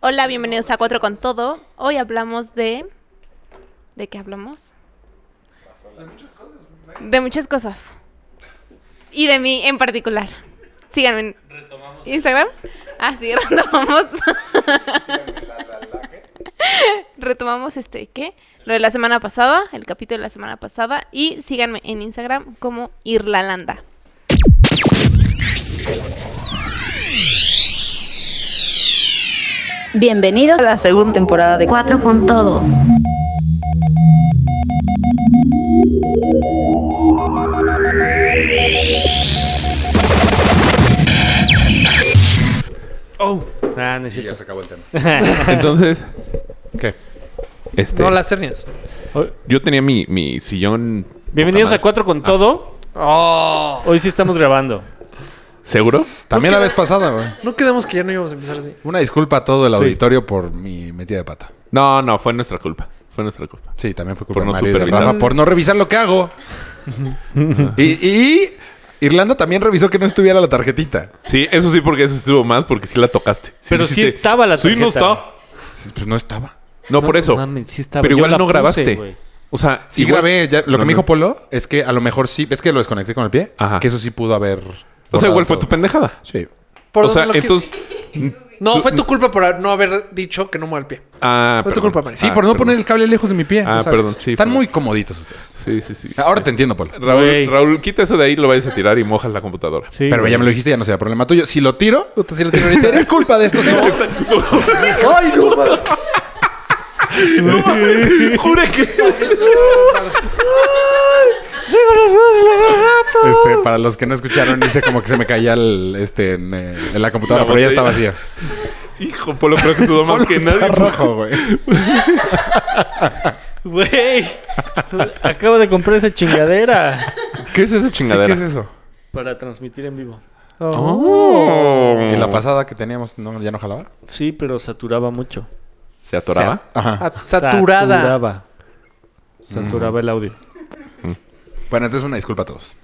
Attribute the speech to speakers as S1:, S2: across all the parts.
S1: Hola, bienvenidos a Cuatro con Todo. Hoy hablamos de... ¿De qué hablamos?
S2: De muchas cosas.
S1: De muchas cosas. Y de mí en particular. Síganme en
S2: Retomamos.
S1: Instagram. Así retomamos.
S2: la, la, la, ¿qué?
S1: retomamos este, ¿qué? Lo de la semana pasada, el capítulo de la semana pasada. Y síganme en Instagram como Irlalanda.
S3: Bienvenidos a la segunda temporada de Cuatro con Todo.
S4: Oh. Ah,
S2: Y ya
S4: necesito.
S2: se acabó el tema.
S5: Entonces,
S2: ¿Qué?
S5: este,
S4: No, las hernias.
S5: yo tenía mi, mi sillón.
S4: Bienvenidos a
S5: Poca madre.
S4: Cuatro con Todo. Hoy sí estamos grabando.
S5: ¿Seguro?
S2: También
S4: ¿Por
S2: la
S4: qué?
S2: vez pasada, güey.
S4: No quedamos que ya no íbamos a empezar así.
S2: Una disculpa a todo el
S5: Sí.
S2: auditorio por mi metida de pata.
S5: No, no, fue nuestra culpa. Fue nuestra culpa.
S2: Sí, también fue
S5: Por
S2: culpa de
S5: no
S2: Mario y de
S5: supervisar.
S2: Rafa por no revisar lo que hago. y, y Irlanda también revisó que no estuviera la tarjetita.
S5: Sí, eso sí, porque eso estuvo más, porque sí la tocaste.
S4: Pero sí
S5: dijiste,
S4: estaba la
S5: Sí, no
S4: tarjeta".
S5: está.
S2: Sí, Pues no estaba.
S5: No, por eso.
S4: mames, sí estaba.
S5: Pero
S4: Yo
S5: igual
S4: la
S5: no
S4: puse,
S5: grabaste.
S4: güey.
S5: o sea,
S2: Sí
S5: igual-
S2: grabé. ya- lo
S5: No,
S2: que me
S5: no.
S2: dijo Polo es que a lo mejor sí... Es que lo desconecté con el pie.
S5: Ajá.
S2: Que eso sí pudo haber...
S5: O sea, igual fue
S2: borrado
S5: tu
S2: todo.
S5: pendejada.
S2: Sí.
S4: ¿Por
S5: o sea,
S4: dónde lo que-
S5: entonces.
S4: No,
S5: tú-
S4: fue tu culpa por no haber dicho que no mueva el pie.
S5: Ah,
S4: Fue tu
S5: perdón.
S4: culpa, Mario.
S2: Sí,
S5: Ah,
S2: por no
S5: perdón.
S2: poner el cable lejos de mi pie.
S5: Ah,
S2: ¿no sabes?
S5: perdón, sí,
S2: Están
S5: perdón.
S2: muy comoditos ustedes.
S5: Sí, sí, sí.
S2: Ahora te entiendo, Polo.
S4: Güey.
S5: Raúl, Raúl, quita eso de ahí, lo vayas a tirar y mojas la computadora.
S4: Sí.
S2: Pero ya me lo dijiste, ya no será problema tuyo. Si lo tiro, puta, si lo tiro ahorita, sería culpa de esto. ¡Ay, no! ma-
S5: Jure que.
S2: Este, para los que no escucharon, hice como que se me caía el, este, en, eh, en la computadora,
S5: La
S2: pero ya está
S5: botella.
S2: vacía.
S5: Hijo, Polo, creo que sudó más que nadie.
S2: rojo, güey.
S4: Güey. Acabo de comprar esa chingadera.
S5: ¿Qué es esa
S2: ¿Qué
S5: chingadera?
S2: es eso?
S4: Para transmitir en vivo.
S5: Oh.
S2: ¿Y la pasada que teníamos no, ya no jalaba?
S4: Sí, pero saturaba mucho.
S5: ¿Se atoraba?
S2: Ajá.
S4: Saturada. Saturaba. Saturaba el audio.
S2: Bueno, entonces una disculpa a todos.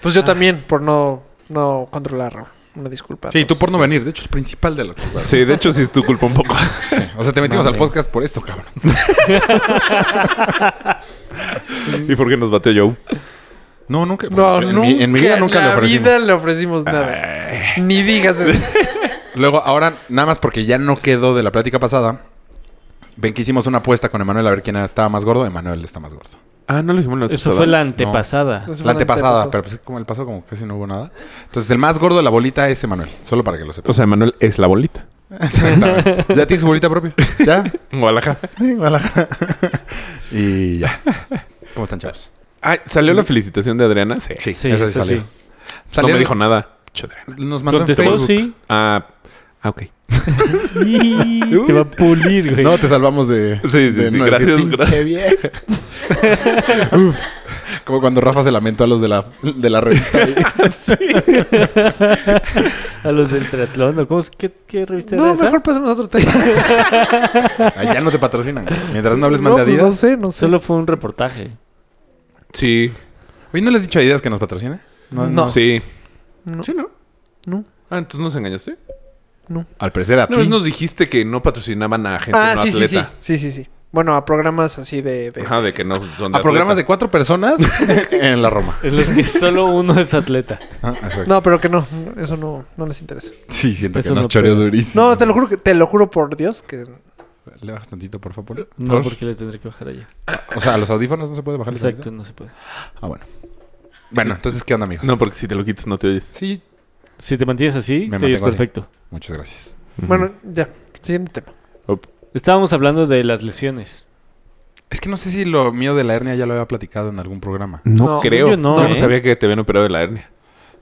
S6: Pues yo también, por no, no controlarlo. Una disculpa.
S2: Sí, tú por no venir. De hecho, el principal de la culpa.
S5: Sí, de hecho sí es tu culpa un poco.
S2: O sea, te metimos al podcast por esto, cabrón.
S5: ¿Y por qué nos bateó Joe?
S2: No, nunca.
S6: No,
S2: yo en, mi, en mi vida nunca
S6: le
S2: lo ofrecimos.
S6: En mi vida le ofrecimos nada. Ni digas eso.
S2: Luego, ahora, nada más porque ya no quedó de la plática pasada. Ven que hicimos una apuesta con Emanuel a ver quién estaba más gordo. Emanuel está más gordo.
S5: Ah, no lo dijimos en la
S4: Eso
S5: pasada.
S4: fue la antepasada.
S6: Eso fue
S2: La antepasada, pero pues como el pasado como casi no hubo nada. Entonces, el más gordo de la bolita es Emanuel. Solo para que lo
S5: O
S2: sepas.
S5: sea, Manuel es la bolita.
S2: Exactamente. ya tienes su bolita propia. ¿Ya?
S5: En Guadalajara.
S2: Sí, Guadalajara. y ya. ¿Cómo están, chavos?
S5: Ay, ¿salió la felicitación de Adriana? Sí.
S4: Sí,
S2: esa
S4: esa
S2: salió.
S4: sí.
S5: No
S2: Salió-
S5: me dijo nada. Pinche Adriana.
S2: Nos mandó en
S4: Contestó
S2: Facebook.
S4: sí.
S5: Ah, ah, ok.
S4: Te va a pulir, güey.
S2: No, te salvamos de.
S5: Sí, sí,
S2: de
S5: sí,
S2: no
S5: gracias,
S2: decir,
S5: gracias.
S2: "Pinche vieja". Uf. Como cuando Rafa se lamentó a los de la, de la revista.
S4: A los del triatlón. ¿o ¿Cómo, es? ¿qué, ¿Qué revista era
S6: No,
S4: esa?
S6: mejor pasemos a otro tema.
S2: Ah, ya no te patrocinan. Mientras no hables mal
S6: no,
S2: de
S6: pues
S2: Adidas.
S6: no sé, no sé.
S4: Solo fue un reportaje.
S5: Sí.
S2: Oye, ¿no les has dicho a Adidas que nos patrocine?
S6: No,
S5: Sí.
S6: No.
S5: ¿Sí, no?
S6: No.
S5: Ah, entonces nos engañaste.
S2: Al parecer a
S5: Una
S2: ti.
S5: vez nos dijiste que no patrocinaban a gente
S6: Ah,
S5: no
S6: sí, sí, sí.
S5: atleta.
S6: Sí, sí, sí. Bueno, a programas así de... de-
S5: Ajá, de que no son de
S2: A programas de
S5: atleta.
S2: cuatro personas en la Roma.
S4: En los que solo uno es atleta.
S2: Ah, exacto.
S6: No, pero que no. Eso no, no les interesa.
S2: Sí, siento que
S4: Eso
S2: nos
S4: no
S2: choreó
S4: pega.
S2: durísimo.
S6: No, te lo juro que... Te lo juro por Dios que...
S2: ¿Le bajas tantito, por favor?
S4: No,
S5: Por-
S4: porque le tendré que bajar allá.
S2: O sea, a los audífonos no se puede bajar el
S4: Exacto, no se puede.
S2: sonido? Ah, bueno. Bueno, entonces, ¿qué onda, amigos?
S5: No, porque si te lo quitas no te oyes.
S2: Sí,
S4: Si te mantienes así,
S2: Me
S4: te oyes
S2: mantengo así.
S4: perfecto.
S2: muchas gracias.
S6: Bueno, ya. Siguiente tema.
S4: Estábamos hablando de las lesiones.
S2: Es que no sé si lo mío de la hernia ya lo había platicado en algún programa.
S5: No,
S6: No,
S5: creo.
S4: yo
S5: no,
S4: no,
S5: yo no
S4: ¿eh?
S5: sabía que te habían operado de la hernia.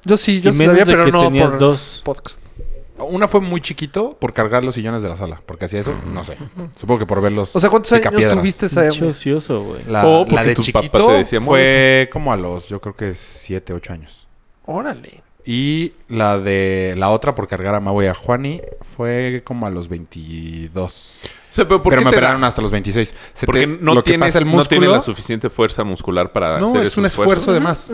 S6: Yo sí, yo
S4: y
S6: sí
S4: menos
S6: sabía,
S4: de
S6: pero
S4: que
S6: no
S4: tenías
S6: por
S4: dos.
S6: podcast.
S2: Una fue muy chiquito por cargar los sillones de la sala. Porque hacía eso, no sé. Supongo que por verlos.
S6: O sea, ¿cuántos años
S2: Picapiedras.
S6: tuviste esa...
S4: Pinche ocioso, güey.
S2: la,
S5: o porque
S2: la de
S5: tu
S2: chiquito
S5: papá te decía,
S2: fue como a los, yo creo que siete, ocho años.
S6: Órale.
S2: Y la de la otra por cargar a Maui y a Juani fue como a los 22.
S5: O sea, pero ¿por
S2: pero
S5: qué
S2: me
S5: te da-
S2: operaron hasta los 26. Se
S5: Porque
S2: te-
S5: no,
S2: lo que
S5: tienes,
S2: pasa el
S5: no
S2: músculo,
S5: tiene la suficiente fuerza muscular para
S2: no,
S5: hacer
S2: es un esfuerzo de más.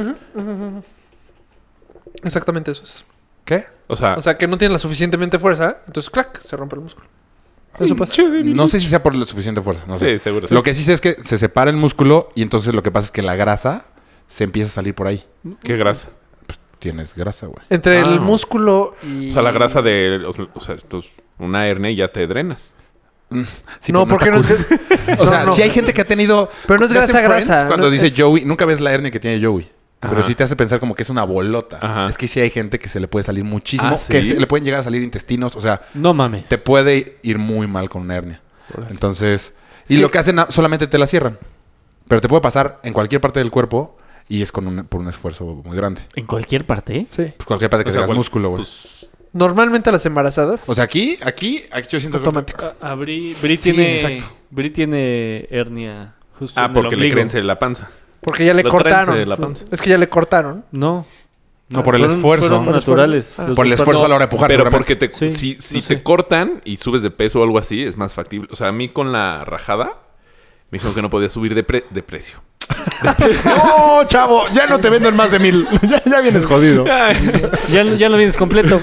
S6: Exactamente eso es.
S2: ¿Qué?
S5: O sea,
S6: O sea, que no tiene la suficientemente fuerza, entonces crack, se rompe el músculo. Eso pasa.
S2: No sé si sea por la suficiente fuerza. No
S5: sí,
S2: sé.
S5: seguro.
S2: Lo que sí sé es que se separa el músculo y entonces lo que pasa es que la grasa se empieza a salir por ahí.
S5: ¿Qué grasa?
S2: Tienes grasa, güey.
S6: Entre
S5: Ah.
S6: el músculo y.
S5: O sea, la grasa de... los- O sea, esto es una hernia y ya te drenas.
S2: Sí,
S6: no,
S2: pero
S6: porque no,
S2: está
S6: es.
S2: cool. O sea,
S6: no, no.
S2: si hay gente que ha tenido...
S6: Pero no es
S2: ¿Ya hacen
S6: grasa,
S2: Friends?
S6: grasa,
S2: Cuando
S6: no,
S2: dice
S6: es-
S2: Joey, nunca ves la hernia que tiene Joey. Pero
S5: Ajá.
S2: sí te hace pensar como que es una bolota.
S5: Ajá.
S2: Es que sí hay gente que se le puede salir muchísimo.
S5: Ah, ¿sí?
S2: Que se le pueden llegar a salir intestinos. O sea,
S4: No mames.
S2: te puede ir muy mal con una hernia.
S5: Órale.
S2: Entonces... Y
S6: Sí.
S2: lo que hacen ah, solamente te la cierran. Pero te puede pasar en cualquier parte del cuerpo y es con un- por un esfuerzo muy grande.
S4: ¿En cualquier parte?
S6: Sí.
S2: Pues cualquier parte que
S5: O sea,
S2: tengas
S5: cual-
S2: músculo, güey.
S5: Pues,
S6: Normalmente a las embarazadas.
S2: o sea, aquí, aquí, aquí yo siento que...
S6: automático.
S4: A, a Ah, Bri, Bri
S2: Sí,
S4: tiene,
S2: exacto.
S4: Bri tiene hernia justo
S5: ah,
S4: en el
S5: porque le
S4: ombligo.
S5: crece la panza.
S6: Porque ya le
S5: Lo
S6: cortaron.
S5: traen de la panza.
S6: Es que ya le cortaron.
S4: No.
S2: No, por el
S4: fueron-
S2: esfuerzo.
S4: fueron
S2: Por el
S4: naturales.
S6: esfuerzo.
S4: Los
S2: Por el
S4: dos-
S2: esfuerzo a la hora de empujar.
S5: Pero
S2: seguramente.
S5: porque
S4: Sí,
S5: te, si, si
S4: no
S5: te
S4: sé.
S5: cortan y subes de peso o algo así, es más factible. O sea, a mí con la rajada me dijeron que no podía subir de, pre- de precio.
S2: No, chavo, ya no te venden más de mil. ya, ya vienes jodido.
S4: Ya, ya lo vienes completo.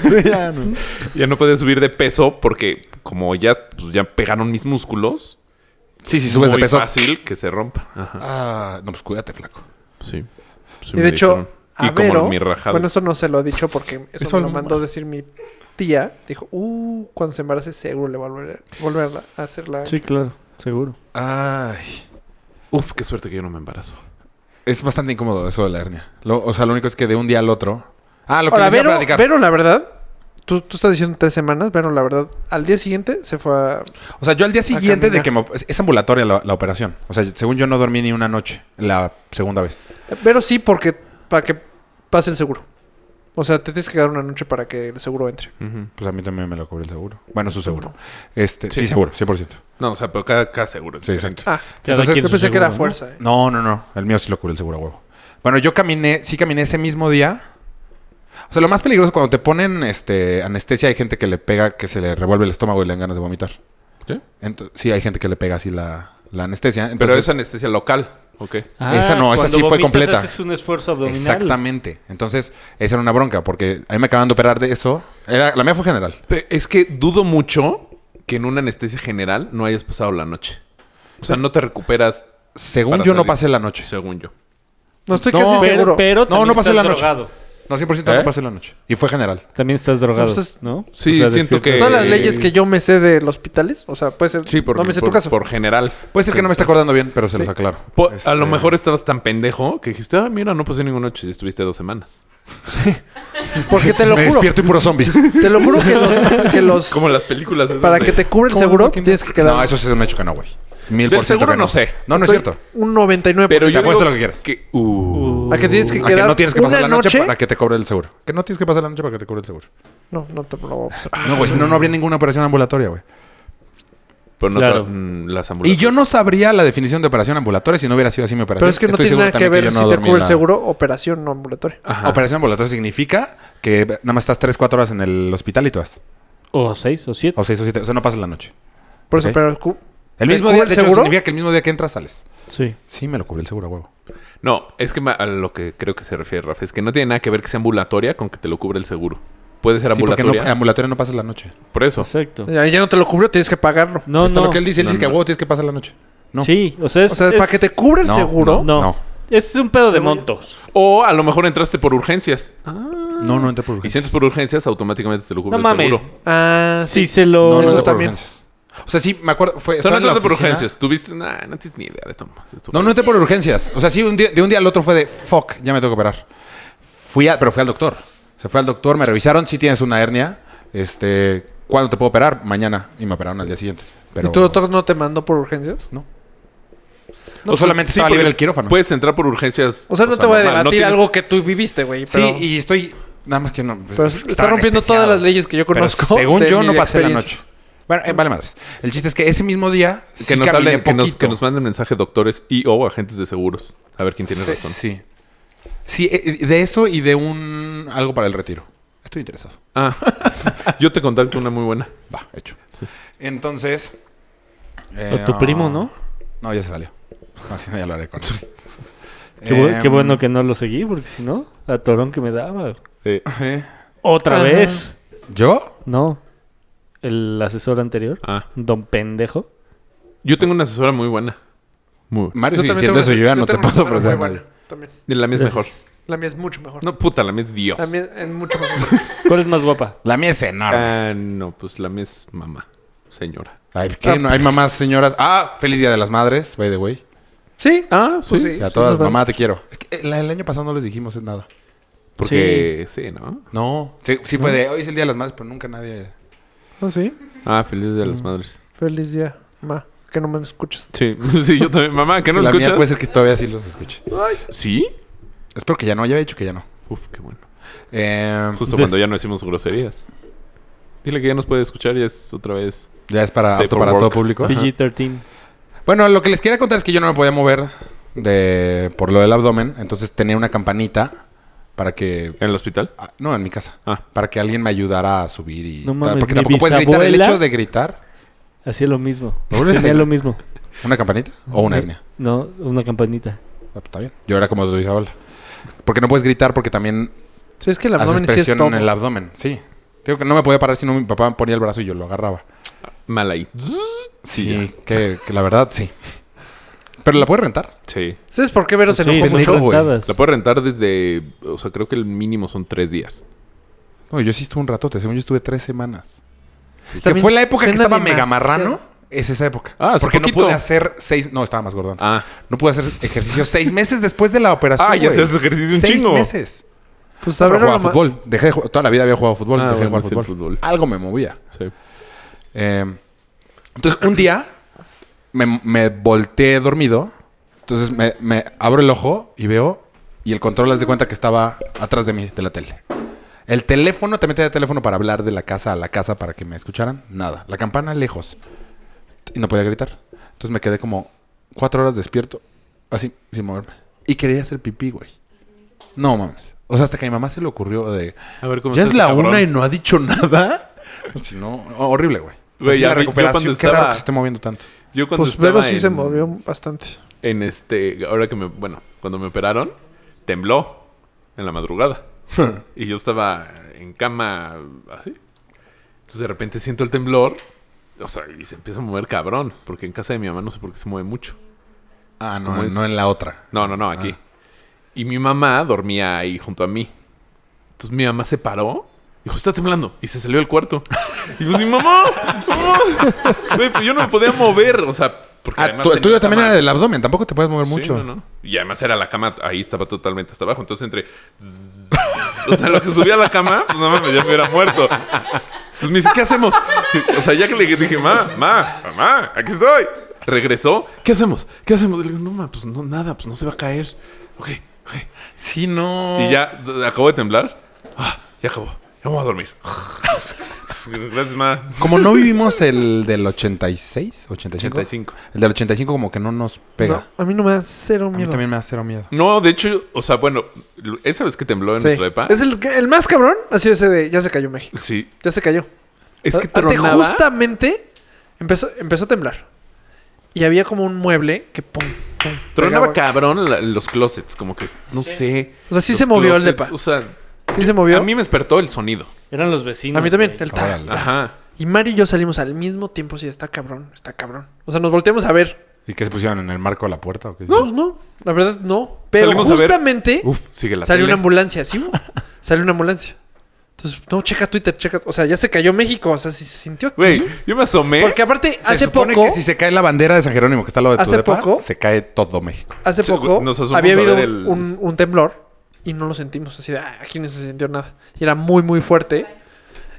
S5: Ya no podía subir de peso porque como ya, pues, ya pegaron mis músculos,
S2: Sí, sí, subes
S5: muy
S2: de peso.
S5: fácil que se rompan. Ajá.
S2: Ah, no, pues cuídate, flaco.
S5: Sí. Sí
S6: Y
S5: me
S6: de hecho,
S5: dijeron.
S6: a
S5: y como
S6: Vero-
S5: mi rajada.
S6: Bueno, eso no se lo he dicho porque eso,
S2: Eso
S6: me lo
S2: no,
S6: mandó
S2: güey.
S6: decir mi tía. Dijo, uh, cuando se embarace seguro le va a volver, volver a hacerla.
S4: Sí, claro. Seguro.
S2: Ay.
S5: Uf, qué suerte que yo no me embarazo.
S2: Es bastante incómodo eso de la hernia. Lo- o sea, lo único es que de un día al otro. Ah, lo que
S6: Ahora,
S2: les iba a
S6: Vero,
S2: platicar.
S6: Vero, la verdad, tú, tú estás diciendo tres semanas, Vero, la verdad, al día siguiente se fue a...
S2: O sea, yo al día siguiente de
S6: caminar.
S2: que me. Es es ambulatoria la, la operación. O sea, según yo no dormí ni una noche la segunda vez.
S6: Vero sí, porque para que pase el seguro. O sea, te tienes que quedar una noche para que el seguro entre.
S5: Ujú.
S2: Pues a mí también me lo cubrió el seguro. Bueno, su seguro. Este, sí.
S5: Sí.
S2: seguro, 100%.
S5: No, o sea, pero cada, cada seguro. es
S2: Sí,
S5: diferente.
S2: exacto.
S6: Ah,
S4: Cada
S2: Entonces,
S4: quien
S6: yo
S4: su
S6: pensé que
S4: seguro,
S6: era
S4: ¿no?
S6: fuerza. ¿eh?
S2: No, no, no. El mío sí lo cubre el seguro a huevo. Bueno, yo caminé, sí caminé ese mismo día. O sea, lo más peligroso cuando te ponen este anestesia hay gente que le pega, que se le revuelve el estómago y le dan ganas de vomitar.
S5: ¿Sí?
S2: Ento- sí, hay gente que le pega así la, la anestesia.
S5: Pero
S2: Entonces,
S5: es anestesia local. Ok.
S2: Esa no, esa
S4: Ah, cuando
S2: sí fue
S4: vomitas
S2: completa.
S4: haces un esfuerzo abdominal.
S2: Exactamente. Entonces, esa era una bronca, porque a mí me acaban de operar de eso. Era, la mía fue general.
S5: Pe- Es que dudo mucho que en una anestesia general no hayas pasado la noche. O sea, no te recuperas,
S2: Según
S5: Para
S2: yo, no
S5: salir.
S2: pasé la noche.
S5: según yo.
S6: No estoy
S2: No,
S6: casi
S2: Vero-
S4: Pero,
S6: seguro.
S4: pero
S2: No,
S4: también
S2: no pasé
S4: estás
S2: la noche.
S4: drogado.
S2: No, 100%
S5: ¿Eh?
S2: no pasé la noche. Y fue general.
S4: También estás drogado,
S6: No, pues es-
S4: ¿no?
S5: Sí, siento
S4: despiertas.
S5: que-
S6: Todas las
S5: Eh,
S6: leyes que yo me sé de los hospitales, o sea, puede ser...
S5: Sí, porque,
S6: no me sé
S5: por,
S6: tu caso.
S5: por general.
S2: Puede ser que no me esté acordando bien, pero se los aclaro.
S5: Po-
S2: Este,
S5: A lo mejor estabas tan pendejo que dijiste, ah, mira, no pasé ninguna noche si estuviste dos semanas.
S6: Porque te lo
S2: me
S6: juro,
S2: despierto y puro zombies.
S6: te lo juro que los... Que los
S5: Como las películas. esas
S6: Pues, para
S5: de-
S6: que te cubre el
S2: ¿Cómo
S6: seguro,
S2: no tiene-
S6: tienes que quedar...
S2: No, eso sí es un hecho que no, güey. Mil
S5: Del
S2: por ciento
S5: seguro
S2: que
S5: no sé.
S2: No, no es
S6: Estoy
S2: cierto.
S6: Un 99%.
S5: Pero
S2: Te
S5: yo
S2: apuesto
S5: digo
S2: lo que quieras.
S5: que- Uh.
S6: ¿A que tienes que
S2: A que
S6: quedar
S2: no tienes que pasar
S6: una
S2: la noche, para que te cobre el seguro. Que no tienes que pasar la noche para que te cobre el seguro.
S6: No, no te lo voy a pasar.
S2: Ah, No, güey, si no, no habría ninguna operación ambulatoria, güey.
S5: Pero no
S4: Claro.
S5: te- mm, las
S2: Y
S5: ambulancias.
S2: yo no sabría la definición de operación ambulatoria si no hubiera sido así mi operación.
S6: Pero es que no
S2: Estoy
S6: tiene
S2: seguro
S6: nada que
S2: también
S6: ver
S2: yo
S6: si
S2: no
S6: te
S2: dormí
S6: cubre el
S2: la-
S6: seguro, operación no ambulatoria.
S5: Ajá.
S2: Operación ambulatoria significa que nada más estás 3, 4 horas en el hospital y tú vas.
S4: O seis o siete.
S2: O 6 o 7. O sea, no pasas la noche.
S6: Por eso,
S2: Ok.
S6: pero cu-
S2: El
S6: ¿Te
S2: mismo
S6: cubre
S2: día,
S6: el
S2: de hecho,
S6: seguro?
S2: significa que el mismo día que entras sales.
S4: Sí.
S2: Sí, me lo cubre el seguro, a huevo.
S5: No, es que ma- a lo que creo que se refiere, Rafa, es que no tiene nada que ver que sea ambulatoria con que te lo cubre el seguro. Puede ser
S2: Sí, porque no,
S5: ambulatoria.
S2: ambulatoria no pasas la noche.
S5: Por eso.
S4: Exacto.
S2: Eh,
S6: ya, ya no te lo cubrió, tienes que pagarlo.
S4: No,
S2: Está
S4: no.
S2: lo que él dice. Él
S5: No,
S2: dice que a
S5: no.
S2: huevo tienes que pasar la noche. No.
S4: Sí, o sea, es,
S6: o sea,
S4: es-
S6: para que te cubre el
S2: No,
S6: seguro,
S4: No.
S2: No.
S4: es un pedo de montos.
S5: O a lo mejor entraste por urgencias. Ah,
S2: No, no entra por
S5: Y
S2: urgencias.
S5: si entras por urgencias, automáticamente te lo cubre
S4: No
S5: el
S4: mames.
S5: seguro.
S6: ah,
S4: Si
S6: sí,
S4: se
S2: No,
S4: lo
S2: no
S6: Eso
S2: entra por
S6: también.
S2: urgencias. O sea, sí, me acuerdo. Fue,
S5: O sea,
S2: estaba
S5: no
S2: en la
S5: entraste por
S2: oficina.
S5: urgencias. Tuviste... Nah, no tienes ni idea de Tom.
S2: No, no entré por urgencias. O sea, sí, un día- de un día al otro fue de fuck, ya me tengo que operar. Fui al, pero fui al doctor. Se fue al doctor, me revisaron, si tienes una hernia. Este, ¿cuándo te puedo operar? Mañana. Y me operaron al día siguiente. Pero
S6: ¿Y tu doctor no te mandó por urgencias?
S2: No. No, solamente
S5: sí,
S2: estaba libre
S5: porque
S2: el quirófano.
S5: Puedes entrar por urgencias.
S6: O sea, no te voy
S5: normal,
S6: a debatir
S5: no tienes-
S6: algo que tú viviste, güey.
S2: sí,
S6: pero-
S2: y estoy nada más que no.
S6: pero pues, está
S2: estaba
S6: rompiendo
S2: anestesiado.
S6: todas las leyes que yo
S2: Pero
S6: conozco.
S2: según
S6: de
S2: yo
S6: mi
S2: no pasé la noche.
S6: experiencia.
S2: Bueno, eh, vale madres. El chiste es que ese mismo día
S5: Que,
S2: sí
S5: nos
S2: caminé
S5: hablen- que, nos, que
S2: poquito.
S5: nos manden mensaje doctores y o agentes de seguros. A ver quién tiene
S2: Sí,
S5: razón.
S2: Sí. Sí, eh, de eso y de un algo para el retiro. Estoy interesado.
S5: Ah, yo te contacto una muy buena.
S2: Va, hecho.
S5: Sí.
S2: Entonces. eh,
S4: O tu primo, ¿no?
S2: No, ya se salió. Así no, ya lo haré con él.
S4: Qué, bu- qué
S2: Em,
S4: bueno que no lo seguí, porque si no, la torón que me daba.
S5: Eh,
S2: eh,
S4: ¿Otra
S6: Ajá.
S4: vez?
S2: ¿Yo?
S4: No. ¿El asesor anterior?
S5: Ah.
S4: Don pendejo.
S5: Yo tengo una asesora muy buena. Muy.
S2: Mario,
S6: Yo
S2: si
S6: también
S2: diciendo
S6: tengo-
S2: eso, yo
S6: yo
S2: ya no te
S6: tengo una
S2: puedo
S6: persona
S2: ofrecer
S6: muy
S2: mal.
S6: buena, También.
S5: La mía es mejor.
S6: La mía es mucho mejor.
S5: No, puta, la mía es Dios.
S6: La mía es mucho mejor.
S4: ¿Cuál es más guapa?
S2: La mía es enorme.
S5: Ah, no, pues la mía es mamá, señora.
S2: Ay, ¿qué? No, Hay mamás, señoras. Ah, feliz Día de las Madres, by the way.
S6: ¿Sí?
S5: Ah,
S6: Pues sí.
S2: Y a todas,
S6: nos vamos.
S2: mamá, te quiero. Es que la- el año pasado no les dijimos nada.
S5: Porque sí, ¿no?
S2: No. Sí, sí fue de hoy es el Día de las Madres, pero nunca nadie.
S6: ¿Ah, sí?
S5: Ah, feliz de las madres.
S6: Feliz día, ma. Que no me escuchas.
S5: Sí, sí, yo también. Mamá, ¿que no lo
S2: la mía
S5: escuchas?
S2: puede ser que todavía sí los escuche.
S5: Sí.
S2: Espero que ya no, ya había dicho que ya no.
S5: Uf, qué bueno.
S2: Eh,
S5: Justo
S4: Des-
S5: cuando ya no hicimos groserías. Dile que ya nos puede escuchar y es otra vez.
S2: ya es para,
S5: Safe
S2: apto
S5: for
S2: para
S5: work.
S2: todo público.
S4: PG-13.
S2: Bueno, lo que les quería contar es que yo no me podía mover de por lo del abdomen, entonces tenía una campanita para que
S5: ¿En el hospital?
S2: ah, no, en mi casa,
S5: Ah.
S2: para que alguien me ayudara a subir y
S4: No mames,
S2: porque
S4: mi
S2: tampoco puedes gritar el
S4: bisabuela-
S2: hecho de gritar
S4: Hacía lo mismo.
S2: Ahora
S4: Tenía
S2: sí.
S4: lo mismo.
S2: una campanita o una hernia.
S4: No, una campanita.
S2: Ah, pues, Está bien. Yo era como tu bisabuela. Porque no puedes gritar porque también
S6: Sí, es que el
S2: haces
S6: abdomen sí es
S2: presión
S6: todo.
S2: en el abdomen, sí. Digo que no me podía parar si no mi papá ponía el brazo y yo lo agarraba.
S5: Mal ahí.
S2: Sí, que, que la verdad sí. Pero la puedes rentar.
S5: Sí.
S6: ¿Sabes por qué
S2: Pues
S6: Vero se
S4: Sí,
S6: enojó
S4: son
S6: mucho?
S2: güey.
S4: rentadas.
S5: La puedes rentar desde. O sea, creo que el mínimo son tres días.
S2: No, yo sí estuve un ratote, según yo estuve tres semanas.
S6: Está
S2: Pues que
S6: bien,
S2: fue la época que
S6: suena
S2: estaba mega
S6: demasiado.
S2: marrano. Es esa época.
S5: Ah, hace
S2: Porque
S5: poquito.
S2: no pude hacer seis... No, estaba más gordo antes.
S5: Ah.
S2: No pude hacer ejercicio seis meses después de la operación,
S5: Ah, ya
S2: güey.
S5: haces ejercicio un
S2: seis
S5: chingo.
S2: meses.
S6: Pues a
S2: Pero
S6: Vero
S2: jugaba
S6: la ma-
S2: fútbol. Dejé de ju- Toda la vida había jugado fútbol.
S5: Ah,
S2: dejé de jugar
S5: bueno, sí, el
S2: fútbol.
S5: fútbol.
S2: Algo me movía.
S5: Sí.
S2: Eh, entonces, un día me, me volteé dormido. Entonces, me, me abro el ojo y veo... Y el control, haz de cuenta que estaba atrás de mí, de la tele. El teléfono, también tenía teléfono para hablar de la casa a la casa para que me escucharan. Nada. La campana lejos. Y no podía gritar. Entonces me quedé como cuatro horas despierto, así, sin moverme. Y quería hacer pipí, güey. No mames. O sea, hasta que a mi mamá se le ocurrió de.
S5: A ver cómo
S2: Ya
S5: está
S2: es
S5: ese
S2: la
S5: cabrón".
S2: una y no ha dicho nada. Si no, horrible, güey.
S5: Güey,
S2: Así
S5: ya
S2: la
S5: vi- yo
S2: recuperación,
S5: cuando
S2: Qué raro
S5: estaba-
S2: que se esté moviendo tanto.
S5: Yo cuando
S6: Pues
S5: estaba
S6: Vero sí se
S5: en-
S6: movió bastante.
S5: En este, ahora que me, bueno, cuando me operaron, tembló en la madrugada. y yo estaba en cama así. Entonces de repente siento el temblor. O sea, y se empieza a mover cabrón. Porque en casa de mi mamá no sé por qué se mueve mucho.
S2: Ah, no,
S5: Como es-
S2: no en la otra. Ah.
S5: No, no, no, aquí. Y mi mamá dormía ahí junto a mí. Entonces mi mamá se paró. Dijo, está temblando. Y se salió del cuarto. Y pues mi mamá, mamá. Güey, pues yo no me podía mover. O sea, porque
S2: Ah,
S5: además
S2: tú, el
S5: tenía
S2: tuyo
S5: la
S2: también
S5: cama-
S2: era del abdomen, tampoco te puedes mover
S5: Sí,
S2: mucho.
S5: no, no. Y además era la cama, ahí estaba totalmente hasta abajo. Entonces entre. o sea, lo que subía a la cama, pues no mames, ya me hubiera muerto. Entonces me dice, ¿qué hacemos? O sea, ya que le dije, ma, ma, mamá, aquí estoy. Regresó, ¿qué hacemos? ¿Qué hacemos? Le digo, no, ma, pues no, nada, pues no se va a caer. Ok, ok.
S2: Sí, no.
S5: Y ya d- acabó de temblar. Ah, ya acabó. Ya vamos a dormir. Gracias, ma.
S2: Como no vivimos el del 86, 85.
S5: 85.
S2: El del 85 como que no nos pega.
S6: No, a mí no me da cero
S2: a mí
S6: miedo.
S2: también me da cero miedo.
S5: No, de hecho, o sea, bueno, esa vez que tembló en
S6: Sí.
S5: nuestra EPA.
S6: Es el, el más cabrón. Ha sido ese de ya se cayó México.
S5: Sí.
S6: Ya se cayó.
S5: Es que
S6: Aparte,
S5: tronaba.
S6: justamente empezó, empezó a temblar. Y había como un mueble que pum, pum.
S5: Tronaba
S6: pegaba.
S5: cabrón la- los closets, como que no sé.
S6: O sea, sí
S5: Los
S6: se movió el
S5: closets,
S6: depa.
S5: O sea,
S6: Sí se movió.
S5: a mí me despertó el sonido.
S4: Eran los vecinos.
S6: también.
S4: güey.
S6: El ta-
S2: Órale.
S5: Ajá.
S6: Y Mari y yo salimos al mismo tiempo. Sí, está cabrón, está cabrón. O sea, nos volteamos a ver.
S2: ¿Y qué se pusieron en el marco de la puerta o qué?
S6: No, pues no. La verdad, no. Pero
S5: Salimos a ver.
S6: justamente
S5: Uf, sigue la
S6: salió
S5: tele.
S6: una ambulancia, ¿sí? salió una ambulancia. Entonces, no, checa Twitter, checa. O sea, ya se cayó México. O sea, sí se sintió aquí.
S5: Güey, ¿eh? yo me asomé.
S6: Porque aparte,
S2: Se
S6: hace
S2: supone
S6: poco,
S2: que si se cae la bandera de San Jerónimo, que está al lado de tu
S6: Hace
S2: depa,
S6: poco-
S2: se cae todo México.
S6: hace
S5: Se-
S6: poco
S5: nos asomamos
S6: había
S5: a ver
S6: habido
S5: el-
S6: un, un temblor y no lo sentimos. Así de, "Ah, aquí no se sintió nada. Y era muy, muy fuerte.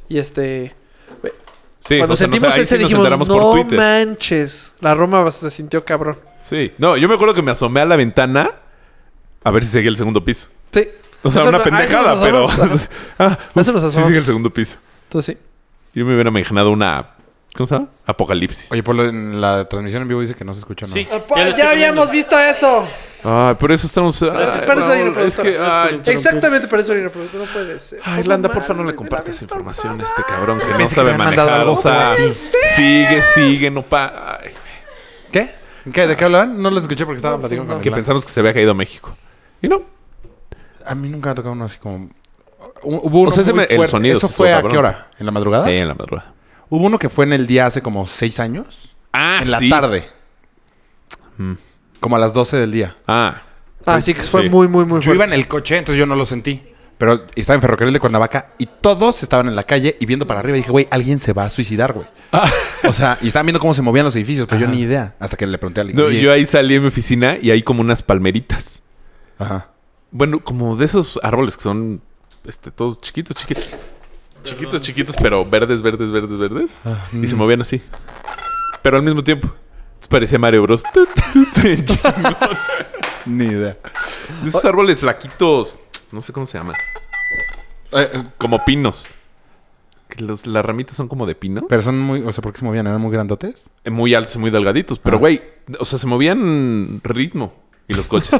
S6: Y este.
S5: sí,
S6: cuando
S5: o sea, no sé,
S6: sentimos
S5: ahí
S6: ese,
S5: sí nos
S6: dijimos,
S5: enteramos
S6: no
S5: por Twitter.
S6: manches. La Roma se sintió cabrón.
S5: Sí. No, yo me acuerdo que me asomé a la ventana a ver si seguía el segundo piso.
S6: Sí.
S5: O sea,
S6: ah, Eso
S5: una
S6: no- a eso
S5: pendejada,
S6: nos
S5: pero.
S6: asomamos.
S5: ah,
S6: A eso nos
S5: sí
S6: asomamos.
S5: sigue el segundo piso.
S6: Entonces, sí.
S5: Yo me hubiera imaginado una. ¿Cómo se llama? Apocalipsis.
S2: Oye, Polo, en la transmisión en vivo dice que no se escucha nada.
S4: Sí. Ya lo estoy poniendo.
S6: visto eso.
S5: Ay, por eso estamos.
S6: Gracias,
S5: ay,
S6: para eso hay
S5: Raúl,
S6: una
S5: Es que.
S6: productora.
S5: Ay,
S6: Exactamente por eso, Irina, pero no puede ser.
S5: Ay, Landa, por favor, no le compartas información a este cabrón que no
S2: Pensé que
S5: sabe
S2: me habían mandado
S5: manejar.
S2: algo
S5: O sea,
S2: por ti.
S5: sigue, sigue, no pa. Ay,
S2: ¿Qué? ¿Qué? ¿De qué hablaban? No los escuché porque
S6: pues
S2: estaba platicando con
S5: que
S2: el
S5: pensamos que se había caído México. Y no.
S2: A mí nunca me ha tocado uno así como... Hubo uno
S5: O sea, ese
S2: muy
S5: me- el
S2: fuerte.
S5: sonido
S2: ¿Eso
S5: sí
S2: fue
S5: estuvo
S2: a qué
S5: cabrón.
S2: hora? ¿En la madrugada?
S5: Sí, en la madrugada.
S2: Hubo uno que fue en el día hace como seis años.
S5: Ah,
S2: en la
S5: sí. Mm.
S2: tarde. Como a las 12 del día.
S5: Ah.
S6: Ah, sí, que fue
S5: Sí.
S6: muy, muy, muy
S2: Yo
S6: fuerte.
S2: iba en el coche, entonces yo no lo sentí. Pero estaba en Ferrocarril de Cuernavaca y todos estaban en la calle y viendo para arriba. Y dije, güey, alguien se va a suicidar, güey.
S5: Ah.
S2: O sea, y estaban viendo cómo se movían los edificios, pero yo ni idea. Hasta que le pregunté a alguien.
S5: No,
S2: oye,
S5: yo ahí salí de mi oficina y hay como unas palmeritas.
S2: Ajá.
S5: Bueno, como de esos árboles que son este, todos chiquitos, chiquitos. Chiquitos, chiquitos, pero verdes, verdes, verdes, verdes. y se movían así. Pero al mismo tiempo. Entonces Parecía Mario Bros. Tut, tut, en chingo.
S2: Ni idea.
S5: De esos árboles flaquitos. No sé cómo se llaman. Como pinos. Que los- las ramitas son como de pino.
S2: Pero son muy, o sea, ¿por qué se movían? ¿Eran muy grandotes?
S5: Eh, Muy altos y muy delgaditos. Pero,
S2: Ah.
S5: güey, o sea, se movían ritmo. Y los coches.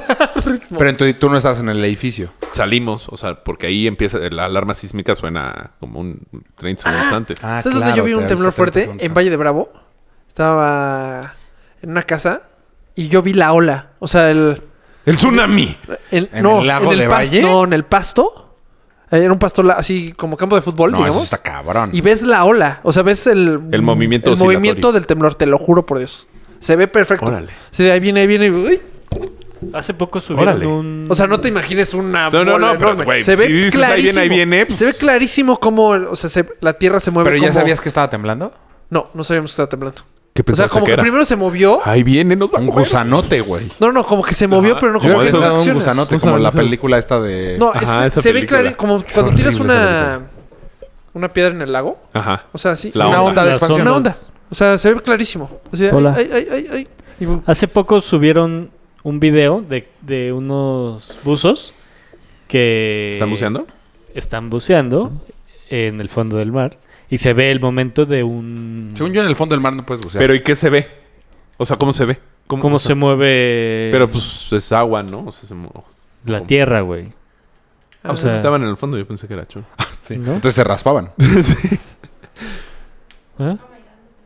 S2: Pero entonces tú no estabas en el edificio.
S5: Salimos, o sea, porque ahí empieza, la alarma sísmica suena como un 30 segundos antes.
S2: Ah,
S6: ¿Sabes dónde
S2: claro,
S6: yo vi
S2: te
S6: un
S2: avisó
S6: temblor
S2: 30
S6: fuerte?
S2: segundos
S6: En Valle de Bravo. Estaba en una casa y yo vi la ola. O sea, el.
S5: ¡El tsunami!
S6: el-
S2: ¿En
S6: no,
S2: el lago
S6: en el
S2: de
S6: pas-
S2: Valle?
S6: No, en el pasto. Eh, Era un pasto la- así como campo de fútbol,
S2: No,
S6: digamos.
S2: eso está cabrón.
S6: Y ves la ola. O sea, ves el.
S5: El movimiento
S6: El
S5: oscilatorio.
S6: movimiento del temblor, te lo juro por Dios. Se ve perfecto.
S5: Órale.
S6: Sí, ahí viene, ahí viene. uy.
S4: Hace poco subieron
S5: Órale.
S4: un...
S6: O sea, no te imagines una.
S5: No, no,
S6: bola
S5: no, pero,
S6: enorme.
S5: güey,
S6: se ve
S5: si dices, ahí
S6: clarísimo.
S5: viene, ahí viene, pues.
S6: Se ve clarísimo cómo, o sea, se- la tierra se mueve.
S2: Pero ya
S6: como-
S2: sabías que estaba temblando.
S6: No, no sabíamos que estaba
S5: ¿Qué
S6: temblando. O sea,
S5: pensaste
S6: como
S5: que
S6: que,
S5: era?
S6: primero se movió.
S5: Ahí viene, nos va a
S2: Un
S5: comer.
S2: gusanote, güey.
S6: No, no, como que se movió,
S5: Ajá.
S6: pero no
S5: Como
S2: Yo
S6: como
S2: había
S5: esos-
S2: pensado en un
S6: acciones.
S2: gusanote,
S5: Esos
S2: como la
S5: anuncios.
S2: película esta de.
S6: No,
S5: Ajá,
S6: es-
S5: esa
S6: se ve
S5: película.
S6: clarísimo. Como cuando
S2: horrible
S6: tiras
S2: esa
S6: una, una piedra en el lago.
S5: Ajá.
S6: O sea, sí.
S5: La
S2: una
S5: onda.
S2: onda de
S4: Las
S2: expansión.
S6: Una
S4: ondas.
S6: onda. O sea, se ve clarísimo. O sea,
S4: Hola.
S6: ay, ay, ay, ay. Y bu-
S4: Hace poco subieron un video de, de unos buzos que...
S5: ¿Están buceando?
S4: Están buceando en el fondo del mar. Y se ve el momento de un...
S2: Según yo, en el fondo del mar no puedes bucear.
S5: Pero ¿y qué se ve? O sea, ¿cómo se ve? ¿Cómo,
S4: Cómo
S5: o sea,
S4: se mueve
S5: Pero pues es agua, ¿no? O sea, se mo-
S4: la tierra, güey.
S5: Ah, o sea,
S4: sea-
S5: estaban en el fondo, yo pensé que era chulo.
S2: Sí.
S4: ¿No?
S2: Entonces se raspaban.
S4: ¿Eh?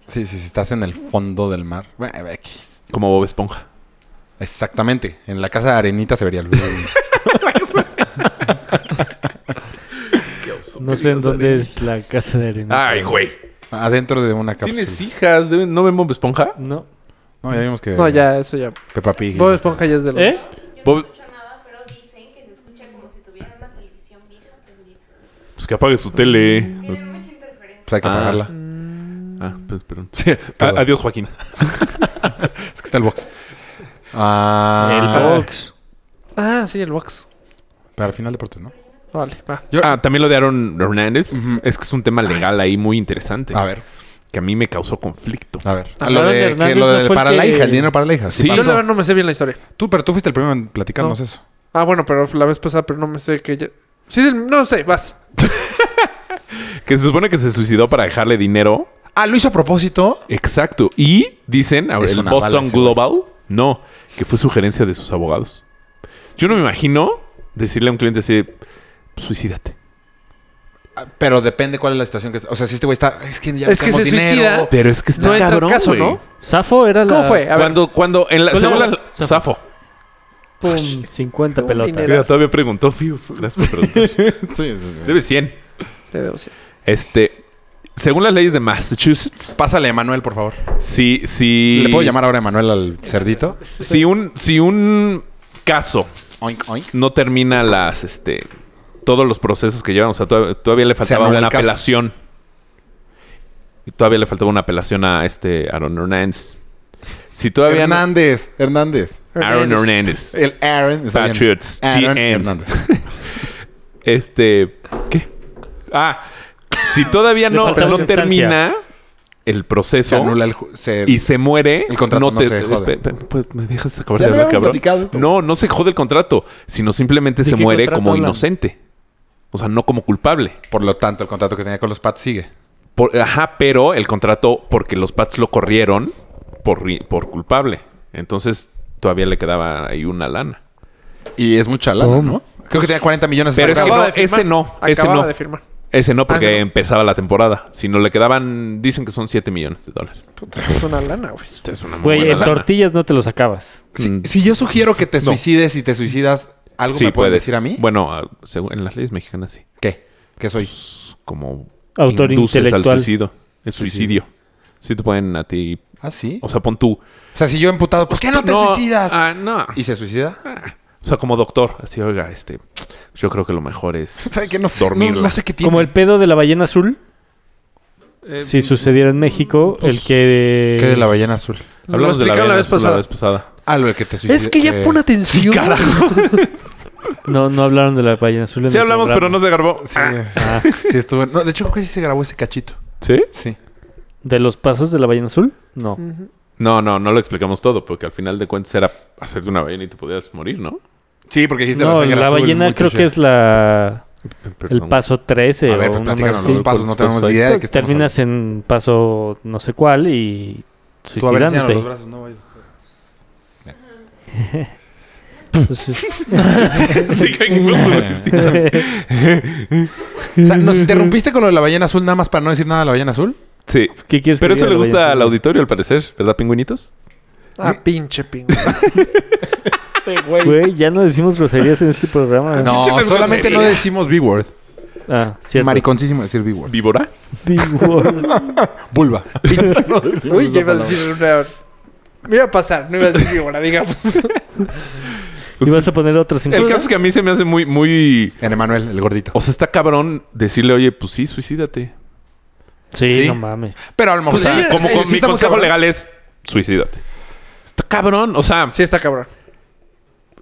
S2: Sí, sí, sí, estás en el fondo del mar. Bueno, eh, aquí.
S5: Como Bob Esponja.
S2: Exactamente. En la casa de Arenita se vería el.
S4: No sé en dónde es la casa de arena.
S5: Ay, güey.
S2: Adentro de una cápsula.
S5: ¿Tienes hijas? Deben- ¿No ven Bob Esponja?
S4: No.
S2: No, ya vimos que.
S6: No, ya, eso ya.
S2: Peppa Pig.
S6: Bob Esponja ya es de los.
S4: ¿Eh?
S5: Bob-
S1: nada, pero dicen que se escucha como si tuvieran una televisión vieja prendida.
S5: Pues que apague su tele.
S1: Tienen
S6: Mm.
S1: mucha interferencia.
S2: Pues hay que
S5: Ah.
S2: apagarla.
S5: Ah, pues perdón. Ah,
S2: Perdón,
S5: adiós, Joaquín.
S2: Es que está el box. Ah,
S4: El box.
S6: Ah, sí, el box.
S2: Para el final deportes, ¿no?
S6: Vale, va.
S5: Ah, también lo de Aaron Hernández.
S2: Ujú.
S5: Es que es un tema legal ahí muy interesante.
S2: A ver,
S5: Que a mí me causó conflicto.
S2: a ver.
S4: Ah,
S2: lo
S4: Aaron
S2: de,
S4: Hernández
S2: que lo
S4: no
S2: de
S4: fue el
S2: para la
S4: que-
S2: hija, el dinero para la hija.
S5: Sí.
S2: pasó.
S6: Yo la verdad no me sé bien la historia.
S2: Tú, pero tú fuiste el primero en platicarnos
S6: No.
S2: eso.
S6: Ah, bueno, pero la vez pasada, pero no me sé que ya. Sí, sí, no sé, vas.
S5: Que se supone que se suicidó para dejarle dinero.
S2: Ah, lo hizo a propósito.
S5: Exacto. Y dicen, ahora,
S2: Es
S5: el
S2: una
S5: Boston
S2: bala ese,
S5: Global, no, que fue sugerencia de sus abogados. Yo no me imagino decirle a un cliente así, suicídate.
S2: Ah, Pero depende cuál es la situación que está. O sea, si este güey está. Es que ya
S6: Es que se
S2: necesitamos dinero.
S6: suicida.
S5: Pero es que está
S6: No entra al
S5: cabrón,
S6: caso,
S5: güey.
S6: ¿no?
S4: Safo era la...
S6: ¿Cómo fue? A ver.
S5: Cuando, cuando, en la,
S4: ¿Cuál
S5: según
S4: era?
S5: la...
S4: Safo.
S5: Safo.
S4: Pum, 50
S6: Un
S4: pelotas.
S6: dinero.
S5: Mira, todavía preguntó, Fiu. Gracias por preguntar. Debe 100.
S6: Te debo, sí.
S5: Este, según las leyes de Massachusetts,
S2: Pásale a Emanuel, por favor.
S5: si, si...
S2: ¿Le puedo llamar ahora a Emanuel al cerdito?
S5: Si un, si un caso
S2: Oink, oink.
S5: no termina las, este, todos los procesos que llevan. O sea, todavía, todavía le faltaba
S2: anula
S5: una
S2: el caso.
S5: apelación. Y Todavía le faltaba una apelación a este Aaron Hernández. Si todavía no-
S2: Hernández, Hernández.
S5: Aaron Hernández.
S2: El Aaron. está bien.
S5: Patriots,
S2: Aaron
S5: TN.
S2: Hernández.
S5: Este, ¿qué? Ah, si todavía
S4: Le
S5: no,
S4: faltaba
S5: no
S4: una
S5: termina el
S2: Se
S5: proceso
S2: anula el. ju- se-
S5: y se muere,
S2: El contrato no
S5: te
S2: se jode.
S5: espe- pe- pues, me dejas acabar
S2: Ya
S5: de
S2: lo
S5: hablar,
S2: habíamos
S5: cabrón.
S2: platicado esto.
S5: No, no se jode el contrato, sino simplemente
S4: ¿De
S5: se
S4: qué
S5: muere
S4: contrato
S5: como
S4: hablan?
S5: inocente. O sea, no como culpable.
S2: Por lo tanto, el contrato que tenía con los Pats sigue.
S5: Por- ajá, pero el contrato, porque los Pats lo corrieron por, ri- por culpable. Entonces todavía le quedaba ahí una lana.
S2: Y es mucha lana, ¿no? Creo que tenía 40 millones.
S5: Pero es que
S2: sacado.
S5: no,
S6: de firmar.
S5: ese no, ese
S6: Acababa
S5: no.
S6: de firmar.
S5: Ese no, porque
S6: Ah, ese no.
S5: empezaba la temporada. Si no le quedaban, dicen que son 7 millones de dólares.
S6: Puta, es una lana, güey.
S5: Es una muy
S4: Güey,
S5: buena
S4: en
S5: lana. Mm.
S2: Mm.
S4: tortillas no te los acabas.
S2: Si, si yo sugiero que te
S5: No.
S2: suicides y te suicidas, ¿Algo
S5: Sí,
S2: me pueden
S5: puedes.
S2: decir a mí?
S5: Bueno, ah, según- en las leyes mexicanas sí.
S2: ¿Qué? ¿Qué soy?
S5: Como
S4: Autor
S5: induces al
S4: intelectual.
S5: suicidio. El suicidio. Sí te pueden a ti...
S2: ¿Ah, sí?
S5: O sea, pon tú...
S2: O sea, si yo emputado, pues, ¿por qué no te suicidas?
S5: Ah, no.
S2: ¿Y se suicida?
S5: O sea, como doctor. Así, oiga, este... Yo creo que lo mejor es...
S2: ¿Sabe qué? No, sé-
S5: Dormirla.
S2: no, no sé qué tiene.
S4: Como el pedo de la ballena azul,
S5: Eh,
S4: si sucediera en México, el que...
S2: ¿Qué de pues, la ballena azul?
S5: Hablamos
S6: Lo
S5: de la,
S6: explicaron la
S5: ballena
S6: vez
S5: azul
S6: pasada.
S5: la vez pasada.
S2: Eh. Ah, lo del que te suicida.
S6: Es que ya
S2: eh,
S6: pon atención.
S4: No, no hablaron de la ballena azul. en
S5: Sí
S4: el
S5: hablamos, pero
S4: programa. Ah,
S5: no se grabó.
S2: Sí, sí estuvo... en- No, de hecho, creo que sí se grabó ese cachito.
S5: ¿Sí?
S2: Sí.
S4: ¿De los pasos de la ballena azul? No.
S6: Mm.
S5: No, no, no lo explicamos todo, porque al final de cuentas era hacerte una ballena y te podías morir, ¿no?
S2: Sí, porque dijiste
S4: No,
S2: sangre
S4: la
S2: azul,
S4: ballena
S2: muy
S4: creo
S2: cliché.
S4: que es la...
S5: Perdón.
S4: El paso 13
S2: A ver,
S4: o
S2: pues
S4: una
S2: platícanos
S4: madre
S2: los
S4: así.
S2: pasos, no tenemos
S5: Pues,
S2: idea de qué estamos
S4: Terminas en paso no sé cuál y
S2: Tú, a ver, enséñanos los
S4: suicidándote.
S2: brazos, no vayas.
S4: Pues, sí.
S5: Sí, que incluso lo hicieron.
S2: Eh. O sea, nos interrumpiste con lo de la ballena azul nada más para no decir nada de la ballena azul.
S5: Sí.
S4: ¿Qué quieres que
S5: Pero
S4: diga
S5: eso
S4: de
S5: le
S4: la
S5: gusta
S4: ballena
S5: al
S4: azul?
S5: auditorio, al parecer, ¿verdad, pingüinitos?
S6: Ah, pinche pingüino.
S4: Güey, ya no decimos groserías en este programa.
S2: No,
S5: Escúchenos
S2: solamente no
S5: grosería.
S2: decimos B-word.
S4: Ah, cierto.
S2: Mariconcísimo decir B-word.
S5: ¿Víbora?
S4: Big World.
S2: Vulva.
S6: Uy, ya iba a decir una. Me iba a pasar, no iba a decir víbora, digamos.
S4: Y vas a poner otros
S5: Pues El caso es que a mí se me hace muy, muy...
S2: En Emanuel, el gordito.
S5: O sea, está cabrón decirle, oye, pues sí, suicídate.
S4: Sí,
S2: Sí.
S4: no mames.
S2: Pero a lo mejor...
S5: o sea,
S6: sí,
S5: como
S6: eh,
S5: con-
S6: sí
S5: mi
S6: estamos
S5: consejo
S6: cabrón.
S5: legal es, suicídate. Está cabrón, o sea,
S6: Sí, está cabrón.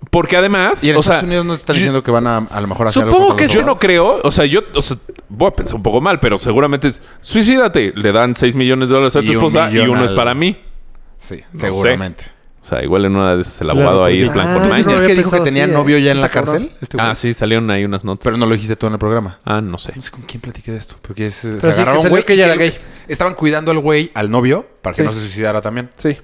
S5: porque además...
S2: eh, y en
S5: o
S2: Estados
S5: sea,
S2: Unidos no están
S5: yo-
S2: diciendo que van a a lo mejor hacer algo
S5: Supongo
S2: contra
S5: que
S2: los
S5: yo
S2: drogados.
S5: no creo, o sea, yo o sea, voy a pensar un poco mal, pero seguramente es suicídate, le dan 6 millones de dólares a
S2: Y
S5: tu
S2: un
S5: esposa y
S2: millón
S5: uno es
S2: al-
S5: para mí.
S2: Sí,
S5: No
S2: seguramente.
S5: O sea, igual en una de esas el
S4: Claro,
S5: abogado ahí, el
S4: porque-
S5: plan
S6: Ah,
S5: con
S6: yo no
S5: maña.
S6: había
S2: que dijo que
S6: pensado
S2: tenía
S6: así, eh.
S2: novio ya
S6: Sí
S2: en la
S6: está cabrón.
S2: cárcel? Este güey.
S5: Ah, sí, salieron ahí unas notas.
S2: Pero no lo dijiste tú en el programa.
S5: Ah, no sé.
S2: No sé con quién platiqué de esto. Porque es, se
S6: Pero sí, que
S2: agarraron
S6: salió
S2: güey
S6: que
S2: y
S6: ella
S2: que
S6: era gay.
S2: Estaban cuidando al güey, al novio, para que
S6: Sí.
S2: no se suicidara también.
S6: Sí.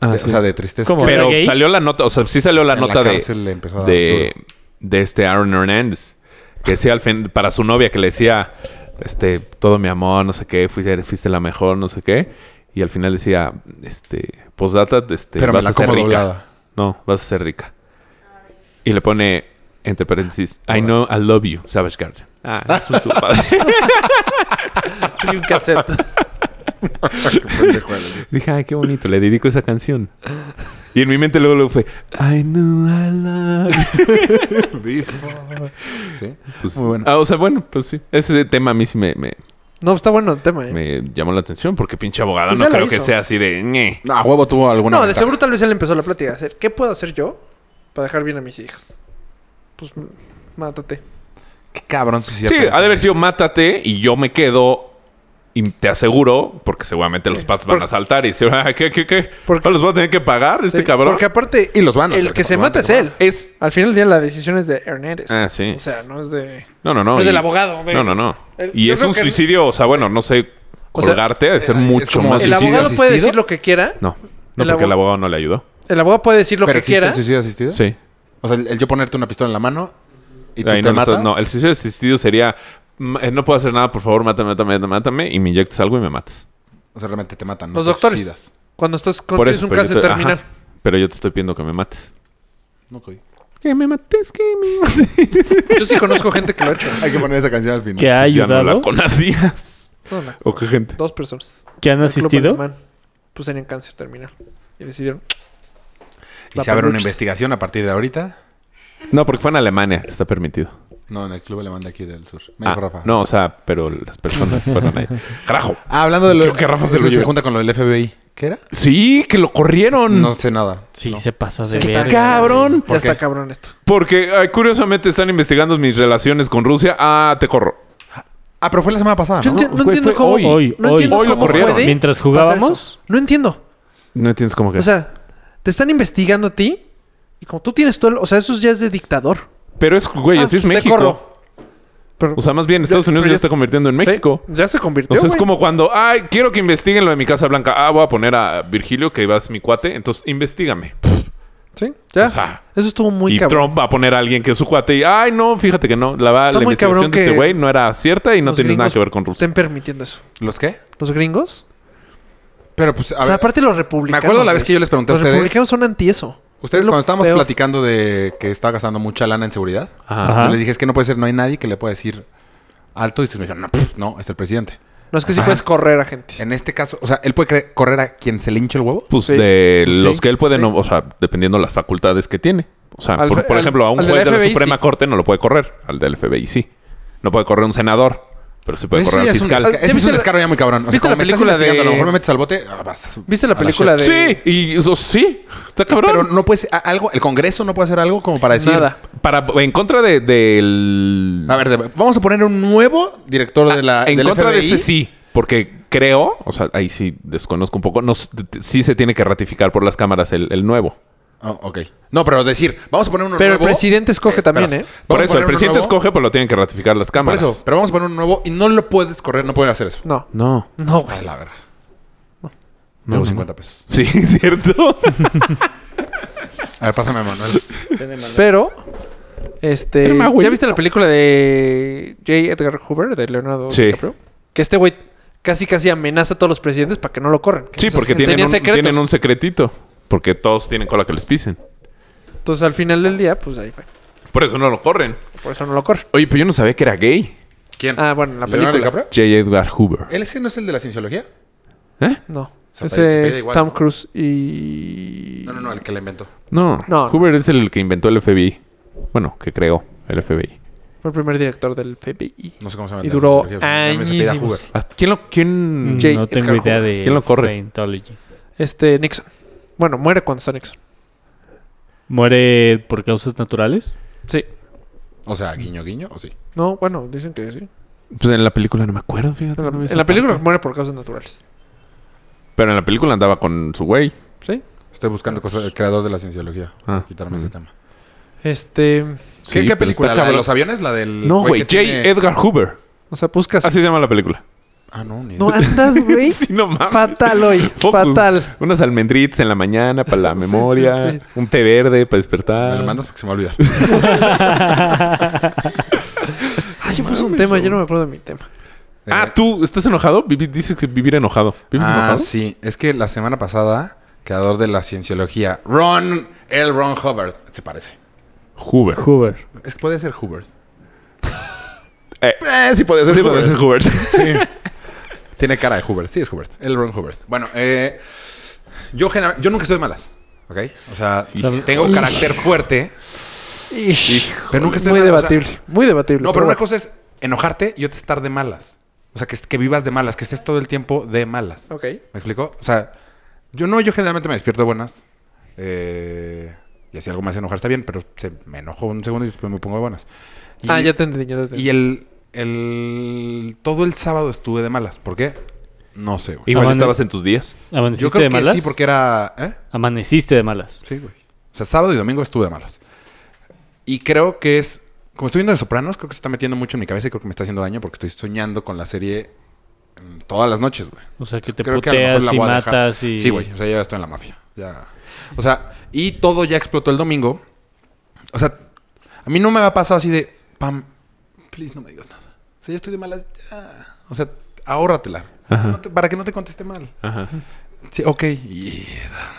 S5: Ah,
S2: De-
S5: sí.
S2: O sea, de tristeza.
S4: ¿Cómo?
S5: pero
S4: ¿Era gay?
S5: salió la nota, o sea, sí salió la
S2: En
S5: nota de,
S2: cárcel le empezó a dar
S5: de,
S2: duro.
S5: de este Aaron Hernández. Que decía al fin, para su novia, que le decía, este, todo mi amor, no sé qué, fuiste, fuiste la mejor, no sé qué. Y al final decía, este, posdata, este,
S2: Pero me
S5: vas
S2: la
S5: a ser
S2: como
S5: rica.
S2: doblada.
S5: No, vas a ser rica. Y le pone, entre paréntesis, I know I love you, Savage Garden. Ah, es un tu padre.
S6: Y un cassette.
S5: Dije, ay, qué bonito, le dedico esa canción. Y en mi mente luego, luego fue, I know I love you.
S2: Sí.
S5: Pues,
S2: Muy bueno.
S5: Ah, o sea, bueno, pues sí. Ese tema a mí sí me, me,
S6: No, está bueno el tema, ¿eh?
S5: me llamó la atención porque pinche abogada
S6: Pues
S5: no
S6: ya lo
S5: creo que
S6: hizo.
S5: sea así de... "Ñe".
S2: No, a huevo tuvo alguna.
S6: No, de
S2: ventaja.
S6: seguro tal vez él empezó la plática. hacer, ¿Qué puedo hacer yo para dejar bien a mis hijas? Pues m- mátate.
S2: Qué cabrón
S5: Sí,
S2: suicidarte.
S5: ha de haber sido mátate y yo me quedo y te aseguro, porque seguramente los pats van a saltar y decir, "Ah, ¿qué, qué, qué?
S6: Porque-
S5: ¿No los voy a tener que pagar este
S6: Sí,
S5: cabrón?
S6: Porque aparte,
S2: Y los van a
S6: el
S2: tener
S6: que
S2: que
S6: se
S2: pagar,
S6: mata es
S2: van
S6: él.
S5: Es...
S6: Al final del día la decisión es de Hernández.
S5: Ah, sí.
S6: O sea, no es de...
S5: No, no, no.
S6: No es
S5: y-
S6: del abogado. de-
S5: No, no, no.
S6: El-
S5: y
S6: yo
S5: es
S6: creo
S5: un
S6: que el-
S5: suicidio, o sea, bueno, no sé,
S6: O sea,
S5: colgarte ha de ser
S2: eh, es
S5: mucho
S2: como
S5: más
S6: El
S2: ¿Suicidio
S5: suicidio.
S6: abogado puede
S2: asistido?
S6: decir lo que quiera.
S5: No, no
S6: El
S5: porque el
S6: abogado-
S5: abogado no le ayudó.
S6: El abogado puede decir lo
S2: ¿Pero
S6: que
S2: existe
S6: quiera.
S2: el suicidio asistido?
S5: Sí.
S2: O sea, el, el yo ponerte una pistola en la mano y tú
S5: Ahí
S2: te
S5: no,
S2: matas.
S5: estás- no, el suicidio asistido sería, "M- eh, no puedo hacer nada, por favor, mátame, mátame, mátame, y me inyectas algo y me matas.
S2: O sea, realmente te matan. no
S6: Los
S2: te
S6: doctores.
S2: suicidas.
S6: Cuando estás con
S5: Por
S6: tienes
S5: eso,
S6: un
S5: pero yo
S6: cáncer
S5: te- ajá,
S6: terminal.
S5: pero yo te estoy pidiendo que me mates.
S2: Ok.
S5: Que me mates, que me mates.
S6: Yo sí conozco gente que lo ha hecho.
S2: Hay que poner esa canción al final.
S4: Que ha
S5: Ya no
S4: ayudado,
S5: la conocías.
S6: No, no.
S5: ¿O qué gente?
S6: Dos personas.
S4: que han
S6: Del club
S4: asistido.
S6: alemán, Pues tenían cáncer terminal. Y decidieron.
S4: Ah,
S2: Y
S6: La
S2: se abre una
S6: peluches.
S2: investigación a partir de ahorita.
S5: No, porque fue en Alemania, está permitido.
S2: No, en el club alemán de aquí del sur. Me
S5: Ah,
S2: dijo Rafa.
S5: no, o sea, pero las personas fueron ahí. ¡Carajo!
S2: Ah, hablando de lo
S5: Creo que Rafa es del
S2: eso se
S5: hoyo.
S2: junta con lo del FBI. ¿Qué era?
S5: Sí, que lo corrieron.
S2: No sé nada.
S4: Sí,
S2: No.
S4: se pasó de
S6: Sí,
S4: verga.
S5: ¡Cabrón!
S2: ¿Por
S6: Ya
S2: qué?
S6: está cabrón esto.
S5: Porque ay, curiosamente están investigando mis relaciones con Rusia. Ah, te corro.
S2: Ah, pero fue la semana pasada,
S6: Yo
S2: ¿no?
S6: enti- no
S5: Güey,
S6: entiendo
S5: fue
S6: cómo.
S5: hoy.
S4: Hoy,
S6: no
S4: hoy,
S6: entiendo
S5: hoy lo
S6: cómo
S5: corrieron.
S6: puede
S4: Mientras
S6: pasar eso.
S4: jugábamos.
S6: No entiendo.
S5: No entiendes cómo que.
S6: O sea, te están investigando a ti. Y como tú tienes todo. el- O sea, eso ya es de dictador.
S5: pero es, güey, así es
S6: ah, te
S5: México.
S6: corro. Pero-
S5: O sea, más bien Estados
S6: Ya,
S5: Unidos
S6: pero
S5: ya
S6: ya-
S5: está convirtiendo en
S6: Sí,
S5: México.
S6: ya se convirtió.
S5: Entonces es
S6: güey.
S5: como cuando, ay, quiero que investiguen lo de mi Casa Blanca. Ah, voy a poner a Virgilio, que vas mi cuate. Entonces, investigame.
S6: Sí, ya.
S5: O sea,
S6: eso estuvo muy
S5: y
S6: cabrón.
S5: Trump va a poner a alguien que es su cuate. Y, ay, no, fíjate que no. La, va-
S6: Está
S5: la
S6: muy
S5: investigación
S6: cabrón
S5: de este
S6: que
S5: güey no era cierta y no
S6: los
S5: tienes nada
S6: gringos
S5: que ver con Rusia.
S6: Estén permitiendo eso.
S2: ¿Los qué?
S6: ¿Los gringos?
S2: Pero pues, a
S6: o sea,
S2: ver,
S6: aparte los republicanos.
S2: me acuerdo la vez
S6: güey.
S2: que yo les pregunté a
S6: Los
S2: ustedes.
S6: republicanos son anti eso.
S2: Ustedes
S6: Es lo
S2: cuando estábamos
S6: peor.
S2: platicando de que estaba gastando mucha lana en seguridad,
S5: Ah,
S4: Ajá.
S2: yo les dije, es que no puede ser, no hay nadie que le pueda decir alto y se me dijeron, no, pff, no, es el presidente.
S6: No es que sí
S2: Ajá.
S6: puedes correr a gente.
S2: En este caso, o sea, él puede cre- correr a quien se le hinche el huevo.
S5: Pues
S6: Sí.
S5: de
S6: Sí.
S5: los que él puede,
S6: Sí.
S5: no, o sea, dependiendo las facultades que tiene. O sea,
S6: Al
S5: por,
S6: fe-
S5: por
S6: al-
S5: ejemplo, a un
S6: al del
S5: juez de la
S6: FBI
S5: Suprema
S6: sí.
S5: Corte no lo puede correr, al del FBI sí. No puede correr un senador, pero sí puede
S2: Ese
S6: Pues
S5: correr
S2: ya
S5: al
S2: es un
S5: fiscal.
S2: desca- ese es
S6: ¿Viste
S2: un
S6: la-
S2: descaro ya muy cabrón. O sea,
S6: viste
S2: como
S6: la
S2: me estás
S6: película de-
S2: investigando, A lo mejor me metes al bote. ah, vas
S6: ¿Viste la
S2: a
S6: película
S2: shit.
S6: de-
S5: Sí, y eso sí, está cabrón.
S2: Pero no puede ser a- algo, el Congreso no puede hacer algo como para decir.
S6: Nada.
S5: Para, en contra de- del...
S2: A ver, de- vamos a poner un nuevo director
S6: Ah,
S2: de la.
S5: en
S2: del
S5: contra
S2: FBI.
S5: de ese sí, porque creo, o sea, ahí sí desconozco un poco, no, s- t- t- sí se tiene que ratificar por las cámaras el, el nuevo.
S2: Oh, ok. No, pero decir, vamos a poner uno
S6: Pero el
S2: nuevo.
S6: presidente escoge también,
S2: Esperas.
S6: ¿eh?
S2: Vamos
S5: Por
S2: a
S5: eso,
S2: poner
S5: el
S2: uno
S5: presidente
S2: nuevo.
S5: escoge, pero lo tienen que ratificar las
S2: Por
S5: cámaras.
S2: eso, pero vamos a poner uno nuevo y no lo puedes correr, no pueden hacer eso.
S6: No.
S5: No.
S6: No,
S2: A
S6: güey.
S2: la verdad. Tengo 50 pesos.
S5: Sí, ¿cierto?
S2: A ver, pásame, Manuel.
S6: Pero, este.
S5: Pero, ma, güey.
S6: ¿Ya viste la película de J. Edgar Hoover, de Leonardo
S5: Sí.
S6: DiCaprio? Que este güey casi casi amenaza a todos los presidentes para que no lo corran.
S5: Sí,
S6: Entonces,
S5: porque tienen
S6: tenía
S5: un,
S6: secretos.
S5: tienen un secretito. Porque todos tienen cola que les pisen.
S6: Entonces, al final del día, pues ahí fue.
S5: Por eso no lo corren.
S6: Por eso no lo corre.
S5: Oye, pero yo no sabía que era gay.
S2: ¿Quién?
S6: Ah, bueno, la
S2: ¿Leonardo
S6: película.
S2: DiCaprio?
S5: J. Edgar Hoover.
S2: ¿Él ese no es el de la cienciología?
S5: ¿Eh?
S6: No.
S2: Se apellida- se
S6: Ese
S2: apellida
S6: es
S2: igual,
S6: Tom
S2: ¿no?
S6: Cruise y.
S2: No, no, no, el que la inventó.
S5: No.
S6: No.
S5: Hoover es el que inventó el FBI. Bueno, que creó el FBI.
S6: Fue el primer director del FBI.
S2: No sé cómo se llama.
S6: Y
S2: el de la
S6: duró
S2: cienciología, pero también se apellida
S6: añísimos.
S2: Hoover.
S5: Ah, ¿Quién lo...? ¿Quién...?
S6: J.
S4: Mm, no tengo
S6: Edgar
S4: idea
S6: Hoover.
S4: de
S5: ¿Quién lo corre?
S4: Scientology.
S6: Este, Nixon. Bueno, muere cuando está Nixon.
S4: ¿Muere por causas naturales?
S6: Sí.
S2: O sea, guiño, guiño, o sí.
S6: No, bueno, dicen que sí.
S5: Pues en la película no me acuerdo, fíjate.
S6: En
S5: no vi
S6: la,
S5: esa
S6: en la película
S5: parte.
S6: muere por causas naturales.
S5: Pero en la película andaba con su güey.
S6: ¿Sí?
S2: Estoy
S6: Ah.
S2: buscando cosas el creador de la cienciología.
S5: Ah.
S2: Quitarme ese tema.
S6: Este.
S2: ¿Qué,
S5: Sí,
S2: qué
S5: pero
S2: película?
S5: está
S2: ¿La de
S5: cabrón.
S2: los aviones? ¿La del.?
S5: No,
S2: que
S5: güey. J.
S2: tiene-
S5: Edgar Hoover.
S6: O sea, buscas.
S5: Así se llama la película.
S2: Ah, no, ni
S6: No andas, güey.
S5: Sí, no mames.
S6: Fatal hoy.
S5: Focus.
S6: Fatal.
S5: Unas almendritas en la mañana para la
S6: Sí,
S5: memoria.
S6: sí, sí.
S5: Un té verde para despertar.
S2: Me lo mandas porque se me va a olvidar.
S6: Ay, yo puse un tema, yo no me acuerdo de mi tema.
S5: Ah, tú estás enojado. Vivi- dices que vivir enojado. ¿Vives
S2: Eh, Ah,
S5: enojado?
S2: sí. Es que la semana pasada, creador de la cienciología, Ron L. Ron Hubbard, se parece.
S5: Hoover.
S4: Hoover.
S2: Es que puede ser Hubbard.
S5: Eh,
S2: Eh, sí puede ser
S5: sí,
S2: Hubbard.
S5: puede ser Hoover. Ah,
S2: Tiene cara de Hubbard. Sí, es Hubbard. L. Ron Hubbard. Bueno, eh, yo, genera- yo nunca estoy de malas. ¿Ok? O sea,
S4: Hijo.
S2: tengo carácter fuerte. Pero nunca estoy
S6: muy
S2: mal, o sea-
S6: debatible. muy debatible.
S2: No, pero una
S6: bueno.
S2: cosa es enojarte y otra es estar de malas. O sea, que, que vivas de malas, que estés todo el tiempo de malas.
S6: Ok.
S2: ¿Me explico? O sea, yo no, yo generalmente me despierto de buenas. eh, y si algo me hace enojar está bien, pero se, me enojo un segundo y después me pongo de buenas. Y,
S6: Ah, ya te entendí. Ya te entendí.
S2: Y el, el. Todo el sábado estuve de malas. ¿Por qué? No sé, güey.
S5: Igual
S4: Aman-
S5: estabas en tus días.
S4: ¿Amaneciste
S2: Yo creo
S4: de
S2: que
S4: malas?
S2: sí, porque era. ¿eh?
S4: Amaneciste de malas.
S2: Sí, güey. O sea, sábado y domingo estuve de malas. Y creo que es. Como estoy viendo de Sopranos, creo que se está metiendo mucho en mi cabeza y creo que me está haciendo daño porque estoy soñando con la serie mm, todas las noches, güey.
S4: O sea, que
S5: Pues
S4: te
S2: Creo que a lo mejor
S4: puteas
S2: la
S4: y
S2: voy a dejar.
S4: matas y...
S2: Sí, güey. O sea, ya estoy en la mafia. Ya. O sea, y todo ya explotó el domingo. O sea, a mí no me había pasado así de, pam, please no me digas nada. O sea, ya estoy de malas. ya. O sea, ahórratela.
S5: Ajá.
S2: No te- para que no te conteste mal.
S5: Ajá.
S2: Sí, ok. Y,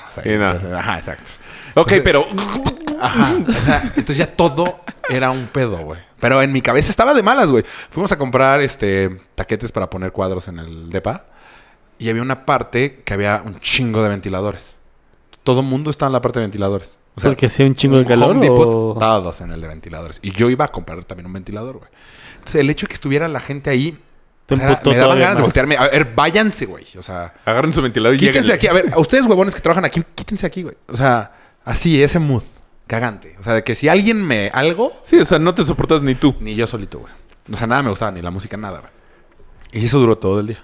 S2: o sea,
S5: Y nada.
S2: entonces- Ajá, exacto.
S5: Ok,
S2: Entonces-
S5: pero...
S2: Ajá. O sea, entonces ya todo era un pedo, güey. Pero en mi cabeza estaba de malas, güey. Fuimos a comprar este taquetes para poner cuadros en el depa. Y había una parte que había un chingo de ventiladores. Todo mundo estaba en la parte de ventiladores. O sea,
S4: ¿Porque hacía un chingo de
S2: un
S4: calor
S2: Home Depot,
S4: o...?
S2: todos en el de ventiladores. Y yo iba a comprar también un ventilador, güey. Entonces, el hecho de que estuviera la gente ahí...
S4: Te
S2: o sea,
S4: emputó
S2: me daban
S4: todavía
S2: ganas de
S4: más.
S2: voltearme. A ver, váyanse, güey. O sea...
S5: Agarren su ventilador y
S2: Quítense
S5: lleguen.
S2: de aquí. A ver, a ustedes huevones que trabajan aquí, quítense de aquí, güey. O sea, así, ese mood. Cagante. O sea, de que si alguien me... Algo,
S5: Sí, o sea, no te soportas ni tú.
S2: ni yo solito, güey. O sea, nada me gustaba, ni la música, nada, güey. Y eso duró todo el día.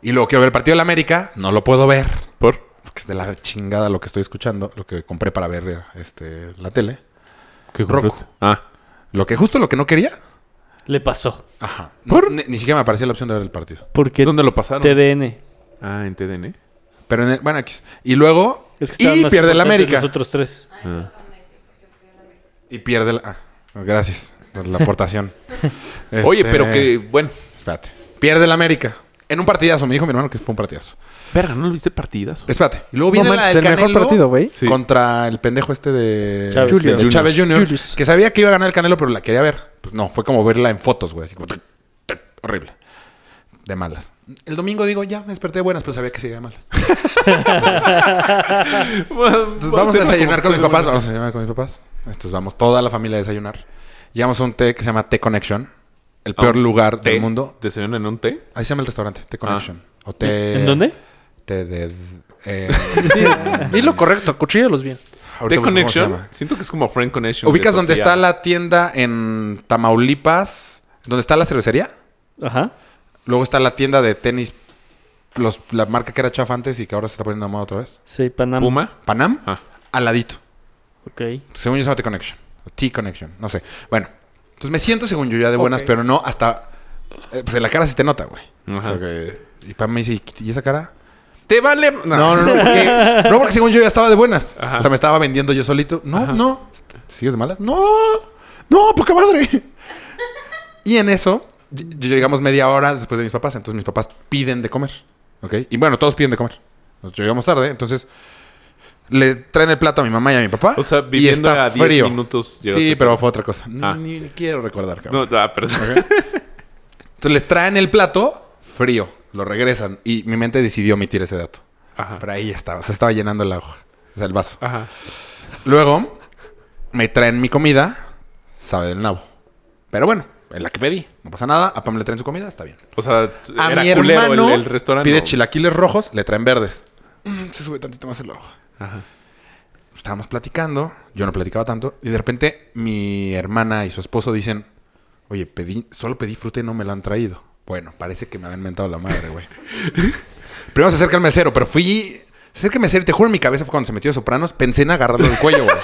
S2: Y luego quiero ver el partido de la América, no lo puedo ver.
S5: ¿Por?
S2: Porque es de la chingada lo que estoy escuchando, lo que compré para ver eh, este, la tele.
S5: ¿Qué
S2: Rocco.
S5: compraste? Ah.
S2: Lo que justo lo que no quería.
S4: Le pasó.
S2: Ajá.
S5: ¿Por?
S2: No, ni, ni siquiera me aparecía la opción de ver el partido.
S4: Porque
S5: ¿Dónde lo pasaron?
S4: TDN.
S5: Ah, en TDN.
S2: Pero en el- bueno, X. Y luego.
S4: Es que estaban
S2: y
S4: más
S2: pierde la
S4: importantes
S2: América.
S4: Los otros tres.
S2: Y pierde la. ah, gracias por la aportación. Este,
S5: Oye, pero que... Bueno.
S2: Espérate. Pierde el América. En un partidazo, me dijo mi hermano que fue un partidazo.
S5: Verga, ¿no lo viste partidas?
S2: Espérate. Y luego viene
S6: manches,
S2: la del
S6: el mejor
S2: Canelo
S6: partido, güey.
S5: Sí.
S2: Contra el pendejo este de
S4: Chávez.
S2: de
S4: Julius.
S2: Chávez Jr.
S6: Julius.
S2: Que sabía que iba a ganar el Canelo, pero la quería ver. Pues no, fue como verla en fotos, güey. Así como... tuc, tuc, Horrible. De malas. El domingo digo, ya, me desperté de buenas, pero sabía que seguía de malas. Entonces, vamos a desayunar con mis papás. Vamos a desayunar con mis papás. Entonces vamos toda la familia a desayunar. Llegamos a un té que se llama Té Connection. El peor lugar del mundo.
S5: Ah, ¿Desayunan en un té?
S2: Ahí se llama el restaurante, Té Connection. O té...
S4: ¿En dónde?
S2: Té de... eh,
S6: Dilo correcto, cuchíllalos bien.
S2: ahorita busco
S5: ¿Té
S2: cómo se
S5: Connection?
S2: llama.
S5: Siento que es como Friend Connection. de
S2: ¿Ubicas donde
S5: Sofía.
S2: está la tienda en Tamaulipas? ¿Donde está la cervecería?
S4: Ajá.
S2: Luego está la tienda de tenis. los- la marca que era chafa antes y que ahora se está poniendo de moda otra vez.
S4: Sí, Panamá.
S5: Puma?
S2: Panam.
S5: Ah.
S2: Al ladito.
S4: Ok.
S2: Según yo se llama T-Connection. O T-Connection. No sé. Bueno. Entonces me siento según yo ya de buenas, pero no hasta... eh, pues en la cara se te nota, güey. O
S5: Ajá.
S2: sea que- y Pam me dice, "¿Y- ¿y esa cara?
S5: ¡Te vale! No,
S2: No, no, no, porque, no, porque según yo ya estaba de buenas.
S5: Ajá.
S2: O sea, me estaba vendiendo yo solito. No, no. ¿Sigues de malas? No, no, poca madre. Y en eso, ll- llegamos media hora después de mis papás. Entonces mis papás piden de comer. ¿Ok? Y bueno, todos piden de comer. Nosotros llegamos tarde, entonces le traen el plato a mi mamá y a mi papá.
S5: O sea,
S2: y
S5: viviendo
S2: está
S5: a 10
S2: frío.
S5: minutos llegaste
S2: Sí, pero fue otra cosa. Ni-
S5: Ah.
S2: Ni, quiero recordar, cabrón.
S5: No, ah, perdón.
S2: Entonces les traen el plato frío, lo regresan. Y mi mente decidió omitir ese dato.
S5: Ajá.
S2: Pero ahí estaba, se estaba llenando la hoja. O sea, el vaso.
S5: Ajá.
S2: Luego, me traen mi comida, sabe del nabo. Pero bueno, es la que pedí. No pasa nada. A Pam le traen su comida, está bien.
S5: O sea,
S2: A
S5: era
S2: mi
S5: culero el-
S2: hermano
S5: el, restaurante.
S2: pide chilaquiles rojos, le traen verdes. Mm, se sube tantito más el hoja.
S5: Ajá.
S2: Estábamos platicando, yo no platicaba tanto. Y de repente, mi hermana y su esposo dicen... Oye, pedí, solo pedí fruta y no me la han traído. Bueno, parece que me habían mentado la madre, güey. Primero se acerca el mesero, pero fui. Se acerca el mesero y te juro, en mi cabeza fue cuando se metió de Sopranos, pensé en agarrarlo del cuello, güey.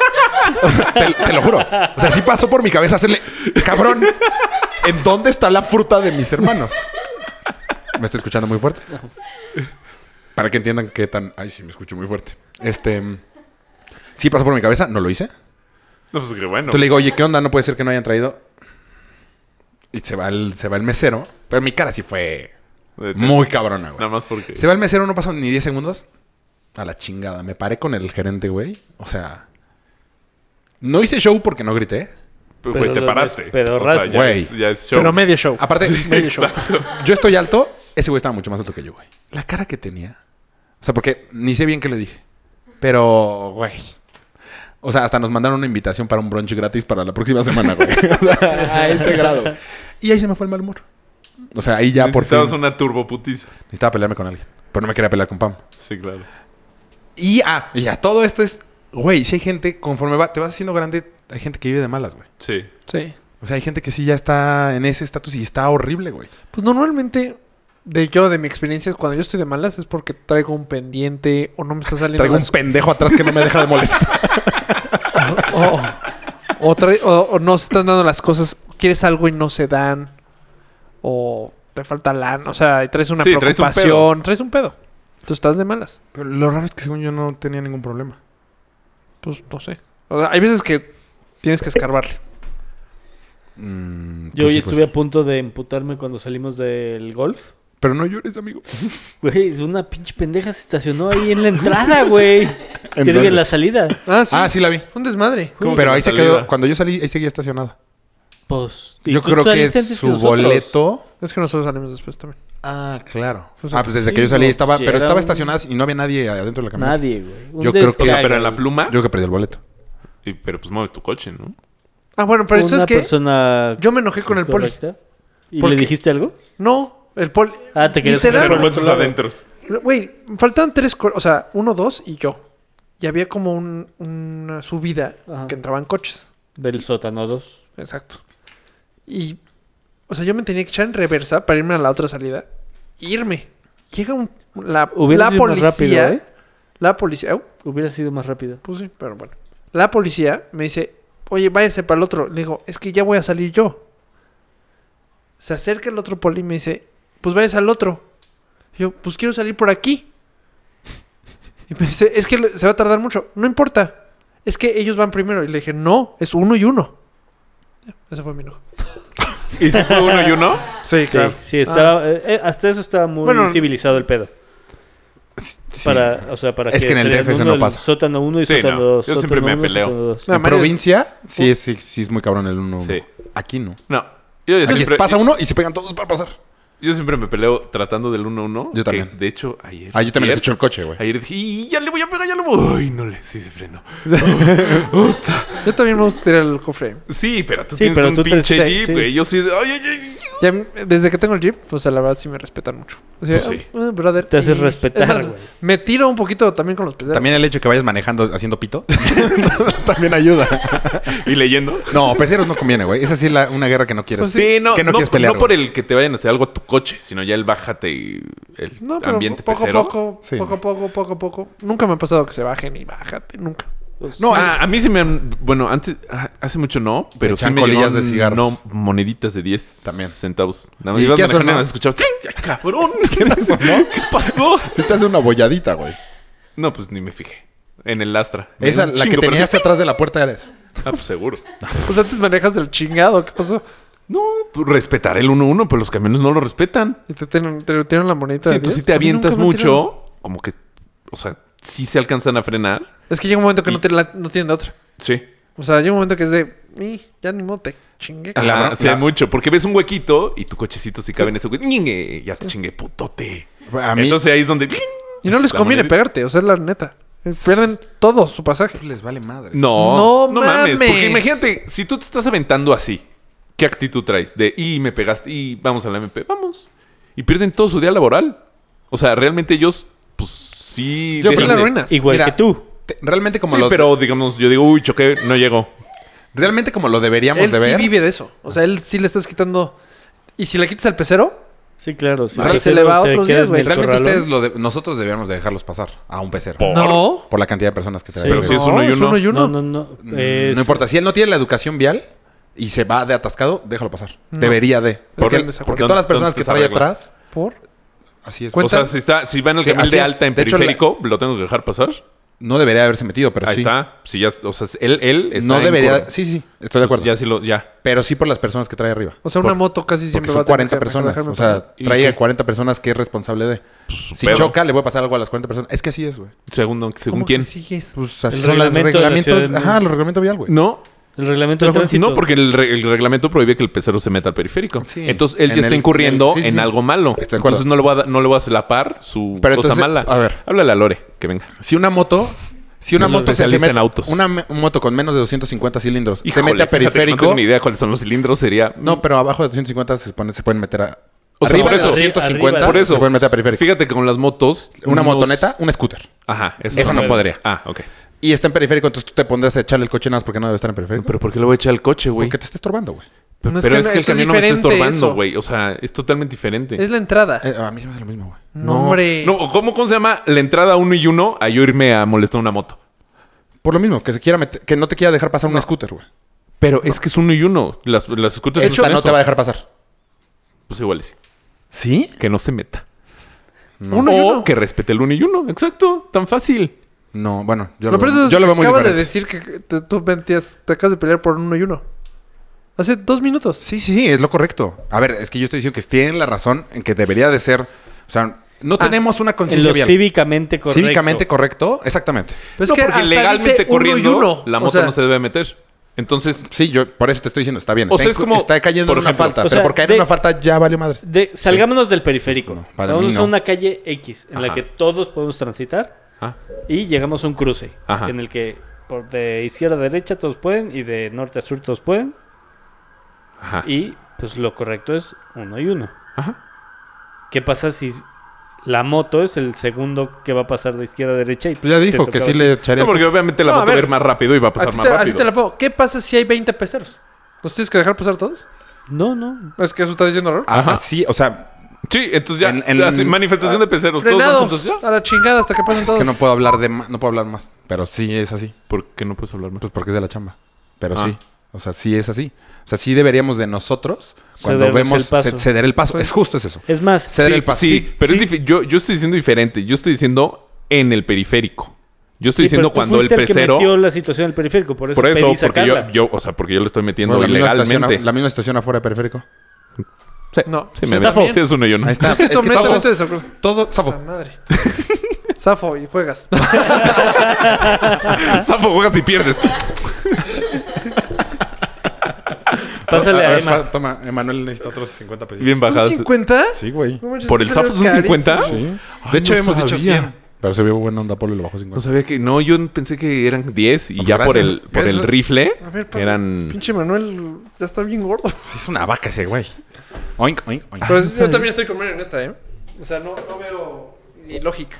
S2: te, te lo juro. O sea, sí pasó por mi cabeza hacerle, cabrón, ¿en dónde está la fruta de mis hermanos? Me estoy escuchando muy fuerte. Para que entiendan qué tan. Ay, sí, me escucho muy fuerte. Este. Sí pasó por mi cabeza, no lo hice.
S5: No, pues qué bueno.
S2: Entonces le digo, oye, ¿qué onda? No puede ser que no hayan traído. Y se va el, se va el mesero. Pero mi cara sí fue muy cabrona, güey.
S5: Nada más porque...
S2: Se va el mesero, no pasan ni 10 segundos. A la chingada. Me paré con el gerente, güey. O sea. No hice show porque no grité.
S5: Pero, pues, güey, te
S4: Pero-
S5: paraste.
S4: pero
S5: O sea,
S4: raspa.
S5: ya
S2: Güey.
S5: es- ya es show.
S6: Pero medio show.
S2: Aparte,
S6: medio show.
S2: yo estoy alto. Ese güey estaba mucho más alto que yo, güey. La cara que tenía. O sea, porque ni sé bien qué le dije. Pero, güey. O sea, hasta nos mandaron una invitación para un brunch gratis para la próxima semana, güey. O sea, a ese grado. Y ahí se me fue el mal humor. O sea, ahí ya por fin
S5: Necesitabas una turboputiza.
S2: necesitaba pelearme con alguien. Pero no me quería pelear con Pam.
S5: Sí, claro.
S2: Y ah, y a todo esto es, güey, si hay gente, conforme va, te vas haciendo grande, hay gente que vive de malas, güey.
S5: Sí.
S6: Sí.
S2: O sea, hay gente que sí ya está en ese estatus y está horrible, güey.
S6: Pues normalmente, de yo, de mi experiencia, cuando yo estoy de malas es porque traigo un pendiente o no me está saliendo
S2: Traigo un
S6: las-
S2: pendejo atrás que no me deja de molestar.
S6: o, o trae- o- o no se están dando las cosas, quieres algo y no se dan, o te falta lana, o sea, y traes una
S5: Sí, traes un
S6: preocupación, traes un pedo. Tú estás de malas,
S2: Pero lo raro es que según yo no tenía ningún problema.
S6: pues no sé. O sea, hay veces que tienes que escarbarle.
S2: Mm, pues sí,
S4: Yo hoy
S2: pues
S4: estuve
S2: sí.
S4: a punto de emputarme cuando salimos del golf.
S2: Pero no llores, amigo.
S4: Güey, una pinche pendeja se estacionó ahí en la entrada, güey. Te digo,
S2: dónde?
S4: en la salida.
S6: Ah, sí.
S2: Ah, sí la vi.
S6: Un desmadre.
S5: ¿Cómo
S2: Pero
S5: que
S2: ahí
S5: la
S2: se
S5: salida?
S2: quedó. Cuando yo salí, ahí seguía estacionada.
S4: Pues. ¿y
S2: Yo
S4: tú
S2: creo que
S4: saliste antes
S2: su
S4: nosotros?
S2: boleto.
S6: Es que nosotros salimos después también.
S2: Ah, claro.
S6: Pues,
S2: ah, pues desde
S4: sí,
S2: que yo salí
S4: no,
S2: estaba.
S4: si
S2: Pero
S4: era
S2: estaba
S4: un-
S2: estacionada y no había nadie adentro de la camioneta.
S4: Nadie, güey. Un
S2: Yo creo que-
S5: O sea,
S4: descarga,
S5: pero en la
S4: güey.
S5: pluma...
S2: Yo creo que perdí el boleto.
S5: y- pero pues mueves tu coche, ¿no?
S6: Ah, bueno, pero
S4: Una
S6: entonces que
S4: persona
S6: yo me enojé con el poli.
S4: correcta. ¿Y
S6: ¿Por
S4: le
S6: qué?
S4: dijiste algo?
S6: No, el poli.
S4: Ah, te querías
S6: Literal,
S4: poner
S5: Pero
S4: güey.
S5: con tus adentros.
S6: Güey, faltaban tres, cor- o sea, uno, dos y yo. Y había como un- una subida
S4: Ajá.
S6: que entraban coches.
S4: Del sótano 2.
S6: Exacto. Y, o sea, yo me tenía que echar en reversa para irme a la otra salida. e irme. Llega un, la,
S4: Hubiera
S6: la
S4: sido más
S6: policía.
S4: rápido, ¿eh?
S6: La policía. au,
S4: Hubiera sido más rápido.
S6: pues sí, pero bueno. La policía me dice, oye, váyase para el otro. Le digo, es que ya voy a salir yo. Se acerca el otro poli y me dice, pues váyase al otro. Y yo, pues quiero salir por aquí. Y me dice, es que le- se va a tardar mucho. No importa. Es que ellos van primero. Y le dije, no, es uno y uno. Ese fue mi enojo.
S5: ¿Y si fue uno y uno?
S6: Sí,
S4: Sí, sí, estaba, eh, eh, hasta eso estaba muy
S6: Bueno,
S4: civilizado el pedo.
S2: Sí.
S4: Para, o sea, para
S2: Es que en el
S4: se den
S2: DF eso
S4: uno
S2: no
S4: el
S2: pasa.
S4: Sótano 1 y
S5: Sí,
S4: sótano
S5: no.
S4: 2.
S5: Yo siempre me peleo.
S6: No,
S2: en
S6: Mario es-
S2: provincia sí es, sí, sí es muy cabrón el uno.
S5: Sí.
S2: Aquí no.
S5: No. Yo, ya
S2: Aquí
S5: siempre,
S2: pasa
S5: yo,
S2: uno y se pegan todos para pasar.
S5: siempre me peleo tratando del 1-1.
S2: Yo
S5: que,
S2: también.
S5: de hecho, ayer.
S2: Ah, yo también les
S5: ayer-
S2: echo el coche, güey.
S5: Ayer dije, "Y ya le voy a pegar, ya le voy. Ay, no le, sí se frenó.
S6: Ah, Yo también me gusta tirar el cofre.
S5: Sí, pero tú
S4: Sí,
S5: tienes
S4: pero
S5: un
S4: tú te-
S5: pinche
S4: sí,
S5: jeep,
S4: sí.
S5: güey. Yo sí, ay, ay, ay, ay.
S6: Ya, desde que tengo el jeep, pues a la verdad sí me respetan mucho. O sea,
S5: Pues sí.
S6: "Ah, brother",
S4: Te haces
S6: y-
S4: respetar,
S6: es más,
S4: güey.
S6: Me tiro un poquito también con los pesados.
S2: También el hecho de que vayas manejando haciendo pito también ayuda.
S5: Y leyendo.
S2: No, peceros no conviene, güey. Esa sí es la- una guerra que no quieres.
S5: Pues Sí, no,
S2: que Pues no
S5: no,
S2: quieres pelear,
S5: no por
S2: güey.
S5: el que te vayan a hacer algo a tu coche, sino ya el bájate y el
S6: No, pero
S5: ambiente
S6: poco
S5: pecero.
S6: a poco,
S2: Sí,
S6: poco a
S2: no.
S6: poco, poco a poco. Nunca me ha pasado que se bajen y bájate, nunca.
S5: No, Ah, a, a mí sí me han. Bueno, antes. ah, Hace mucho no, pero sí
S2: echan
S5: me
S2: colillas
S5: llegaron,
S2: de cigarros.
S5: No, moneditas de 10
S2: También.
S5: centavos. Nada más
S2: ¿Y
S5: ibas
S2: qué
S5: manejando y
S2: sonó?
S5: nada más escuchabas. "Ting, ay, ¡Cabrón! ¿Qué, ¿Qué pasó?
S2: Se te hace una bolladita, güey.
S5: No, pues ni me fijé. En el Astra. Me
S2: Esa,
S5: dio un
S2: la que
S5: chingo, pero
S2: tenías
S5: sí-
S2: atrás de la puerta era eso.
S5: Ah, pues seguro.
S6: Pues antes manejas del chingado, ¿qué pasó?
S5: No, pues, respetar el 1-1, pero los camiones no lo respetan.
S6: Y te tienen, te tiran la monedita.
S5: Sí,
S6: de
S5: tú si
S6: 10.
S5: te
S6: A mí nunca
S5: avientas
S6: me han tirado.
S5: mucho, como que. O sea, sí se alcanzan a frenar.
S6: Es que llega un momento que
S5: Y-
S6: no, tienen la- no tienen de otra.
S5: Sí.
S6: O sea, llega un momento que es de, "Ih, ya ni modo, te chingué.
S2: Ah, la
S5: Ajá,
S2: bron-
S5: sí,
S2: la-
S5: hay mucho. Porque ves un huequito y tu cochecito si cabe en ese huequito. ¡Ñingue! Ya te chingué, putote.
S2: A mí
S5: Entonces ahí es donde.
S6: y no les
S5: pues, la
S6: conviene
S5: monedita.
S6: pegarte, o sea, es la neta. Eh, Pierden todo su pasaje.
S2: les vale madre.
S5: No,
S6: ¡No
S5: no, mames. Porque
S6: mames!
S5: imagínate, si tú te estás aventando así, ¿qué actitud traes? De, y me pegaste, y vamos a la MP, vamos. Y pierden todo su día laboral. O sea, realmente ellos, pues sí.
S2: Yo creo
S6: Sí,
S5: dicen
S6: la
S5: de-
S6: arruinas.
S4: Igual
S2: Mira,
S4: que tú.
S2: te- realmente como
S5: Sí,
S2: lo
S5: pero digamos, yo digo, uy, choqué, no llegó.
S2: realmente como lo deberíamos
S6: Él
S2: de ver.
S6: sí vive de eso. O sea, él sí le estás quitando. Y si le quitas al pecero,
S4: Sí, claro. Sí,
S6: Ahora
S4: Que
S6: se
S4: tú
S6: le va
S4: se
S6: otros
S4: queda
S6: días, güey.
S4: en el
S2: realmente
S4: corralón.
S2: ustedes lo de- nosotros deberíamos de dejarlos pasar a un pecero
S5: Por-
S6: no.
S2: por la cantidad de personas que
S4: Sí,
S2: te
S5: Pero si es uno y
S6: No, es
S5: uno.
S6: uno y uno.
S4: No, no, no.
S2: Mm,
S4: es-
S2: No importa, si él no tiene la educación vial y se va de atascado, déjalo pasar. Debería de. Porque,
S6: en desacuerdo.
S2: porque todas las personas que
S5: Entonces, se
S2: trae
S5: arregla.
S2: atrás,
S6: ¿Por?
S2: así es.
S5: O sea,
S6: Cuenta-
S5: si, está, si va en el
S2: Sí,
S5: camino
S2: así
S5: de
S2: es.
S5: alta en
S2: De hecho, la-
S5: periférico, ¿lo tengo que dejar pasar?
S2: no debería haberse metido, pero
S5: Ahí
S2: sí.
S5: está. Si ya, o sea, él, él está
S2: no
S5: en
S2: debería.
S5: curva.
S2: Sí, sí, estoy de acuerdo.
S5: Ya sí lo, ya.
S2: Pero sí por las personas que trae arriba.
S6: O sea, una moto casi
S2: Porque
S6: siempre va
S2: son
S6: a tener
S2: 40
S6: que pues,
S2: personas.
S6: dejarme
S2: O sea,
S6: pasar.
S5: ¿Y
S2: trae
S5: qué?
S2: a 40 personas que es responsable de. Si
S5: pedo.
S2: choca, le voy a pasar algo a las 40 personas. Es que así es, güey.
S5: Segundo, según
S6: ¿Cómo
S5: quién.
S6: que sigues?
S2: Pues así
S4: El
S2: son los
S4: reglamento de la Ciudad de
S2: reglamentos.
S4: México.
S2: Ajá, los reglamentos vial, güey.
S5: No,
S4: El reglamento de tránsito.
S5: No, porque el, re- el reglamento prohíbe que el pecero se meta al periférico.
S2: Sí.
S5: Entonces él
S2: En
S5: ya está
S2: el-
S5: incurriendo
S2: en el- sí,
S5: en
S2: sí.
S5: algo malo.
S2: Estoy de acuerdo.
S5: entonces no le voy a, da- no le voy a lapar su
S2: Pero
S5: cosa
S2: entonces,
S5: mala.
S2: a ver.
S5: Háblale a Lore, que venga.
S2: Si una moto. Si una
S5: Un
S2: moto se,
S5: especialista
S2: mete
S5: en autos.
S2: Una me- moto con menos de 250 cilindros
S5: Híjole,
S2: se mete a
S5: fíjate que no
S2: periférico.
S5: tengo ni idea cuáles son los cilindros. Sería.
S2: No, pero abajo de 250 se, pone- se pueden meter a.
S5: O sea,
S2: arriba
S5: por
S2: de
S5: eso.
S2: 250
S4: Arriba.
S5: por eso.
S2: se pueden meter a periférico.
S5: Fíjate que con las motos.
S2: Una
S5: unos-
S2: motoneta, un scooter.
S5: Ajá.
S2: Eso no
S5: me-
S2: podría.
S5: Ah, ok.
S2: Y está en periférico, entonces tú te pondrás a echarle el coche nada más porque no debe estar en periférico.
S5: Pero ¿por qué le voy a echar el coche, güey?
S2: porque te está estorbando, güey.
S5: Pero
S6: No,
S5: es
S6: es
S5: que,
S6: que no-
S5: el
S6: eso es
S5: camión no me está
S6: diferente,
S5: estorbando,
S6: eso.
S5: güey. O sea, es totalmente diferente.
S6: Es la entrada.
S2: Eh, a mí se me hace lo mismo, güey.
S6: no, hombre.
S5: No, ¿cómo, ¿Cómo se llama? La entrada uno y uno a yo irme a molestar una moto.
S2: Por lo mismo, que se quiera meter- que no te quiera dejar pasar un scooters, güey.
S5: Pero es que es uno y uno. Las, las scooters
S2: Esa
S5: son
S2: no
S5: eso.
S2: te va a dejar pasar.
S5: Pues igual sí.
S2: ¿Sí?
S5: Que no se meta.
S6: Uno y
S5: o
S6: uno.
S5: que respete el uno y uno. Exacto. Tan fácil.
S2: No, bueno, yo
S6: Lo
S2: lo,
S6: peor
S2: veo,
S6: es
S2: yo lo
S6: que
S2: veo muy
S6: Acabas de
S2: diferente.
S6: decir que te- tú mentías, te acabas de pelear por uno y uno. Hace dos minutos.
S2: Sí, sí, sí, es lo correcto. A ver, es que yo estoy diciendo que tienen la razón en que debería de ser. O sea, no tenemos una
S4: Ah, En
S2: conciencia
S4: lo
S2: vial.
S4: cívicamente correcto.
S2: Cívicamente correcto, exactamente.
S6: Pero es
S5: No,
S6: que
S5: porque
S6: hasta
S5: legalmente
S6: dice
S5: corriendo,
S6: uno y uno.
S5: la
S6: O
S5: moto
S6: sea,
S5: no se debe meter. Entonces,
S2: Sí, yo por eso te estoy diciendo, está bien.
S5: O
S2: está
S5: sea, es
S2: incu-
S5: como,
S2: está cayendo
S5: por
S2: en una
S5: ejemplo,
S2: falta,
S4: o
S2: pero
S4: sea,
S2: por caer
S4: de-
S2: en una falta ya vale madres.
S4: De- salgámonos del periférico.
S2: No, para mí
S4: Vamos
S2: no.
S4: a una calle X en la
S5: Ajá.
S4: que todos podemos transitar
S5: ah,
S4: y llegamos a un cruce
S5: Ajá.
S4: en el que por de izquierda a derecha todos pueden y de norte a sur todos pueden
S5: ajá,
S4: y pues lo correcto es uno y uno.
S5: ajá.
S4: ¿Qué pasa si la moto es el segundo que va a pasar de izquierda a derecha? Y
S2: Pues ya
S4: te
S2: dijo que
S4: tocaba
S2: sí
S4: a ti?
S2: le echaría.
S5: No, porque obviamente la
S6: No, a
S5: moto va a
S6: ver.
S5: ir más rápido y va a
S6: a
S5: pasar
S6: ti
S5: más
S6: te- así te
S5: rápido.
S6: la pongo. ¿Qué pasa si hay 20 peceros? ¿Los tienes que dejar pasar todos?
S4: No, no.
S6: Es que eso está diciendo error.
S2: Ajá, sí, o sea,
S5: Sí, entonces ya,
S2: En- en-
S5: ya, sí, manifestación de peceros. Todos van
S6: Frenados.
S5: juntos, ya.
S6: A la chingada hasta que pasen
S2: es
S6: todos.
S2: que no puedo hablar de ma- no puedo hablar más, pero sí es así.
S5: ¿Por qué no puedes hablar más?
S2: Pues porque es de la chamba. Pero
S5: Ah.
S2: sí. O sea, sí es así. O sea, sí deberíamos de nosotros, cuando
S4: Cederles
S2: vemos,
S4: el paso.
S2: ce- ceder el paso. Es justo es eso.
S4: Es más,
S2: Ceder
S5: sí,
S2: el paso.
S5: sí, pero es difi- yo, yo estoy diciendo diferente. Yo estoy diciendo en el periférico. Yo estoy
S4: Sí, pero
S5: diciendo
S4: tú
S5: cuando el
S4: fuiste que
S5: pecero.
S4: metió la situación del periférico, por eso,
S5: por eso,
S4: pedí
S5: porque yo,
S4: sacarla.
S5: yo, o sea, porque yo le estoy metiendo
S2: Bueno, la misma estación
S5: ilegalmente.
S2: af- la misma estación afuera de periférico.
S5: Sí,
S6: No,
S5: sí,
S4: se
S5: me
S4: zafó.
S5: sí, es uno y uno.
S2: Ahí está.
S6: Yo estoy
S2: Es que
S6: completamente
S2: todos-
S6: desacuerdo.
S2: Todo,
S6: La
S2: Safo.
S6: Ah, madre. Zafo y juegas.
S5: Zafo, juegas y pierdes.
S4: Pásale
S5: Ah,
S4: a,
S2: ver,
S4: Emma.
S2: pa- toma, Emanuel necesita otros 50 pesitos.
S5: Bien bajadas.
S6: ¿Son 50?
S2: Sí, güey.
S6: No manches,
S5: ¿Por el
S6: este
S5: Zafo
S6: es
S5: son 50?
S6: carísimo.
S2: Sí. de hecho,
S5: no
S2: hemos dicho
S5: sabía.
S2: 100. Pero se vio buena onda Polo y lo bajó 50.
S5: No sabía que. No, yo pensé que eran 10 y
S2: No,
S5: ya
S2: gracias.
S5: por el, por el
S2: Eso-
S5: rifle
S6: A ver, Pablo,
S5: eran.
S6: Pinche Manuel ya está bien gordo.
S2: Sí, es una vaca ese güey. Oink, oink, oink.
S6: Pero yo también estoy con Mario en esta, ¿eh? O sea, no, no veo ni lógica.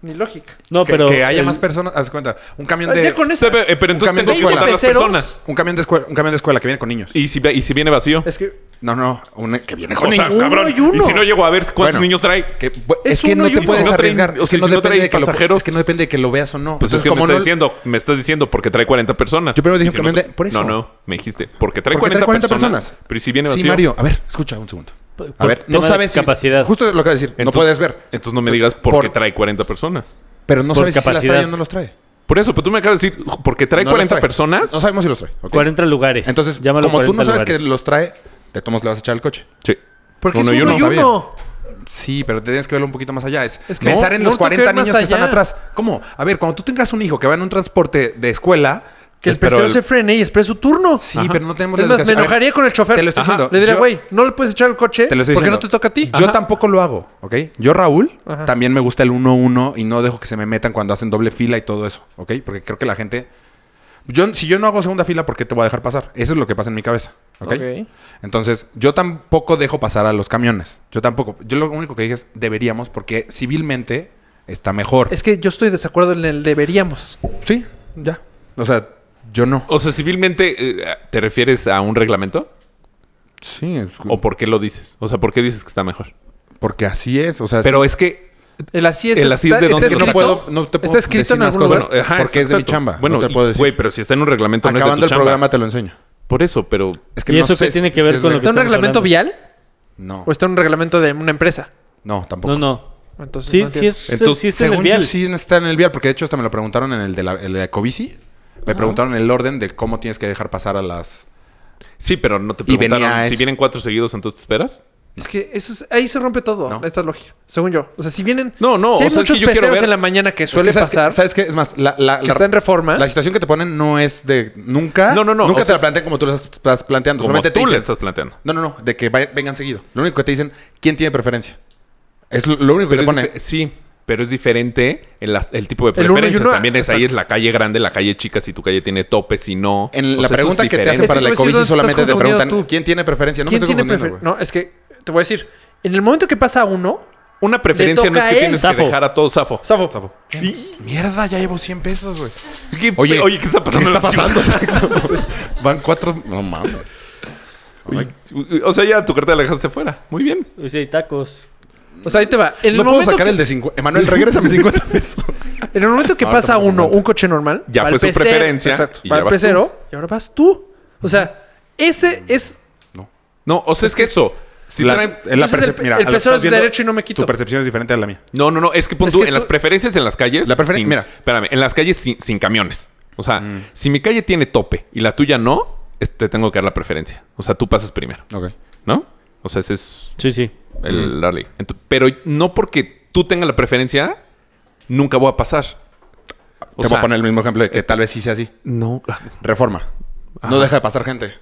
S6: Ni lógica.
S4: No,
S2: que,
S4: pero.
S2: que haya
S4: el-
S2: más personas. Haz cuenta. Un camión
S6: Ah,
S2: de.
S6: ya con eso.
S5: Sí, pero- eh, pero entonces
S2: camión
S5: tengo
S2: de
S5: que contar las
S6: peceros.
S5: personas.
S2: Un camión de escuela, un camión de escuela que viene con niños.
S5: Y si, y si viene vacío.
S6: Es que
S2: No, no, un- que viene con
S5: O sea,
S2: niños.
S6: uno
S5: cabrón.
S6: y uno.
S5: si no llego a ver cuántos
S2: Bueno.
S5: niños trae. pues
S2: Que, bu-
S6: Es
S2: es, que
S6: uno
S2: no
S6: y
S2: te
S6: uno.
S2: puedes
S5: Si no traen-
S2: arriesgar.
S5: o
S2: Es que no
S5: si no
S2: depende
S5: traen
S2: de que lo-
S5: pasajeros.
S2: es que no depende de que lo veas o no.
S5: Pues
S2: Entonces,
S5: es que me
S2: como
S5: estás
S2: no-
S5: diciendo, me estás diciendo porque trae 40 personas.
S2: Yo primero dije
S5: Y
S2: un
S5: no
S2: camión
S5: tra-
S2: de- por eso.
S5: No, no, me dijiste, porque trae,
S2: Porque
S5: 40,
S2: trae 40
S5: personas.
S2: personas.
S5: Pero ¿y si viene vacío.
S2: Sí, Mario. A ver, escucha un segundo.
S4: Por-
S2: A
S4: por
S2: ver, no
S4: tema de
S2: sabes. si-
S4: capacidad.
S2: Justo lo que acabas de decir. no
S5: Entonces-
S2: puedes ver.
S5: Entonces no me digas por,
S2: Por-
S5: qué trae 40 personas.
S2: Pero no
S4: Por
S2: sabes si las
S4: capacidad.
S2: trae o no los trae.
S5: Por eso, pero tú me acabas de decir, porque trae
S2: No los
S5: 40 personas.
S2: No sabemos si los trae. ¿ok?
S4: 40 lugares.
S2: Entonces,
S4: Llámalo
S2: como tú no
S4: 40
S2: sabes
S4: lugares.
S2: que los trae, de todos modos le vas a echar el coche.
S5: Sí.
S6: porque
S5: Uno
S6: es
S5: y uno,
S6: uno y
S2: está bien.
S6: uno.
S2: Sí, pero tienes que verlo un poquito más allá. Es,
S6: Es que
S2: pensar
S6: no,
S2: en
S6: no
S2: los
S6: tengo que
S2: 40
S6: ver más
S2: niños que están
S6: allá.
S2: atrás. ¿Cómo? A ver, cuando tú tengas un hijo que va en un transporte de escuela,
S6: Que el
S5: Espero
S6: pecero
S5: el-
S6: se frene y espere su turno.
S2: sí, pero no tenemos
S6: Es más, me
S2: educación. A ver,
S6: enojaría con el chofer.
S2: Te lo estoy
S6: Ajá.
S2: diciendo.
S6: Le diría,
S2: Yo-
S6: güey, no le puedes echar el coche
S2: Te lo
S6: porque
S2: estoy
S6: no
S2: diciendo.
S6: te toca a ti.
S2: Yo tampoco lo hago, ¿ok? Yo, Raúl,
S6: Ajá.
S2: también me gusta el 1-1 y no dejo que se me metan cuando hacen doble fila y todo eso, ¿ok? Porque creo que la gente... Yo, si yo no hago segunda fila, ¿por qué te voy a dejar pasar? Eso es lo que pasa en mi cabeza, ¿ok?
S6: Ok.
S2: Entonces, yo tampoco dejo pasar a los camiones. Yo tampoco. Yo lo único que dije es deberíamos porque civilmente está mejor.
S6: Es que yo estoy desacuerdo en el deberíamos.
S2: Sí, ya. O sea, yo no.
S5: O sea, civilmente, eh, ¿te refieres a un reglamento?
S2: Sí, es-
S5: ¿O por qué lo dices? O sea, ¿por qué dices que está mejor?
S2: porque así es. O sea,
S5: Pero es que
S6: El así es.
S5: El así es
S6: está-
S5: de
S6: está
S5: dónde
S2: es que
S6: escrito,
S2: no
S5: escritos?
S2: puedo, no te puedo
S6: Está escrito
S2: decir
S6: en
S2: más
S6: algún
S2: cosas
S6: lugar.
S5: Ajá,
S2: porque es de mi
S5: exacto.
S2: chamba.
S5: Bueno,
S2: no te
S5: y-
S2: puedo decir.
S5: güey, pero si está en un reglamento, no es
S2: Acabando
S5: de
S2: el
S5: tu chamba.
S2: programa te lo enseño.
S5: Por eso, pero
S2: Es que
S4: ¿Y
S2: no
S4: eso
S2: sé
S4: qué tiene
S2: si-
S4: que ver
S2: si es
S4: con lo
S6: ¿Está
S2: verdad.
S6: un
S4: Estamos
S6: reglamento
S4: hablando.
S6: vial
S2: No,
S6: o está un reglamento de una empresa?
S2: no, tampoco.
S4: No, no.
S6: Entonces,
S4: Sí,
S6: no
S4: sí,
S6: entiendo.
S4: es,
S5: Entonces,
S4: sí está en el
S2: Según yo
S4: vial.
S2: sí está en el vial, porque de hecho hasta me lo preguntaron en el de la, el de la Ecobici. Me preguntaron el orden de cómo tienes que dejar pasar a las...
S5: sí, pero no te
S2: Y venía Pues
S5: preguntaron si
S2: ese.
S5: vienen cuatro seguidos, entonces te esperas.
S6: Es que eso es- ahí se rompe todo,
S2: No.
S6: esta lógica, según yo. O sea, si vienen.
S5: No, no,
S6: si
S5: o sea,
S6: hay
S5: es
S6: muchos
S5: que yo quiero
S6: peceros
S5: ver-
S6: en la mañana que
S2: Es
S6: suele
S2: que ¿sabes qué?
S6: pasar,
S2: ¿Sabes qué? Es más, la, la,
S6: que
S2: la-
S6: está en reforma.
S2: la situación que te ponen no es de... Nunca...
S5: No, no, no,
S2: Nunca
S5: o
S2: te
S5: sea,
S2: la plantean como tú la estás planteando.
S5: Como
S2: Solamente te
S5: tú le
S2: dicen-
S5: estás planteando.
S2: No, no, no. De que vaya- vengan seguido. Lo único que te dicen, ¿quién tiene preferencia? Es lo, lo único que
S5: Pero
S2: le
S5: es
S2: ponen.
S5: dife- sí, pero es diferente el, as- el tipo de
S6: El uno y
S5: preferencias.
S6: uno,
S5: También es ahí,
S6: exacto.
S5: es la calle grande, la calle chica, si tu calle tiene tope, si no. O
S2: En
S5: sea,
S2: la
S5: eso es
S2: pregunta que te
S5: diferente.
S2: hacen para la
S6: Es que te
S2: Ecobici
S6: iba a decir, ¿dónde
S2: solamente te
S6: estás confundido
S2: preguntan
S6: tú?
S2: ¿Quién tiene preferencia? No me
S6: ¿quién
S2: estoy
S6: tiene
S2: confundiendo,
S6: preferencia?
S2: güey.
S6: No, es que te voy a decir, en el momento que pasa uno,
S5: Una preferencia
S6: Le
S5: no es
S6: toca
S5: que
S6: a él.
S5: tienes
S4: Zafo.
S5: que dejar a todos zafo.
S6: Safo,
S2: Mierda, ya llevo 100 pesos, güey.
S5: ¿Qué- Oye, ¿qué está pasando?
S2: ¿Qué
S5: en
S2: está
S5: la ciudad?
S2: pasando? Exacto. Van cuatro... No mames.
S5: O sea, ya tu carta la dejaste fuera. Muy bien.
S4: Uy, sí, hay tacos.
S6: o sea, ahí te va. En el
S2: No puedo
S6: momento
S2: sacar
S6: que,
S2: el de 50. Emanuel, regresa mis 50 pesos.
S6: En el momento que
S2: Ahorita
S6: pasa
S2: pasamos
S6: uno,
S2: adelante.
S6: un coche normal,
S5: Ya
S6: va
S5: fue
S6: al
S5: su
S6: pecero,
S5: preferencia,
S6: Exacto,
S5: y
S6: va
S5: ya
S6: al
S5: vas tú.
S6: pecero y ahora vas tú. O sea, ese es
S5: No, o sea, es que eso. Si
S2: Las-
S5: traen-
S2: en la
S6: entonces el-
S2: percep- mira,
S6: el
S2: a lo que
S6: pezón
S2: estás
S6: es
S2: viendo,
S6: derecho y no me quito.
S2: Tu percepción es diferente a la mía.
S5: No, no, no. Es que pon
S6: Es
S5: tú,
S6: que
S5: en
S6: tú-
S5: las preferencias en las calles.
S2: La preferen-
S5: sin-
S2: mira. Mm.
S5: Espérame, en las calles sin, sin camiones. O sea, si mi calle tiene tope y la tuya no, es- te tengo que dar la preferencia. O sea, tú pasas primero,
S2: Ok.
S5: ¿no? O sea, ese es
S4: Sí, sí.
S5: el,
S2: Mm.
S5: la ley. Ento- pero no porque tú tengas la preferencia, nunca voy a pasar. O
S2: Te voy
S5: sea,
S2: a poner el mismo ejemplo de que tal vez sí sea así.
S5: No.
S2: Reforma. No deja de pasar gente.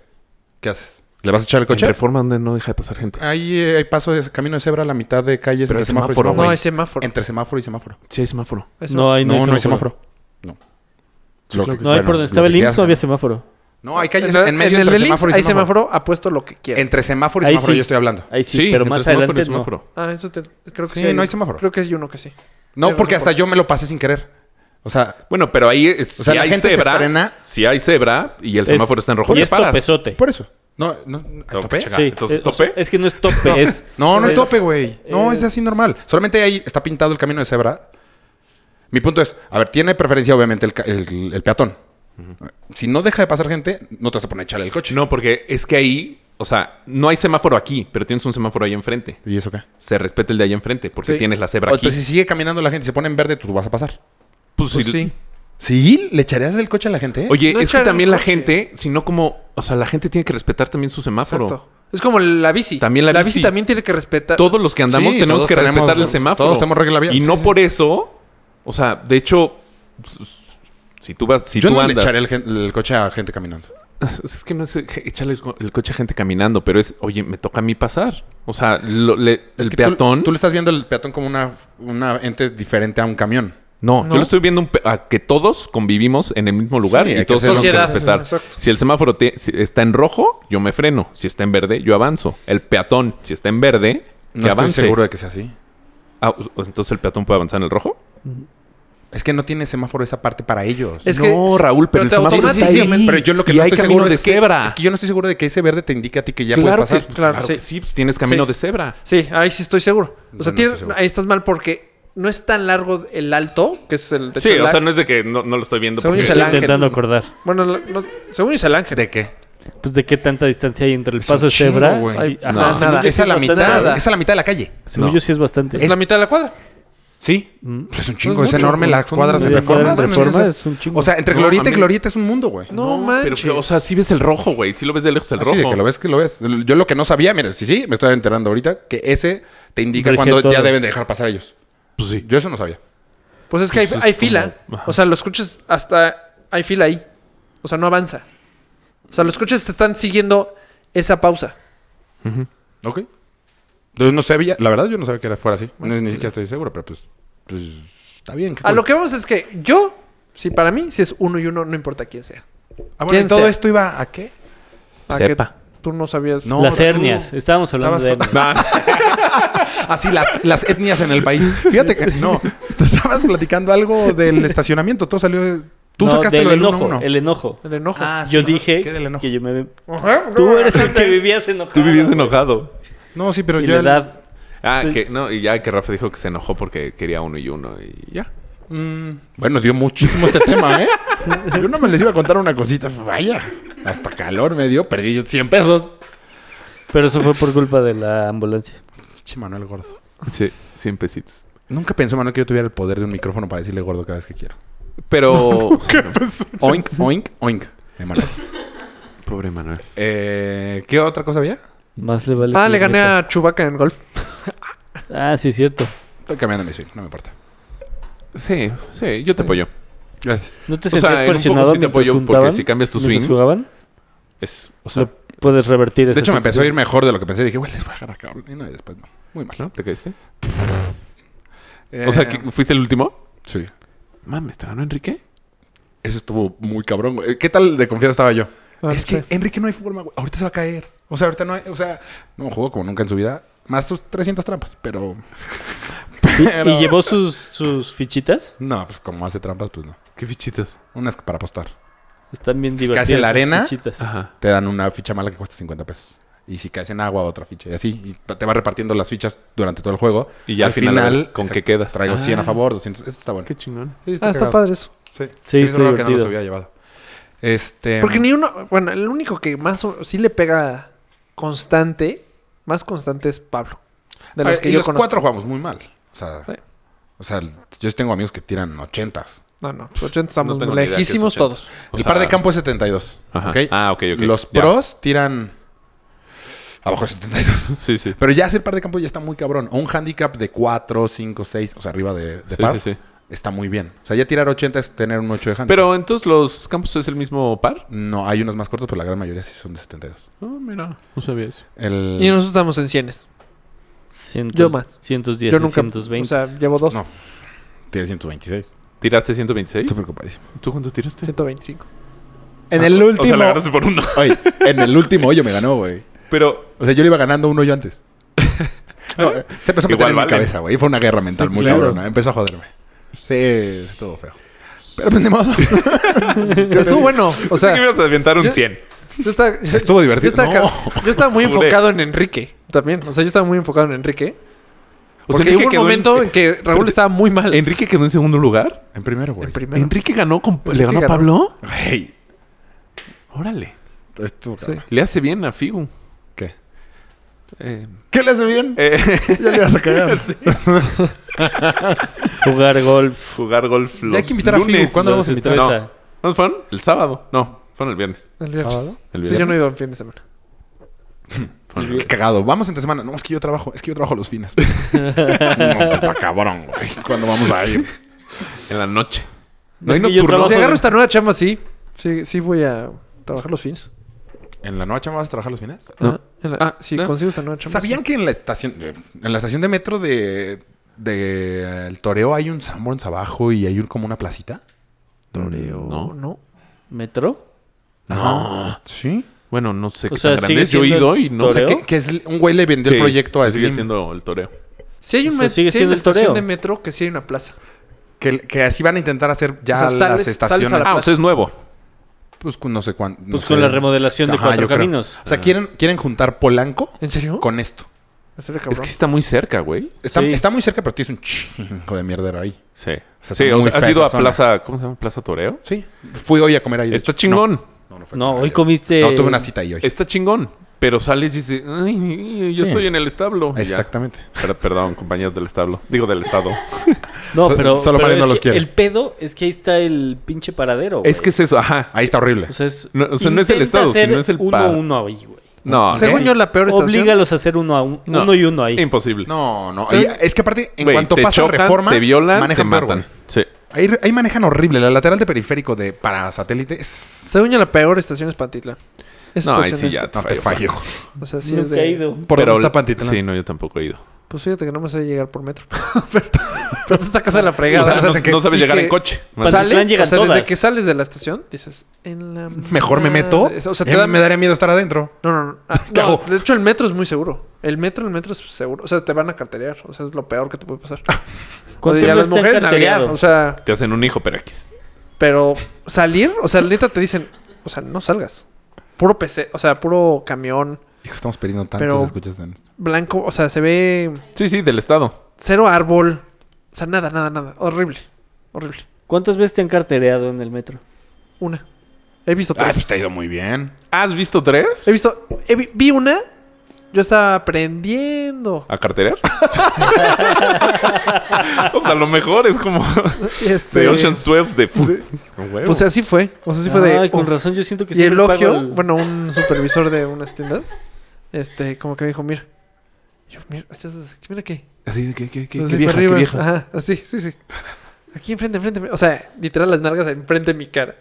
S2: ¿Qué haces? ¿Le vas a echar el
S5: Coche.
S2: coche?
S5: reforma donde no deja de pasar gente.
S2: Ahí eh, hay paso de camino de cebra a la mitad de calles
S5: Pero
S2: entre
S5: es
S2: semáforo, y
S5: semáforo,
S2: semáforo.
S6: No, es semáforo.
S2: Entre semáforo y semáforo.
S5: Sí, hay semáforo.
S6: Es
S4: No, ahí
S2: No, no hay
S4: semáforo.
S2: semáforo. No.
S5: Sí,
S2: Lo
S5: claro
S2: que-
S5: que
S4: No, ahí
S2: bueno,
S4: por
S2: lo
S4: donde estaba
S2: que
S4: el IMSS
S2: quieras,
S4: no había
S2: ¿no?
S4: semáforo.
S2: No, hay calles
S6: En el-
S2: en medio
S6: en el
S2: entre
S6: del
S2: semáforo y
S6: IMSS hay
S2: semáforo.
S6: semáforo, apuesto lo que quieras.
S2: Entre semáforo y
S4: Ahí
S2: semáforo
S4: sí.
S2: yo estoy hablando.
S4: Ahí sí, pero
S5: entre
S4: más
S5: semáforo y
S4: adelante no.
S5: semáforo.
S6: Ah, eso te, creo que
S2: Sí, no hay semáforo.
S6: Creo que hay uno que sí.
S2: No,
S6: Tienes
S2: porque
S6: razón,
S2: hasta yo me lo pasé sin querer. O sea,
S5: Bueno, pero ahí es,
S2: O sea,
S5: si
S2: la
S5: hay
S2: gente se
S5: cebra,
S2: frena.
S5: si hay cebra y el
S4: Es-
S5: semáforo está en rojo,
S4: Y
S5: te
S4: es
S5: paras.
S4: topezote.
S2: por eso. No, no, ¿a
S5: Tengo que
S2: tope?
S5: checar. Pues,
S4: Sí.
S5: Entonces,
S4: eh, o sea,
S5: ¿tope?
S4: es que no es tope, es...
S2: No, no hay
S4: es-
S2: tope, güey.
S5: eh,
S2: No, es
S4: es-
S2: así normal. Solamente ahí está pintado el camino de cebra. Mi punto es, a ver, tiene preferencia obviamente el, ca- el- el peatón. Si no deja de pasar gente, no te vas a poner a echarle el coche.
S5: No, porque es que ahí, o sea, no hay semáforo aquí, pero tienes un semáforo ahí enfrente.
S2: ¿Y eso qué?
S5: Se respeta el de allá enfrente, porque
S6: Sí.
S5: tienes la cebra
S2: O
S5: aquí.
S2: entonces si sigue caminando la gente y se pone en verde, tú vas a pasar.
S5: pues
S2: Pues
S5: Pues, si-
S2: sí. ¿Sí? ¿Le echarías del coche a la gente?
S5: Oye,
S6: No
S5: es que
S6: echar el
S5: también la
S6: coche.
S5: gente, sino como, o sea, la gente tiene que respetar también su semáforo.
S6: Exacto. Es como la bici.
S5: También la bici.
S6: también tiene que respetar.
S5: Todos los que andamos
S2: Sí,
S5: tenemos
S2: todos
S5: que
S2: tenemos-
S5: respetar el semáforo.
S2: todos tenemos regla vial,
S5: Y
S2: sí,
S5: no
S2: sí.
S5: por eso, o sea, de hecho, si tú vas, si
S2: Yo
S5: tú
S2: no le
S5: andas,
S2: echaría el, gen- el coche a gente caminando.
S5: es que no es echarle el, co- el coche a gente caminando, pero es, oye, me toca a mí pasar. O sea, lo- le-
S2: Es
S5: el
S2: que tú-
S5: peatón.
S2: Tú, le estás viendo el peatón como una, una ente diferente a un camión.
S5: No,
S6: ¿No?
S5: yo lo estoy viendo un pe- a que todos convivimos en el mismo lugar
S2: Sí, hay
S5: y
S2: que
S5: todos
S2: hacer
S5: tenemos que
S6: sociedad.
S5: respetar.
S6: Exacto.
S5: Si el semáforo te- si está en rojo, yo me freno. Si está en verde, yo avanzo. El peatón, si está en verde,
S2: No estoy
S5: que avance.
S2: seguro de que sea así.
S5: Ah, u- entonces el peatón puede avanzar en el rojo.
S2: Es que no tiene semáforo esa parte para ellos.
S6: Es
S5: no,
S6: que-
S5: Raúl, pero,
S6: pero
S5: el
S6: te
S5: semáforo
S6: automáticamente-
S5: está ahí.
S6: sí,
S2: pero yo lo que
S5: y
S2: no
S5: hay
S2: estoy
S5: camino
S2: seguro
S5: de
S2: es que,
S5: cebra.
S2: es que yo no estoy seguro de que ese verde te indique a ti que ya
S5: claro
S2: puedes pasar.
S5: que,
S6: claro,
S5: claro,
S6: sí.
S5: que sí, pues tienes camino
S6: Sí.
S5: de cebra.
S6: Sí, ahí sí estoy seguro. O
S2: Yo
S6: sea,
S2: no
S6: tienes-
S2: estoy seguro.
S6: ahí estás mal porque no es tan largo el alto, que es el de
S5: Sí,
S6: hecho,
S5: o
S6: la-
S5: sea, no es de que no, no lo estoy viendo.
S6: Según
S5: porque-
S6: yo
S4: Me
S6: es
S4: estoy
S6: el ángel.
S4: intentando acordar.
S6: Bueno, la- no- según yo es el ángel.
S2: ¿De qué?
S4: Pues de qué tanta distancia hay entre el
S2: Es
S4: paso
S2: un chingo,
S4: Zebra.
S2: güey.
S4: Ay,
S5: No.
S4: ajá, según
S6: Nada.
S4: yo
S2: Es
S4: sí
S2: a la
S4: bastante.
S2: mitad, es a la mitad de la calle.
S4: Según
S5: No.
S4: yo sí es bastante.
S6: Es, la mitad de la cuadra.
S2: Sí. Pues es un chingo, es,
S6: mucho,
S2: enorme
S6: güey.
S2: las
S6: Son
S2: cuadras en
S4: media
S2: reforma.
S4: cuadra en
S2: güey,
S4: Reforma,
S2: entonces-
S4: es un chingo.
S2: O sea, entre
S5: No,
S2: glorieta
S5: a
S2: y
S5: mí-
S2: glorieta es un mundo, güey.
S6: No,
S5: Pero,
S6: manches.
S5: que, o sea, sí ves el rojo, güey. Sí lo ves de lejos el
S2: Así
S5: rojo.
S2: de que lo ves, que lo ves. Yo lo que no sabía, mira, sí, sí, me estoy enterando ahorita, que ese te indica
S4: Rige
S2: cuando ya
S4: todo.
S2: deben de dejar pasar ellos.
S5: Pues sí.
S2: Yo eso no sabía.
S6: pues es que hay,
S5: pues es
S6: hay fila.
S5: como- ajá.
S6: O sea, los coches hasta hay fila ahí. O sea, no avanza. O sea, los coches te están siguiendo esa pausa.
S2: Ok. Entonces no sabía, la verdad yo no sabía que era fuera así. Ni, ni siquiera estoy seguro, pero pues, pues está bien. qué
S6: A
S2: cool.
S6: lo que vamos es que yo, si para mí, si es uno y uno, no importa quién sea.
S2: Ah, bueno,
S6: ¿quién
S2: ¿y todo
S6: sea?
S2: esto iba a qué?
S6: A
S5: Sepa.
S6: Que tú no sabías.
S2: No,
S4: Las
S2: tú-
S4: hernias. Estábamos hablando
S2: estabas
S4: de hernias.
S2: con-
S5: Ah,
S2: Así la- las etnias en el país. Fíjate que no, te estabas platicando algo del estacionamiento, todo salió de- Tú
S4: No,
S2: sacaste lo del
S4: enojo.
S2: 1-1.
S4: El enojo.
S6: El enojo.
S4: yo
S2: ¿no?
S4: dije
S2: ¿Qué del enojo?
S4: que yo me...
S6: Ajá,
S4: Tú eres el que vivías enojado.
S5: Tú vivías enojado.
S2: No, sí, pero
S4: Y
S2: yo...
S4: la edad...
S5: Ah,
S4: Sí.
S5: que no, y ya que Rafa dijo que se enojó porque quería uno y uno y ya.
S2: Mm, bueno, dio muchísimo este tema, ¿eh? Yo no me les iba a contar una cosita. Vaya, hasta calor me dio. Perdí yo 100 pesos.
S4: Pero eso fue por culpa de la ambulancia.
S2: Che, Manuel Gordo.
S5: Sí, 100 pesitos.
S2: Nunca pensó, Manuel, que yo tuviera el poder de un micrófono para decirle gordo cada vez que quiero.
S5: Pero.
S2: Oink, oink, oink. De Manuel.
S5: Pobre Manuel.
S2: Eh, ¿Qué otra cosa había?
S4: Más le vale...
S6: Ah,
S4: que
S6: le gané
S4: meta.
S6: a Chubaca en golf.
S4: Ah, sí, es cierto.
S2: Estoy cambiando mi swing, no me importa.
S5: Sí, sí, yo te apoyo.
S2: Gracias.
S4: ¿No te
S5: O sea,
S4: sentías
S5: en un
S4: presionado
S5: poco sí te
S4: mientras
S5: apoyo, porque
S4: juntaban?
S5: si cambias tu
S4: mientras
S5: swing-
S4: jugaban?
S5: Es, o sea,
S4: Lo puedes revertir.
S2: De
S4: esa
S2: hecho, me empezó a ir
S4: situación.
S2: mejor de lo que pensé. Dije, güey, les voy a dejar a cable. Y no, y después no. Muy mal.
S5: ¿no? ¿Te caíste?
S2: Eh,
S5: O sea, que ¿fuiste el último?
S2: Sí.
S5: Mames, ¿te ganó Enrique?
S2: Eso estuvo muy cabrón, güey. ¿Qué tal de confianza estaba yo?
S6: Ah,
S2: es
S6: sí.
S2: que Enrique no hay forma, güey. Ahorita se va a caer. O sea, ahorita no hay. O sea, no jugó como nunca en su vida. Más sus 300 trampas, pero.
S4: ¿Y, y llevó sus, sus fichitas?
S2: No, pues como hace trampas, pues no.
S5: ¿Qué fichitas?
S2: Unas para apostar.
S4: Están bien
S2: Si
S4: divertidas.
S2: caes en la
S4: sus
S2: arena,
S4: fichitas.
S5: Ajá.
S2: Te dan una ficha mala que cuesta 50 pesos. Y si caes en agua, otra ficha. Y así. Y te va repartiendo las fichas durante todo el juego.
S5: Y ya al final, a ver, ¿con
S2: exacto,
S5: qué quedas?
S2: Traigo
S5: Ah.
S2: 100 a favor, 200. Eso está bueno.
S5: Qué chingón.
S2: Sí,
S6: Ah, está
S2: cagado.
S6: padre eso.
S2: Sí,
S4: Sí,
S2: sí, es
S4: está
S2: raro que no los
S4: divertido.
S2: había llevado. Este.
S6: Porque ni uno, bueno, el único que más o- sí le pega constante, más constante es Pablo. De
S2: A
S6: los
S2: ver,
S6: que
S2: Ah, y
S6: yo
S2: los
S6: conozco.
S2: cuatro jugamos muy mal. O sea,
S6: Sí.
S2: o sea, el- yo tengo amigos que tiran ochentas.
S6: No, no, los 80 estamos
S5: No tengo ni idea
S6: lejísimos
S5: qué es 80.
S6: todos.
S5: O
S2: el
S5: sea,
S2: par de campo es 72.
S5: Ajá.
S2: ¿ok?
S5: Ah, ok, ok.
S2: Los
S5: Ya.
S2: pros tiran abajo de 72.
S5: Sí, sí.
S2: Pero ya ese par de campo ya está muy cabrón. O un handicap de 4, 5, 6, o sea, arriba de, de
S5: Sí,
S2: par.
S5: sí, sí.
S2: Está muy bien. O sea, ya tirar 80 es tener un 8 de handicap.
S5: Pero entonces los campos es el mismo par.
S2: No, hay unos más cortos, pero la gran mayoría sí son de 72.
S5: No, Ah, mira, no sabías.
S2: El...
S4: Mm.
S6: Y nosotros estamos en cienes.
S4: Cientos-
S6: Yo más.
S4: 110,
S6: Yo nunca.
S4: 120.
S6: O sea, llevo dos.
S2: No. Tiene 126.
S5: ¿Tiraste 126?
S2: Estoy preocupadísimo.
S5: ¿Tú cuánto tiraste?
S6: 125.
S2: En el último...
S5: Ah, O sea, la ganaste por uno.
S2: Oye, en el último hoyo me ganó, güey.
S5: Pero,
S2: O sea, yo le iba ganando un hoyo antes. No, eh, se empezó a meter
S5: Igual
S2: en
S5: valen.
S2: mi cabeza, güey. Fue una guerra mental
S4: Sí,
S2: muy
S4: claro.
S2: cabrona. Empezó a joderme. Sí, estuvo feo. Pero pues, ni modo.
S6: Pero estuvo bueno. O
S5: o sea,
S6: sea,
S5: que ibas a aventar un
S6: yo-
S5: 100.
S6: yo estaba, yo,
S2: Estuvo divertido.
S6: estaba,
S2: No.
S6: ca- yo estaba muy
S5: Juré.
S6: enfocado en Enrique también. O sea, yo estaba muy enfocado en Enrique.
S5: O
S6: Porque
S5: sea, Enrique
S6: hubo un
S5: quedó en-
S6: momento en, que Raúl
S5: Pero-
S6: estaba muy mal.
S5: ¿Enrique quedó en segundo lugar?
S2: En primero, güey.
S6: en primero.
S5: Enrique ganó con-
S6: Enrique
S5: le ganó,
S6: ganó.
S5: a Pablo.
S2: Güey,
S5: Órale.
S2: Estuvo
S6: Sí.
S2: cabrón.
S5: Le hace bien a Figu.
S2: ¿Qué?
S5: Eh,
S2: ¿Qué le hace bien?
S5: eh,
S2: Ya le vas a cagar.
S5: sí.
S4: Jugar golf.
S5: Jugar golf los
S2: Ya hay que invitar a Figu.
S5: lunes.
S2: ¿Cuándo vamos a
S4: invitar a
S5: No.
S4: esa?
S5: ¿Cuándo fueron? ¿El sábado? No, fueron el viernes.
S6: El viernes.
S4: ¿Sábado?
S5: El
S6: Sí, yo no
S5: viernes.
S6: he ido en fin de semana.
S5: Fueron el
S2: Qué Pues, cagado. Vamos entre semana. No, es que yo trabajo. Es que yo trabajo los fines. no, pues, está cabrón, güey. ¿Cuándo vamos a ir?
S5: viernes. En la noche.
S4: No
S2: hay
S4: es que yo
S2: nocturnos.
S4: trabajo
S6: Si
S4: en-
S6: agarro esta nueva chamba, sí. Sí, sí voy a trabajar los fines.
S2: ¿En la noche vas a trabajar los fines?
S5: No.
S6: Ajá. En la-
S5: Ah,
S6: sí,
S5: no.
S6: consigo esta nueva chamba.
S2: ¿Sabían que en la estación eh, en la estación de metro de, de eh, El Toreo hay un Sanborns abajo y hay un, como una placita?
S6: Toreo.
S5: No.
S6: No. no.
S4: ¿Metro?
S2: No. ¿Sí?
S5: Bueno, no sé
S4: O
S5: qué
S4: sea,
S5: tan grande
S4: ¿sigue
S5: es. Yo he
S4: siendo
S5: ido y no
S2: O sea,
S5: sé.
S4: toreo?
S2: que, que es, un güey le vendió el
S5: Sí,
S2: proyecto a
S5: sí, Sigue
S2: Slim.
S5: siendo el toreo.
S6: Si hay, un
S4: O sea,
S6: met-
S4: sigue
S6: sí hay
S4: siendo
S6: una
S4: el toreo.
S6: estación de metro que sí hay una plaza.
S2: Que, que así van a intentar hacer ya
S6: O sea, sales-
S2: las
S6: sales a la
S2: estaciones.
S6: plaza.
S5: Ah, o sea, es nuevo.
S2: Pues con no sé cuánto.
S4: Pues con la remodelación de Cuatro Caminos.
S2: O sea, quieren, quieren juntar Polanco
S6: ¿En serio?
S2: con esto.
S6: Estaría
S5: Es
S6: cabrón.
S5: que sí está muy cerca, güey.
S2: Está,
S4: Sí.
S2: está muy cerca, pero tienes un chingo de mierdero ahí.
S5: Sí.
S2: sea,
S5: sí,
S2: está
S5: o
S2: muy
S5: sea, has
S2: fea
S5: ido
S2: esa
S5: a
S2: zona.
S5: Plaza... ¿Cómo se llama? ¿Plaza Toreo?
S2: Sí. Fui hoy a comer ahí. de
S5: Está
S2: hecho.
S5: chingón.
S2: No, fue a
S4: No,
S2: comer
S4: hoy
S2: ahí.
S4: comiste...
S2: No, tuve una cita ahí hoy.
S5: Está chingón. Pero sales y dices... Ay, yo
S2: Sí.
S5: estoy en el establo. Y ya.
S2: Exactamente.
S5: Per- perdón, compañeros del establo. Digo, del estado.
S4: No,
S2: So-
S4: pero...
S2: solo
S4: pero
S2: Mario no
S4: es
S2: los
S4: que
S2: quiere.
S4: El pedo es que ahí está el pinche
S2: Oh,
S4: paradero, güey.
S5: es que es eso. Ajá.
S2: Ahí está horrible.
S4: O sea, es...
S5: No, o sea, no es el
S4: intenta
S5: estado,
S4: hacer
S5: sino es el
S4: uno a
S5: par.
S4: uno ahí, güey.
S5: No,
S2: Se-
S6: Según
S2: Ok.
S6: yo, la peor estación.
S4: Oblígalos Ah, a hacer uno a un-
S5: No.
S4: uno y uno ahí.
S5: imposible.
S2: No, no.
S5: Sí.
S2: ahí- es que aparte, en
S5: Güey,
S2: cuanto
S5: te
S2: pasa
S5: chocan,
S2: reforma,
S5: te violan, te
S2: peor,
S5: matan.
S2: güey.
S5: Sí.
S2: ahí, ahí manejan horrible. La lateral de periférico de para satélite es-
S6: Según yo, la peor estación es Pantitlán. Esa
S5: No, ahí
S6: estación
S5: sí
S6: es-
S5: ya te
S2: no te
S5: fallo.
S2: fallo.
S6: O sea, sí es
S4: Nunca he
S6: de...
S4: ido.
S2: ¿Por
S5: Pero
S2: dónde
S5: la-
S2: está Pantitlán?
S5: Sí, no, yo tampoco he ido.
S6: Pues fíjate que no me sabe llegar por metro. pero, pero está casa de la
S5: O
S6: fregada.
S5: sea, no,
S2: ¿sabes en qué?
S5: no sabes
S6: Y
S5: llegar
S6: que-
S5: en coche.
S4: Pan- Pantitlán
S6: sales,
S4: llegan
S6: o sea,
S4: todas.
S6: desde que sales de la estación, dices, en la
S2: Mejor me meto.
S6: madre. Eh, O
S5: Eh,
S6: sea, te
S2: Ya
S6: dan-
S2: me daría miedo estar adentro.
S6: No, no, no. Ah,
S2: ¿Qué
S6: no,
S2: hago?
S6: De hecho, el metro es muy seguro. El metro, el metro es seguro. O sea, te van a carterear. O sea, es lo peor que te puede pasar.
S4: ¿Cuánto
S6: O sea, y a
S4: no
S6: las
S4: está
S6: mujeres navegar.
S4: encartereado?
S6: O sea,
S5: Te hacen un hijo, pero X.
S6: pero salir, o sea, neta te dicen, o sea, no salgas. Puro PC, o sea, puro camión
S2: Hijo, estamos perdiendo tantos
S6: Pero-
S2: escuchas en esto.
S6: blanco. O sea, se ve
S5: Sí, sí, del estado.
S6: cero árbol. O sea, nada, nada, nada. Horrible. Horrible.
S4: ¿Cuántas veces te han cartereado en el metro?
S6: Una. He visto
S2: Ah,
S6: tres.
S5: este.
S2: pues te ha ido muy bien.
S5: ¿Has visto tres?
S6: He visto. he vi, vi una. Yo estaba aprendiendo.
S5: ¿A carterear? o sea, a lo mejor es como
S6: Este,
S5: de Ocean's 12 de...
S6: Pues así fue. O sea, así fue de.
S4: Ay, con
S6: oh.
S4: razón yo siento que
S6: Y el
S4: siempre pago
S6: Ogio,
S4: el-
S6: bueno, un supervisor de unas tiendas, este, como que me dijo, mira. Yo, mira, estás- mira qué.
S5: Así de que, que, que,
S6: Así
S5: que vieja, que
S6: para arriba.
S5: vieja.
S6: Ajá, así, sí, sí. Aquí enfrente, enfrente. O sea, literal las nalgas enfrente de mi cara.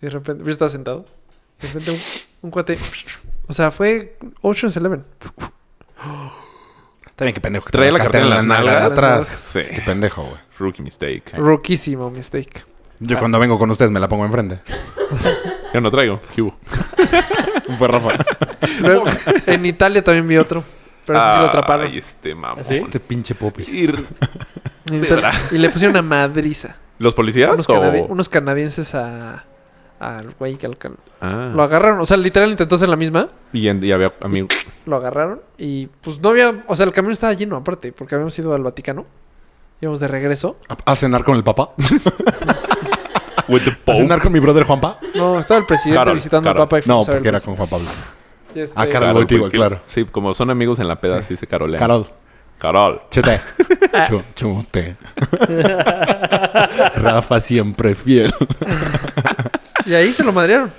S6: Y de repente, yo estaba sentado. Y de repente un, un cuate. O sea, fue Ocean's Eleven.
S2: Está bien, qué pendejo. que
S5: Traía
S2: te
S5: la cartera en las
S2: nalga
S5: nalgas.
S2: atrás.
S5: Sí.
S2: Qué pendejo, güey. Ah.
S5: Rookie mistake.
S6: Roquísimo mistake.
S2: Yo cuando vengo con ustedes me la pongo enfrente.
S5: Yo no traigo. ¿Qué hubo? Fue Rafa.
S6: Luego, en Italia también vi otro. Pero eso sí lo atraparon.
S5: Ay, este mamón.
S4: ¿Sí?
S2: Este pinche popis.
S5: Ir-
S6: En Italia-
S5: verdad.
S6: y le pusieron a madriza.
S5: ¿Los policías
S6: Unos,
S5: o...?
S6: canadi- unos canadienses a. Al güey que al can-
S5: Ah.
S6: Lo agarraron, o sea, literal intentó hacer la misma.
S5: Y, en- y había amigos...
S6: Lo agarraron y pues no había, o sea, el camión estaba lleno aparte, porque habíamos ido al Vaticano. Íbamos de regreso.
S2: ¿A, a cenar con el papá?
S5: With the
S2: ¿A cenar
S5: Pope.
S2: con mi brother Juanpa?
S6: No, estaba el presidente
S5: Carol,
S6: visitando al
S5: Carol.
S6: Papa y fuimos
S2: No,
S6: a ver
S2: porque
S6: el
S2: era
S6: presi-
S2: con Juan Pablo.
S6: y este-
S2: Ah, Carol Boitigo,
S5: porque-
S2: claro.
S5: Sí, como son amigos en la peda, sí, se carolean.
S2: Carol.
S5: Carol.
S2: Chute.
S6: Ah.
S2: Chu- Chute. Rafa siempre fiel.
S6: Y ahí se lo madrearon.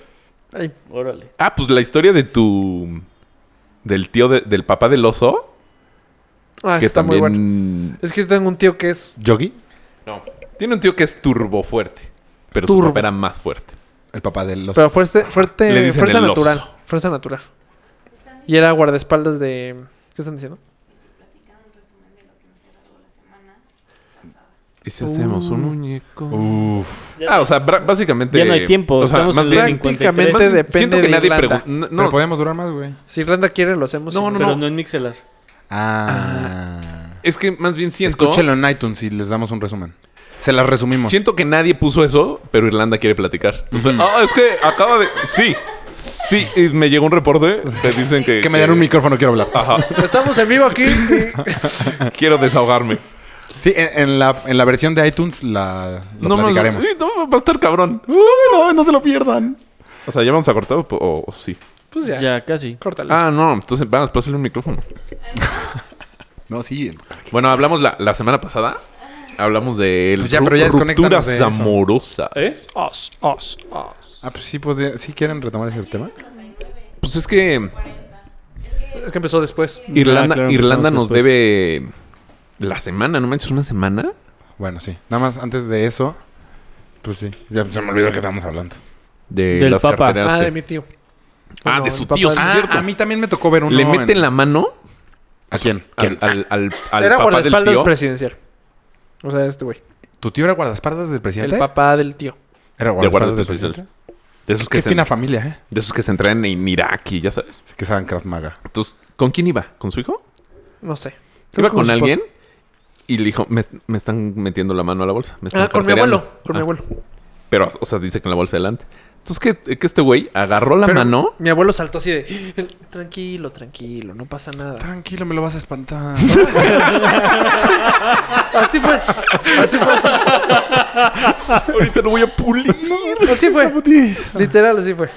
S6: Ahí.
S4: Órale.
S5: Ah, pues la historia de tu. Del tío, de- del papá del oso.
S6: Ah,
S5: que
S6: está
S5: también.
S6: muy bueno. Es que tengo un tío que es
S2: ¿Yogi?
S5: No. Tiene un tío que es turbo fuerte. Pero su
S6: Turbo.
S5: papá era más fuerte.
S2: El papá de los...
S6: pero fuerte, fuerte,
S5: Le dicen
S6: fuerza
S5: el oso.
S6: natural, fuerza natural. Y era guardaespaldas de ¿Qué están diciendo?
S5: Y si hacemos un muñeco.
S2: Uf.
S5: Uh. Ah, o sea, bra- básicamente.
S4: Ya no hay tiempo,
S5: O sea,
S4: estamos
S5: más
S4: en
S5: bien.
S4: los
S6: Prácticamente
S4: 53.
S5: más-
S6: depende
S5: siento que
S6: de
S5: nadie
S6: Irlanda.
S5: pregun- no-
S2: Pero
S5: no,
S2: podemos durar más, güey.
S6: Si Irlanda quiere lo hacemos.
S5: No,
S6: si
S4: Pero no en Mixelar.
S2: Ah.
S5: Es que más bien siento.
S2: Escúchelo en iTunes y les damos un resumen. Se las resumimos.
S5: Siento que nadie puso eso, pero Irlanda quiere platicar. Entonces, Ah, es que acaba de. Sí. Sí. Y me llegó un reporte. Te dicen que.
S2: Que Ah. me den un micrófono, quiero hablar.
S5: Ajá.
S6: Estamos en vivo aquí.
S5: Quiero desahogarme.
S2: Sí, en, en la, en la versión de iTunes la lo
S5: no,
S2: platicaremos.
S5: mames, sí, no, va a estar cabrón. No, no, no se lo pierdan. O sea, ¿ya vamos a cortar o, o- o sí?
S6: Pues ya.
S4: Ya, casi.
S6: Córtale.
S5: Ah, no, entonces vamos, pásale un micrófono.
S2: No, sí. el-
S5: Bueno, hablamos la, la semana pasada. Hablamos de
S2: Pues ya, pero ya desconéctanos
S5: rupturas
S2: de eso.
S5: amorosas.
S4: ¿Eh?
S2: Ah, pues sí, podría- sí quieren retomar ese tema.
S5: Pues es que
S6: Es que empezó después.
S5: Irlanda,
S4: Ah, claro,
S5: Irlanda
S4: empezamos
S5: nos
S4: después.
S5: debe la semana, ¿no manches? ¿Una semana?
S2: Bueno, sí. Nada más antes de eso. Pues sí. Ya se me olvidó que estábamos hablando.
S5: De
S4: Del
S5: las
S4: Papa.
S5: carteras
S6: Ah,
S5: que-
S6: de mi tío.
S5: Ah,
S6: no,
S5: de
S6: el
S5: su
S6: papá
S5: tío,
S6: de-
S5: sí, es
S6: Ah,
S5: cierto.
S2: a mí también me tocó ver uno.
S5: Le meten la mano
S2: ¿A quién?
S5: al, al, al, al
S6: Era
S5: papá del
S6: guardaespaldas
S5: tío.
S6: presidencial. O sea, este güey.
S2: ¿Tu tío era guardaespaldas del presidente?
S6: El papá del tío.
S2: Era
S5: De
S2: guardaespaldas del
S5: guardaespaldas presidenciales.
S2: presidente.
S5: De esos, que
S2: Qué
S5: se,
S2: fina familia, ¿eh?
S5: de esos que se entrenan en Irak y ya sabes.
S2: Que saben Krav Maga.
S5: Entonces, ¿con quién iba? ¿Con su hijo?
S6: No sé. Creo
S5: Iba
S6: que
S5: con
S6: su
S5: alguien
S6: esposa.
S5: y le dijo, me, me están metiendo la mano a la bolsa. me están
S6: Ah, con mi
S5: cartereando".
S6: abuelo. Con
S5: Ah,
S6: mi abuelo.
S5: Pero, o sea, dice que en la bolsa delante. Entonces, que, que este güey agarró la
S6: Pero
S5: mano.
S6: Mi abuelo saltó así de. "Ah, Tranquilo, tranquilo, no pasa nada.
S2: Tranquilo, me lo vas a espantar.
S6: Así fue. Así fue. Así,
S5: Ahorita lo voy a pulir.
S6: así fue. Literal, así fue.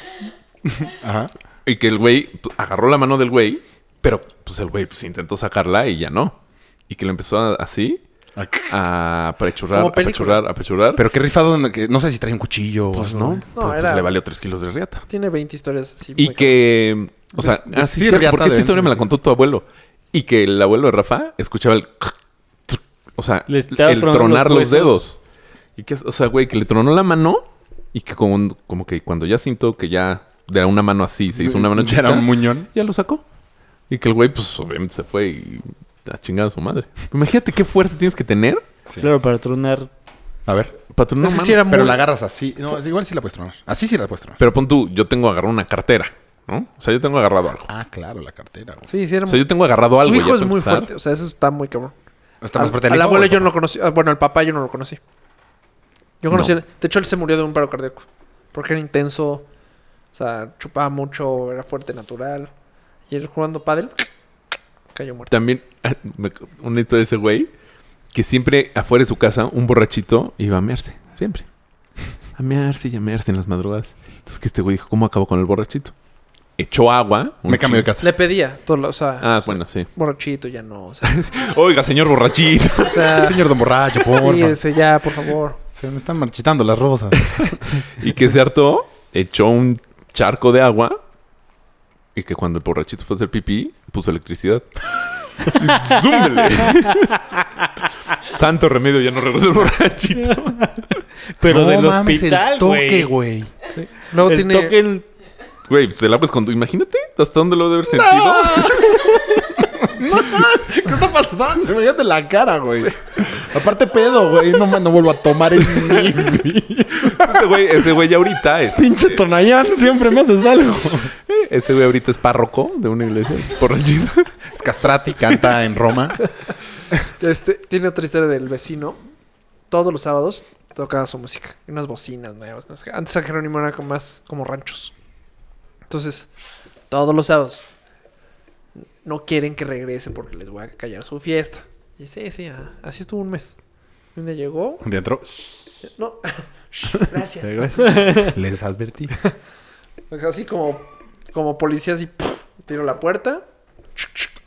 S2: Ajá.
S5: Y que el güey pues, agarró la mano del güey, pero pues el güey pues, intentó sacarla y ya no. Y que le empezó a- así a apachurrar,
S6: Como película.
S5: apachurrar, apachurrar.
S2: Ah, Pero qué rifado. en- que No sé si trae un cuchillo. o
S5: pues
S2: algo,
S5: no,
S2: ¿eh?
S5: pero, pues,
S6: era-
S5: le valió tres kilos de riata.
S6: Tiene 20 historias así.
S5: Y
S6: muy
S5: que, o sea,
S2: Pues,
S5: así
S2: sí,
S5: es cierto,
S2: riata
S5: porque
S2: de
S5: esta historia me la
S2: veinte,
S5: contó tu abuelo. Y que el abuelo de Rafa escuchaba el... O sea,
S4: Le estaba
S5: el
S4: tronando
S5: tronar
S4: los
S5: los, dedos. Y que, o sea, güey, que le tronó la mano y que como, como que cuando ya sintió que ya de una mano así, se hizo una mano
S2: Ya era
S5: chiquita,
S2: un muñón.
S5: ya lo sacó. Y que el güey, pues obviamente se fue y a chingar a su madre. Imagínate qué fuerza tienes que tener
S2: Sí.
S4: Claro, para tronar.
S2: A ver.
S5: para tronar
S6: Es que
S5: una
S6: sí
S5: mano.
S6: era
S2: Pero
S6: muy-
S2: la agarras así. No, igual sí la puedes tronar. Así sí la puedes tronar.
S5: Pero pon tú, yo tengo agarrado una cartera, ¿no? O sea, yo tengo agarrado algo.
S2: Ah, claro, la cartera. güey.
S6: Sí, hicieron.
S5: O sea, yo tengo agarrado algo.
S6: Su
S5: ya
S6: hijo es
S5: para
S6: muy
S5: empezar.
S6: fuerte. O sea, eso está muy cabrón.
S2: Está más
S6: Al-
S2: fuerte el
S6: al
S2: hijo,
S6: abuelo
S2: güey.
S6: yo no lo conocí. ah, Bueno, al papá yo no lo conocí. Yo conocí.
S5: No.
S6: al- De hecho, él se murió de un paro cardíaco. Porque era intenso. O sea, chupaba mucho, era fuerte, natural. Y él jugando pádel, cayó muerto.
S5: También, ah, me- una historia de ese güey, que siempre afuera de su casa, un borrachito iba a mearse. Siempre. A mearse y a mearse en las madrugadas. Entonces, que este güey dijo, ¿cómo acabó con el borrachito? Echó agua. un
S2: Me cambio de
S5: chin-
S2: casa.
S6: Le pedía, todo lo- o sea,
S5: Ah, bueno, sí.
S6: borrachito ya no. O sea,
S5: Oiga, señor borrachito.
S6: o sea
S2: Señor don borracho, porfa.
S6: fíjese ya, por favor.
S2: Se me están marchitando las rosas.
S5: Y que se hartó, echó un charco de agua. Y que cuando el borrachito fue a hacer pipí, puso electricidad. ¡Zúmbele! Santo remedio, ya no regresó el borrachito.
S4: Pero
S2: No
S4: del
S2: mames, el
S4: hospital,
S2: toque,
S4: güey.
S2: güey.
S6: Luego
S4: El
S6: tiene.
S4: toque en-
S5: Güey, pues el agua es cuando... Imagínate hasta dónde lo debe haber sentido.
S2: ¿Qué está pasando? Imagínate la cara, güey. Aparte pedo, güey. No, ma- no vuelvo a tomar el
S5: Ese güey, ese güey ya ahorita es...
S2: pinche Tonayán. Siempre me haces algo.
S5: Ese güey ahorita es párroco de una iglesia. Borrachito.
S2: Es castrati, canta en Roma.
S6: Este, tiene otra historia del vecino. Todos los sábados tocaba su música. Y unas bocinas nuevas. no sé qué. Antes San Jerónimo era como más como ranchos. Entonces, todos los sábados. No quieren que regrese porque les voy a callar su fiesta. Y sí, sí, ajá. así estuvo un mes. Y Un día llegó.
S2: Dentro.
S6: No, gracias.
S2: Les advertí.
S6: Así como, como policía, así ¡puf! tiro la puerta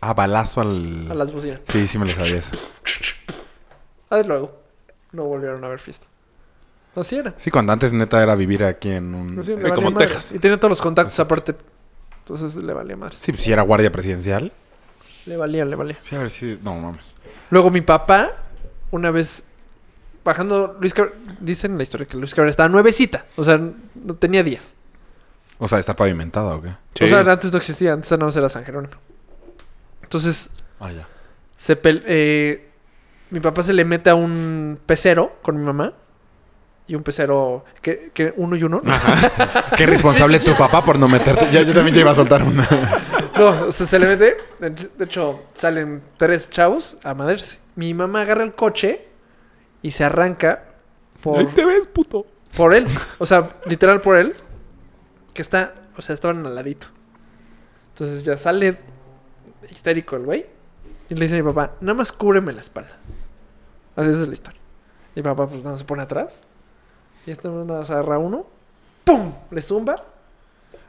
S2: Ah, balazo
S6: a
S2: al.
S6: las bocinas.
S2: Sí, sí me lo sabía eso.
S6: Ah, luego. No volvieron a ver fiesta. Así era.
S2: Sí, cuando antes neta era vivir aquí en un.
S6: Pues Sí, le
S2: eh,
S6: valía
S5: como
S6: madre.
S5: Texas.
S6: Y tenía todos los contactos aparte. Entonces le valía madre.
S2: Sí, pues sí era guardia presidencial.
S6: Le valía, le valía.
S2: Sí, a ver si. No mames.
S6: Luego mi papá, una vez bajando, Luis Cabrera, dicen en la historia que Luis Cabrera estaba nuevecita. O sea, no tenía días.
S2: O sea, está pavimentado o qué?
S6: O sea, antes no existía, antes nada más era San Jerónimo. Entonces,
S2: Ah, ya.
S6: se pel- eh, mi papá se le mete a un pecero con mi mamá. Y un pecero que, que uno y
S5: Ah,
S6: uno.
S2: Qué responsable tu papá por no meterte. Ya, yo también ya iba a soltar una.
S6: No, o sea, se le mete. De de hecho, salen tres chavos a madrearse. Mi mamá agarra el coche y se arranca por,
S5: Ahí te ves, puto.
S6: por él. O sea, literal por él. Que está, o sea, estaban al ladito. Entonces ya sale histérico el güey. Y le dice a mi papá, nada más cúbreme la espalda. Así esa es la historia. Y mi papá, pues nada, más se pone atrás. Y este nada más agarra uno. ¡Pum! Le zumba.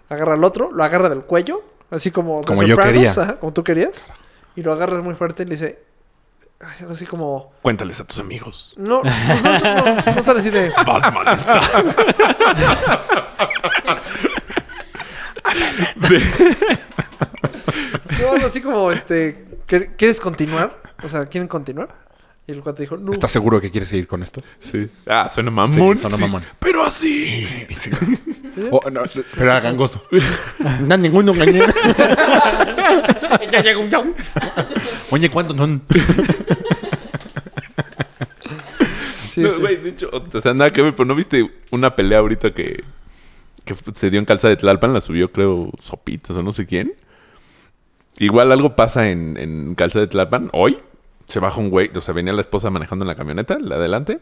S6: agarra al otro, lo agarra del cuello, así como... de
S2: Como yo
S6: Sopranos,
S2: quería.
S6: ajá, como tú querías. Y lo agarra muy fuerte y le dice... ay, así como...
S5: Cuéntales a tus amigos.
S6: No, no, no, no, no tan así de...
S5: Batman está. Sí.
S6: No, algo así como, este... "¿Quer- ¿Quieres continuar? O sea, ¿quieren continuar? Y el cuate dijo, no.
S2: ¿Estás seguro que quieres seguir con esto?
S5: Sí. Ah, suena mamón.
S2: Sí, suena
S5: Sí,
S2: mamón.
S5: Pero así.
S2: O- Oh, no, pero era gangoso. No, ninguno gané.
S4: Ya llegó un John.
S2: Oye, ¿cuántos son?
S6: Sí,
S5: No,
S6: sí.
S5: güey, de hecho, o sea, nada que ver, pero ¿no viste una pelea ahorita que, que f- se dio en Calza de Tlalpan? La subió, creo, Sopitas o no sé quién. Igual algo pasa en, en Calza de Tlalpan. Hoy se baja un güey, o sea, venía la esposa manejando en la camioneta, la de adelante.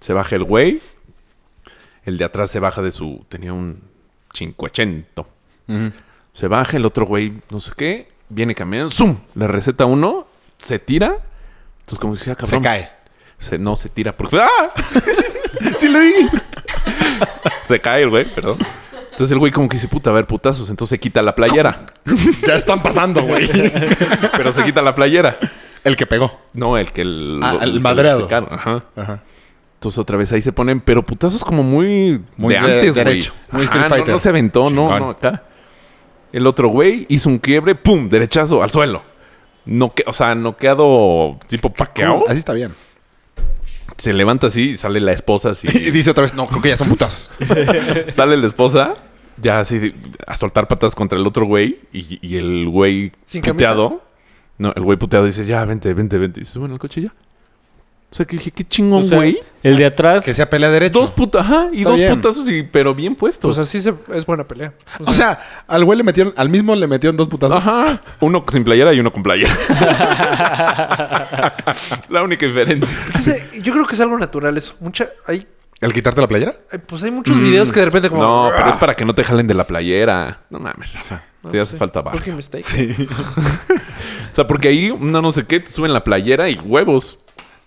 S5: Se baja el güey. El de atrás se baja de su... Tenía un 580. Se baja el otro güey, no sé qué. Viene caminando. ¡Zum! Le receta uno. Se tira. Entonces como decía,
S2: Se
S5: cabrón.
S2: cae.
S5: Se, no, se tira porque... ¡Ah! ¡Sí le di! se cae el güey, perdón. Entonces el güey como que dice, puta, a ver, putazos. Entonces se quita la playera.
S2: Ya están pasando, güey.
S5: Pero se quita la playera.
S2: El que pegó.
S5: No, el que... El,
S2: Ah,
S5: lo-
S2: el
S5: que le
S2: madreado.
S5: secaron. Ajá.
S2: Ajá.
S5: Entonces otra vez ahí se ponen, pero putazos como muy...
S2: Muy
S5: de
S2: de-
S5: antes, güey.
S2: derecho. Muy Street
S5: Ajá, no, No,
S2: Fighter.
S5: se aventó, no,
S2: Chingón.
S5: no, acá. El otro güey hizo un quiebre, pum, derechazo al suelo. No, o sea, noqueado tipo paqueado.
S2: Uh, Así está bien.
S5: Se levanta así y sale la esposa así.
S2: Y dice otra vez, no, creo que ya son putazos.
S5: Sale la esposa, ya así de- a soltar patas contra el otro güey y, y el güey
S6: Sin camisa.
S5: puteado. No, el güey puteado dice, ya, vente, vente, vente. Y se suben al coche y ya. O sea, que dije, qué
S4: O
S5: chingón,
S4: sea,
S5: güey.
S4: el de atrás.
S2: Que sea pelea derecho.
S5: dos putas, ajá, y
S2: Está
S5: dos
S2: bien.
S5: putazos, y, pero bien
S6: O
S5: puestos.
S6: sea, sí se, es buena pelea.
S2: O sea, al güey le metieron, al mismo le metieron dos putazos.
S5: ajá. Uno sin playera y uno con playera. La única diferencia.
S6: Ese- yo creo que es algo natural eso. Mucha, hay,
S2: ¿El quitarte la playera?
S6: hay- pues hay muchos videos que de repente como...
S5: Mm. No, pero es para que no te jalen de la playera. No mames. Te hace falta barrio.
S6: Rookie mistake.
S5: O sea, porque ahí, no, no sé qué, te suben la playera y huevos.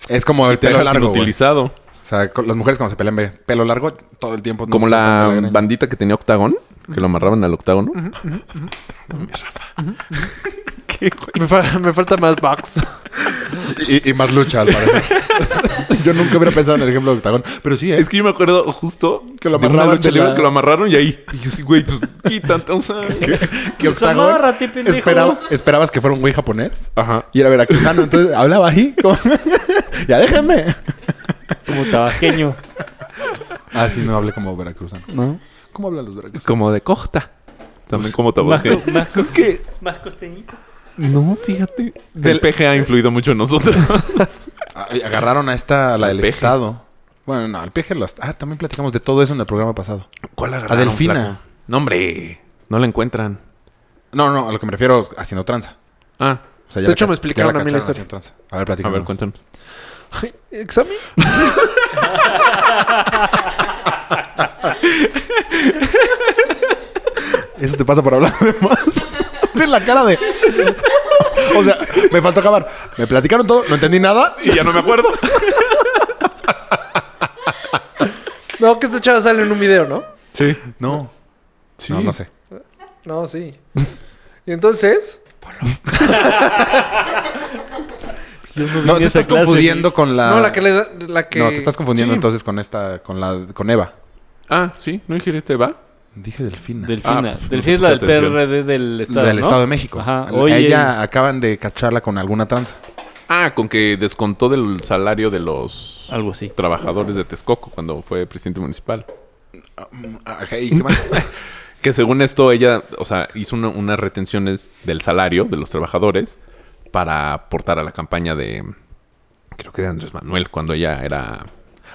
S2: Es como el
S5: Te
S2: pelo
S5: dejan
S2: largo. güey.
S5: utilizado.
S2: O sea, con- las mujeres cuando se pelean ve pelo largo todo el tiempo. no
S5: Como
S2: se
S5: la
S2: sacan playera.
S5: bandita que tenía octagón, que lo amarraban al octágono. Mi Rafa. ¿Qué, güey?
S6: Me, fa- me falta más box.
S2: Y, y más lucha, al parecer. Yo nunca hubiera pensado en el ejemplo de octagón. Pero sí, ¿eh?
S5: Es que yo me acuerdo justo
S2: Que lo
S5: de una
S2: amarraban
S5: lucha
S2: de
S5: libre
S2: la-
S5: que lo amarraron y ahí. Y yo sí, güey, pues quitan, o sea,
S2: que
S4: Pues amárrate, pendejo.
S2: esperaba- esperabas que fuera un güey japonés
S5: Ajá.
S2: y era veracruzano. Entonces hablaba así. como, ya déjenme.
S4: Como tabaqueño,
S2: Ah, sí, no hablé como veracruzano.
S4: ¿no?
S2: ¿Cómo hablan los veracruzanos?
S5: Como de cojta. También como
S4: Más,
S5: tabaje.
S4: más, cos-
S5: que
S4: más costeñito.
S5: no, fíjate. El PG ha influido mucho en nosotros.
S2: Ah, y Agarraron a esta, a la
S5: Al
S2: del
S5: peje.
S2: Estado. Bueno, no, al peje. las- Ah, también platicamos de todo eso en el programa pasado.
S5: ¿Cuál
S2: agarraron, flaco?
S5: No, hombre. No la encuentran.
S2: No, no, a lo que me refiero es haciendo tranza.
S5: Ah,
S2: O sea,
S6: De
S2: la
S6: hecho,
S2: ca-
S6: me explicaron
S2: ya
S6: a mí la
S2: cacharon
S6: historia.
S2: haciendo tranza. A ver,
S5: a
S2: platícanos.
S5: ver, cuéntanos.
S6: Ay, ¿Examen?
S2: Eso te pasa por hablar de más. Ve la cara de. O sea, me faltó acabar. Me platicaron todo, no entendí nada.
S5: Y ya no me acuerdo.
S6: No, que esta chava sale en un video, ¿no?
S5: Sí.
S2: No. No, no sé.
S6: No, sí. Y entonces...
S4: Yo no,
S2: No, te estás confundiendo con la.
S6: No, la que le da- la que...
S2: No, te estás confundiendo
S5: Sí.
S2: entonces con esta, con la, con Eva.
S5: Ah, sí. ¿No dijiste, va?
S2: Dije Delfina.
S5: Ah,
S4: Delfina.
S5: pues,
S4: Delfina es
S5: no
S4: la del
S5: puse atención.
S4: PRD del Estado.
S2: del
S4: ¿no?
S2: Estado de México.
S4: Ajá.
S2: A
S4: Oye,
S2: ella acaban de cacharla con alguna tranza.
S5: Ah, con que descontó del salario de los
S4: Algo así.
S5: trabajadores de Texcoco cuando fue presidente municipal.
S2: Ah, hey, ¿qué más?
S5: Que según esto ella, o sea, hizo una- unas retenciones del salario de los trabajadores para aportar a la campaña de, creo que de Andrés Manuel, cuando ella era...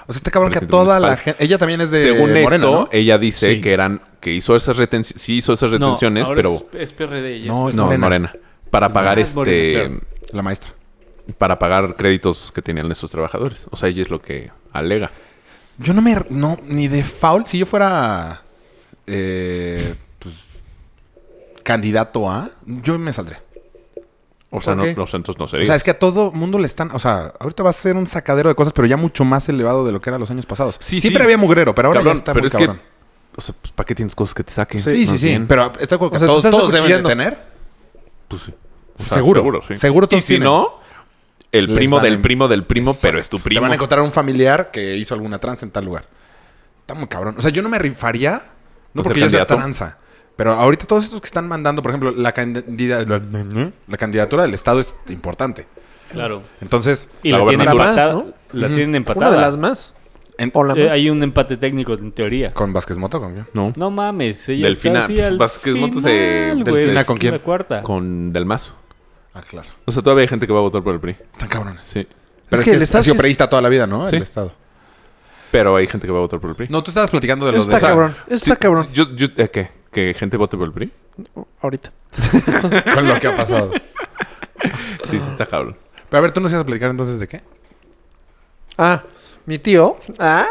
S2: o sea, está cabrón que a
S5: Presidente
S2: toda la
S5: municipal.
S2: gente. Ella también es de
S5: según
S2: Morena,
S5: esto, eh,
S2: ¿no?
S5: ella dice
S4: Sí.
S5: que eran, que hizo esas retenciones, sí hizo esas
S4: No,
S5: retenciones,
S4: ahora
S5: pero...
S4: Es, es PRD. ella
S2: No,
S4: es-
S2: es
S5: no,
S2: Morena.
S5: Morena. Para pagar
S4: Ah, es
S5: este...
S4: Morena,
S2: La maestra.
S5: Para pagar créditos que tenían esos trabajadores. O sea, ella es lo que alega.
S2: Yo no me. No, ni de foul. Si yo fuera. Eh, pues. Candidato a. Yo me saldré.
S5: O sea,
S6: ¿Por
S5: no,
S6: qué?
S5: los centros no
S2: O
S5: sería.
S2: sea, es que a todo mundo le están. O sea, ahorita va a ser un sacadero de cosas, pero ya mucho más elevado de lo que era los años pasados.
S5: Sí,
S2: Siempre
S5: sí.
S2: había mugrero, pero ahora
S5: Cabrón,
S2: ya está
S5: pero
S2: muy
S5: es
S2: cabrón.
S5: que O sea, pues, ¿para qué tienes cosas que te saquen?
S2: Sí, sí,
S5: Más
S2: sí.
S5: bien.
S2: Pero está acuerdo que
S6: O sea, te
S2: todos,
S6: estás
S2: todos deben de
S6: acuchillando.
S2: tener.
S5: Pues sí. O sea,
S2: Seguro. Seguro,
S5: Seguro, sí.
S2: todos
S5: y si
S2: tienen.
S5: no, el
S2: Les
S5: primo
S2: van
S5: del
S2: en-
S5: primo del primo, pero es tu
S2: Te
S5: primo.
S2: van a encontrar un familiar que hizo alguna tranza en tal lugar. Está muy cabrón. O sea, yo no me rifaría, no
S5: ¿Por
S2: porque yo
S5: ser
S2: sea
S5: candidato?
S2: tranza. Pero ahorita todos estos que están mandando, por ejemplo, la, candida- la, la candidatura del Estado es importante.
S4: Claro.
S2: Entonces,
S4: Y
S5: La
S4: la, tienen
S5: gobernatura.
S4: empatada.
S6: Más,
S4: La tienen empatada.
S6: Una de las más.
S2: en-
S6: O la
S4: Eh,
S6: más.
S4: hay un empate técnico en teoría.
S2: con Vázquez Moto, ¿con quién?
S5: No.
S4: No mames, ella
S5: Del
S4: está así
S5: final.
S4: al
S5: Vázquez Montes de-
S4: final,
S5: del
S4: güey,
S5: final,
S4: es
S2: ¿con quién?
S4: La cuarta.
S5: Con Del Mazo.
S2: Ah, claro.
S5: O sea, todavía hay gente que va a votar por el PRI.
S2: Están cabrones.
S5: Sí.
S2: Pero es,
S6: que
S2: que,
S6: el
S2: es-
S6: Estado
S2: ha sido
S6: sí es-
S2: priista toda la vida, ¿no?
S5: Sí.
S2: El Estado.
S5: Pero hay gente que va a votar por el PRI.
S2: No, tú estabas platicando de
S6: Eso
S2: los de...
S6: está cabrón. Eso está
S5: Sí,
S6: cabrón.
S5: Yo, yo, eh, ¿Qué? ¿Que gente vote por el PRI?
S6: Ahorita.
S2: Con lo que ha pasado. Pero
S5: Sí, sí, está cabrón.
S2: a ver, ¿tú nos ibas a platicar entonces de qué?
S6: Ah, mi tío. Ah.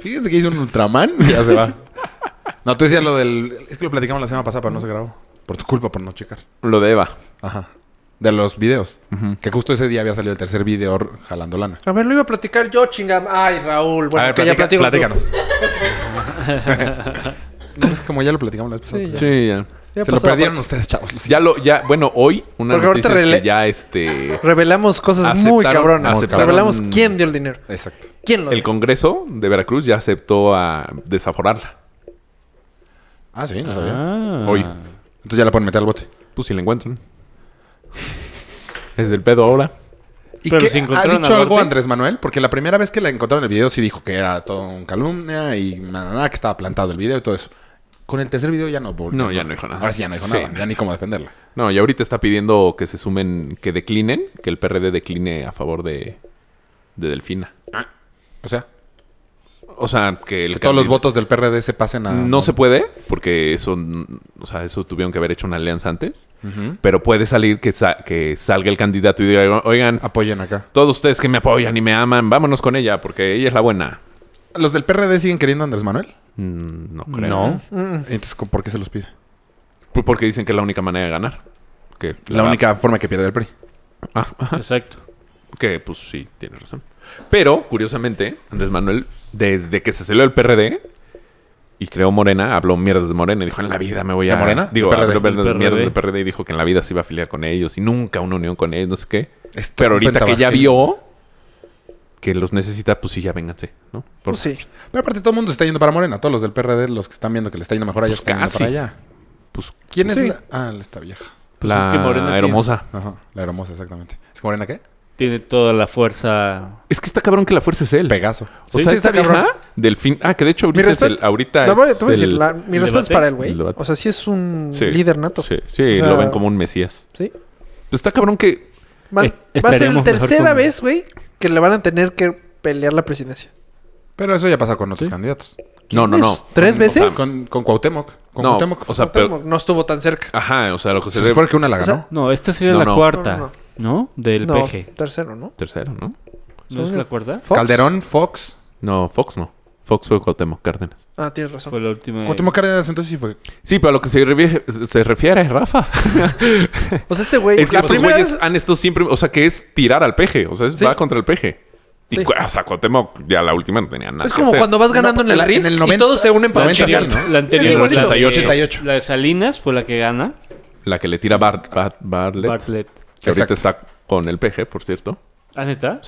S2: Fíjense que hizo un Ultraman y ya se va. No, tú decías lo del... Es que lo platicamos la semana pasada, pero no se grabó. Por tu culpa, por no checar.
S5: Lo de Eva.
S2: Ajá. De los videos. Que justo ese día había salido el tercer video r- jalando lana.
S6: A ver, lo iba a platicar yo, chingam. Ay, Raúl. Bueno,
S2: a ver,
S6: que ya platico tú.
S2: platícanos. no, es como ya lo platicamos la
S6: Sí,
S2: sí,
S6: ya.
S5: Sí, ya.
S6: Ya
S2: Se lo
S6: pasó. pues.
S2: perdieron ustedes, chavos. lo siento.
S5: Ya lo, ya, bueno, hoy una
S6: Porque ahorita
S5: noticia es
S6: rele-
S5: que ya este...
S6: Revelamos cosas muy
S5: Aceptaron-
S6: cabronas.
S5: aceptaron-
S6: Revelamos quién dio el dinero.
S2: Exacto.
S6: ¿Quién lo dio?
S5: El Congreso de Veracruz ya aceptó a desaforarla.
S2: Ah, sí, no sabía.
S4: Ah.
S5: Hoy.
S2: Entonces ya la pueden meter al bote.
S5: Pues si la encuentran. Es del pedo ahora.
S2: ¿Y
S4: Pero
S2: qué-
S4: si
S2: ha
S4: encontraron
S2: dicho
S4: al
S2: algo
S4: bote.
S2: Andrés Manuel? Porque la primera vez que la encontraron en el video sí dijo que era todo un calumnia y nada, nada, que estaba plantado el video y todo eso. Con el tercer video ya no volvió.
S5: No, ya no dijo nada.
S2: Ahora sí ya no dijo
S5: Sí,
S2: nada.
S5: no.
S2: Ya ni cómo defenderla.
S5: No, y ahorita está pidiendo que se sumen, que declinen, que el PRD decline a favor de, de Delfina.
S2: O sea,
S5: O sea, que el
S2: que todos los
S5: candidato-
S2: votos del PRD se pasen a...
S5: No se puede, porque eso, mm, o sea, eso tuvieron que haber hecho una alianza antes.
S2: Ujú.
S5: Pero puede salir que, sa- que salga el candidato y diga, oigan,
S2: Apoyen acá.
S5: todos ustedes que me apoyan y me aman, vámonos con ella, porque ella es la buena.
S2: ¿Los del PRD siguen queriendo a Andrés Manuel?
S5: Mm, No creo.
S4: No.
S6: Mm, mm.
S2: Entonces, ¿con- ¿por qué se los pide?
S5: P- Porque dicen que es la única manera de ganar. Que
S2: La única forma que pierde el PRI.
S5: Ah, ajá.
S4: Exacto.
S5: Que pues sí, tienes razón. Pero, curiosamente, Andrés Manuel, desde que se salió el PRD y creó Morena, habló mierdas de Morena y dijo, en la vida me voy
S2: ¿De
S5: a...
S2: Morena?
S5: Digo,
S2: ¿De PRD?
S5: habló
S4: ¿De
S5: mierdas
S4: PRD?
S5: de PRD y dijo que en la vida se iba a afiliar con ellos y nunca una unión con ellos, no sé qué.
S2: Está
S5: Pero
S2: un
S5: ahorita que ya
S2: pentabasquillo.
S5: vio que los necesita, pues sí, ya vénganse, ¿no? Por
S6: Pues sí.
S2: Pero aparte todo el mundo se está yendo para Morena. Todos los del PRD, los que están viendo que le está yendo mejor allá,
S5: Pues
S2: están
S5: casi.
S2: yendo para allá.
S5: Pues,
S2: ¿Quién es
S4: Sí.
S2: la...? Ah, la está vieja.
S4: Pues
S5: la
S4: es que Morena tiene-
S5: hermosa.
S2: Ajá, la hermosa, exactamente. ¿Es que Morena qué?
S4: Tiene toda la fuerza.
S5: Es que está cabrón que la fuerza es él.
S2: Pegaso.
S5: O
S2: Sí,
S5: sea,
S2: sí,
S5: esta
S2: está cabrón.
S5: vieja del fin... Ah, que de hecho
S6: Mi
S5: ahorita es
S6: respeto-
S5: el... Ahorita
S6: La verdad,
S5: es
S6: te voy a decir,
S5: el-
S6: la- mi
S4: el
S6: respeto es
S4: debate.
S6: para el güey.
S5: El debate.
S6: O sea, sí es un
S5: Sí.
S6: líder nato.
S5: Sí,
S6: Sí.
S5: sí,
S6: O sea-
S5: lo ven como un mesías. Pues está cabrón que...
S4: Eh,
S6: Va, va a ser la
S4: esperemos mejor
S6: tercera
S4: con-
S6: vez, güey, que le van a tener que pelear la presidencia.
S2: Pero eso ya pasa con otros candidatos.
S5: No, no, no.
S6: ¿Tres
S5: Con-
S6: veces?
S2: Con, con Cuauhtémoc. Con
S5: No,
S2: Cuauhtémoc.
S5: o sea, pero... Ah,
S6: No estuvo tan cerca.
S5: Ajá, o sea, lo que se
S2: se
S5: ve...
S2: supone que una la
S6: o sea,
S2: ganó.
S4: No, esta sería
S5: No,
S4: la
S5: no.
S4: cuarta,
S6: No, no,
S4: no, Del
S6: no,
S4: PG.
S6: tercero, ¿no?
S5: Tercero, ¿no?
S4: ¿No es la cuarta?
S6: Fox.
S2: Calderón, Fox.
S5: No, Fox no. Fox fue Cuauhtémoc Cárdenas.
S6: Ah, tienes razón.
S4: Fue la última.
S2: Cuauhtémoc Cárdenas entonces sí fue...
S5: Sí, pero a lo que se, refiere- se refiere Rafa.
S6: O sea, este güey.
S5: es que
S6: la
S5: los
S6: primera
S5: güeyes
S6: vez-
S5: han estado siempre... O sea, que es tirar al peje. O sea, es,
S6: Sí.
S5: va contra el peje. Y,
S6: Sí.
S5: cu- O sea, Cuauhtémoc ya la última Ah, no tenía nada
S6: Es
S5: que
S6: como
S5: hacer.
S6: cuando vas ganando en el
S2: la- en
S6: RIS
S2: el
S6: y
S2: 90,
S6: todos se unen para
S2: la 90,
S6: chingar.
S2: sí, ¿no?
S4: La anterior,
S6: Es
S5: igualito.
S4: la,
S5: 88.
S2: 88.
S4: la de Salinas fue la que gana.
S5: La que le tira Bart, Bart- Bartlett,
S4: Bartlett.
S5: Que ahorita
S2: Exacto.
S5: está con el peje, por cierto.
S4: ¿Ah, neta?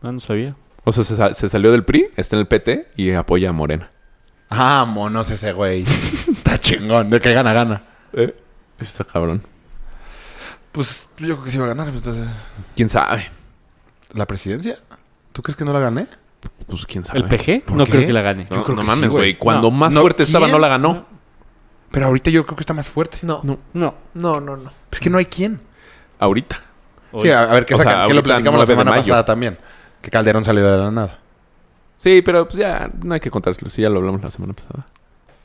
S4: No, no sabía.
S5: O sea, se, sa- se salió del PRI, está en el PT y apoya a Morena.
S2: Ah, monos ese güey. está chingón. De que gana, gana.
S5: Eh, Está cabrón.
S2: Pues yo creo que sí iba a ganar. pues, entonces,
S5: ¿Quién sabe?
S2: ¿La presidencia? ¿Tú crees que no la gané?
S5: Pues quién sabe.
S4: ¿El PG?
S2: ¿Por
S4: No
S2: qué?
S4: creo que la gane.
S5: No,
S2: Yo creo
S5: no
S2: que sí,
S5: mames,
S2: güey.
S5: güey. Cuando
S4: No.
S5: más
S2: No,
S5: fuerte estaba,
S2: ¿quién?
S5: no la ganó.
S2: Pero ahorita yo creo que está más fuerte.
S6: No,
S5: No.
S4: No.
S6: no, no, no.
S2: Es que no hay quién.
S5: Ahorita.
S2: Sí, ah, a, a ver, que,
S5: O sea,
S2: sacan, que lo
S5: ahorita
S2: platicamos la
S5: 9 de
S2: semana
S5: mayo.
S2: pasada también. Que Calderón salió de la nada.
S5: Sí, pero pues ya no hay que contárselo. Sí, ya lo hablamos la semana pasada.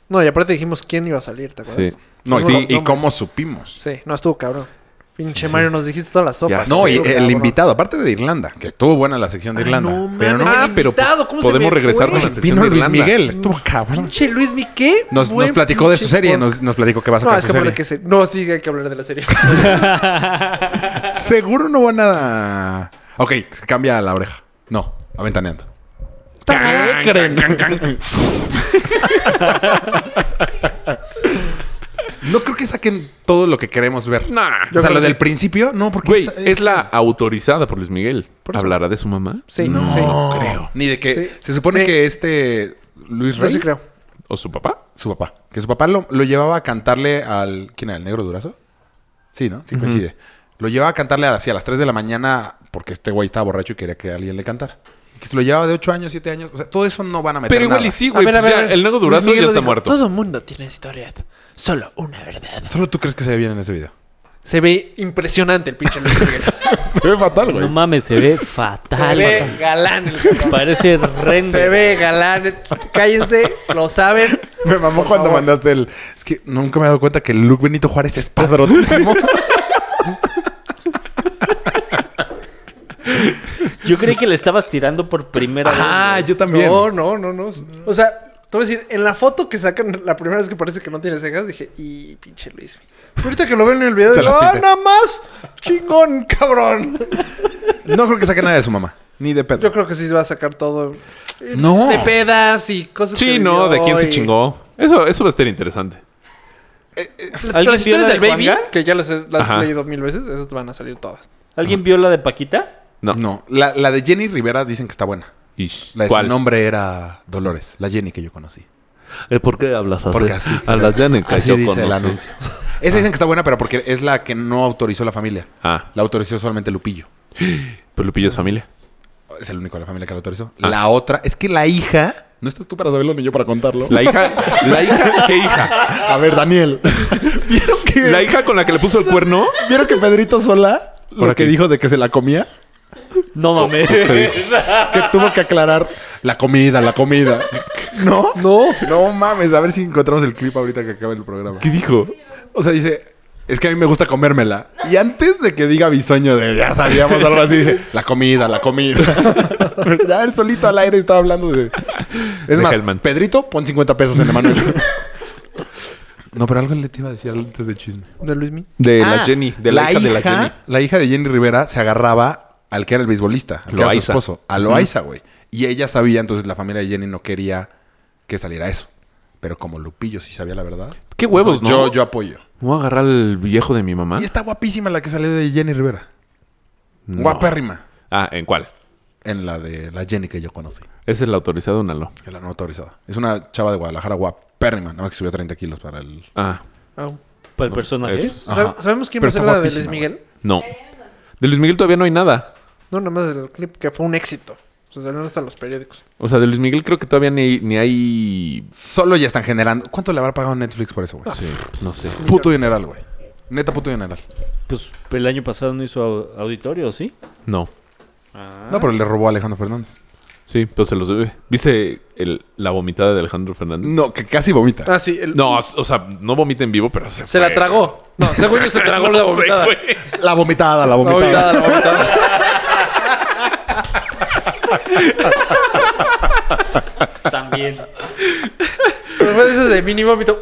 S6: No, y aparte dijimos quién iba a salir, ¿te
S5: Sí.
S6: acuerdas?
S2: No, pues,
S6: Fueron
S2: sí,
S6: los
S2: y
S6: nombres.
S2: cómo supimos.
S6: Sí, no, estuvo cabrón. Pinche Mario, nos dijiste todas las
S5: Ya
S6: sopas.
S5: sé.
S2: No, y
S6: Estuvo
S2: el
S6: cabrón.
S2: invitado, aparte de Irlanda, que estuvo buena la sección de
S6: Ay,
S2: Irlanda.
S6: no
S2: pero no
S6: mames, Ah, el
S5: pero
S6: invitado,
S5: po-
S6: ¿cómo se
S5: podemos
S6: me
S5: regresar
S6: fue?
S5: con la sección
S2: vino
S5: de
S2: Luis
S5: Irlanda.
S2: Miguel, estuvo cabrón.
S6: Pinche Luis Miquel.
S2: Nos, nos
S6: buen
S2: platicó de su
S6: pinche
S2: serie,
S6: porno.
S2: nos, nos platicó que va a
S6: No,
S2: sacar
S6: es
S2: su
S6: que aparte
S2: serie.
S6: que se... No, sí, hay que hablar de la serie.
S2: Seguro no van a... Ok, se cambia la oreja. No, aventaneando.
S6: tarara.
S2: No creo que saquen todo lo que queremos ver.
S5: Nah.
S2: o sea,
S6: creo
S2: lo
S6: que
S2: del
S6: sí.
S2: principio, no, porque
S5: Güey, es la autorizada por Luis Miguel.
S6: Por eso.
S5: ¿Hablará de su mamá?
S6: Sí,
S2: No,
S6: sí.
S2: creo. Ni de que.
S6: Sí.
S2: Se supone
S6: Sí.
S2: que este Luis
S6: Yo
S2: Rey,
S6: sí creo.
S5: ¿O su papá?
S2: su papá, que su papá lo, lo llevaba a cantarle al. ¿Quién era? ¿El negro durazo? Sí, ¿no? Sí, coincide. Lo llevaba a cantarle así a las 3 de la mañana porque este güey estaba borracho y quería que alguien le cantara. Que se lo llevaba de 8 años, 7 años. O sea, todo eso no van a meter.
S5: Pero igual
S2: nada.
S5: y sí, güey. pues ya, el Nego
S6: Luis
S5: Durazo ya
S6: Miguel lo
S5: está
S6: dijo,
S5: muerto.
S6: Todo mundo tiene historias. Solo una verdad.
S2: Solo tú crees que se ve bien en ese video.
S6: Se ve impresionante el pinche Luis Miguel.
S5: Se ve fatal,
S4: No mames, se ve fatal. Maca.
S6: galán el cabrón.
S4: Parece render.
S6: Se ve galán. Cállense, lo saben.
S2: Me mamó cuando mandaste el. Es que nunca me he dado cuenta que el Luke Benito Juárez es padrotísimo.
S4: Yo creí que le estabas tirando por primera
S2: ah,
S4: vez.
S2: yo también.
S6: No, no, no, no. O sea, te voy a decir, en la foto que sacan la primera vez que parece que no tiene cejas, dije, y pinche Luis. Miguel". Ahorita que lo ven en el video,
S2: Se
S6: digo,
S2: las
S6: ¡ah,
S2: pinta.
S6: nada más! ¡Chingón, cabrón!
S2: No creo que saque nada de su mamá. Ni de pedo.
S6: Yo creo que sí se va a sacar todo.
S2: No.
S6: De pedas y cosas
S5: Sí,
S6: que
S5: no,
S6: vivió
S5: de quién se
S6: y-
S5: chingó. Eso, eso va a estar interesante.
S6: La-
S4: ¿Alguien
S6: Las
S4: vio la
S6: historias del
S4: de
S6: baby,
S4: Juanga?
S6: que ya las, he- las
S5: Ajá.
S6: he leído mil veces, esas van a salir todas.
S4: ¿Alguien vio la de Paquita?
S5: No.
S2: No, la, la de Jenny Rivera dicen que está buena.
S5: Ish.
S2: La de
S5: ¿Cuál?
S2: su nombre era Dolores, la Jenny que yo conocí.
S5: Eh, ¿Por qué hablas así?
S2: Porque así-
S5: a las Janet que
S2: Así
S5: yo
S2: dice el
S5: conocí.
S2: anuncio. Esa dicen que está buena, pero porque es la que no autorizó la familia.
S5: Ah,
S2: La autorizó solamente Lupillo.
S5: pero Lupillo es familia.
S2: Es el único de la familia que la autorizó.
S5: Ah.
S2: La otra, es que la hija. No estás tú para saberlo ni yo para contarlo.
S5: La hija, la hija, ¿qué hija?
S2: A ver, Daniel. ¿Vieron que,
S5: La hija con la que le puso el cuerno.
S2: ¿vieron que Pedrito Sola lo
S5: Ahora
S2: que
S5: qué
S2: dijo de que se la comía?
S4: No mames.
S2: Que tuvo que aclarar la comida, la comida. ¿No? No. No mames, a ver si encontramos el clip ahorita que acabe el programa.
S5: ¿Qué dijo?
S2: O sea, dice, es que a mí me gusta comérmela. Y antes de que diga bisoño de ya sabíamos algo así, dice, la comida, la comida. ya él solito al aire estaba hablando de. Es
S5: De
S2: más,
S5: Hellmann's.
S2: Pedrito, pon 50 pesos en Emanuel. no, pero algo le te iba a decir antes de chisme.
S6: ¿De Luis Miguel?
S5: De la Jenny, de la, hija, de la Jenny.
S2: La hija de Jenny Rivera se agarraba al que era el beisbolista, al que era su
S5: Loaiza.
S2: esposo, a Loaiza, güey. Y ella sabía, entonces la familia de Jenny no quería que saliera eso. Pero como Lupillo sí sabía la verdad.
S5: Qué huevos, Pues ¿no?
S2: Pues Yo, yo apoyo.
S5: Voy a agarrar al viejo de mi mamá.
S6: ¿Ah?
S2: Y está guapísima la que salió de Jenny Rivera.
S5: No.
S2: Guapérrima.
S5: Ah, ¿en cuál?
S2: En la de la Jenny que yo conocí.
S5: Esa es la autorizada, una lo.
S2: En la no autorizada. Es una chava de Guadalajara guapérrima. Nada más que subió 30 kilos para el...
S5: Ah,
S6: Ah.
S4: Pues personaje.
S5: es-
S2: Ajá.
S6: ¿Sab- ¿Sabemos quién
S2: Pero
S6: va a ser
S2: está
S6: la de Luis
S2: guapísima,
S6: Miguel?
S5: no. De Luis Miguel todavía no hay nada.
S6: No, nada más el clip que fue un éxito. Se salieron hasta los periódicos.
S5: O sea, de Luis Miguel creo que todavía ni, ni hay.
S2: Solo ya están generando... ¿Cuánto le habrá pagado Netflix por
S6: Ah,
S2: eso, güey?
S5: Sí, no sé.
S2: Puto dineral, güey. Neta puto dineral.
S4: Pues el año pasado no hizo au- auditorio, ¿sí?
S5: No.
S6: Ah.
S2: No, pero le robó a Alejandro Fernández.
S5: Sí, pero se los debe. ¿Viste el- la vomitada de Alejandro Fernández?
S2: No, que casi vomita.
S6: Ah, sí. el-
S5: No, o sea, no vomita en vivo, pero se
S6: Se la tragó. No, según yo se tragó la vomitada.
S2: La vomitada, la
S6: La vomitada, la vomitada.
S4: También.
S6: Pero fue de esas de mini vómito.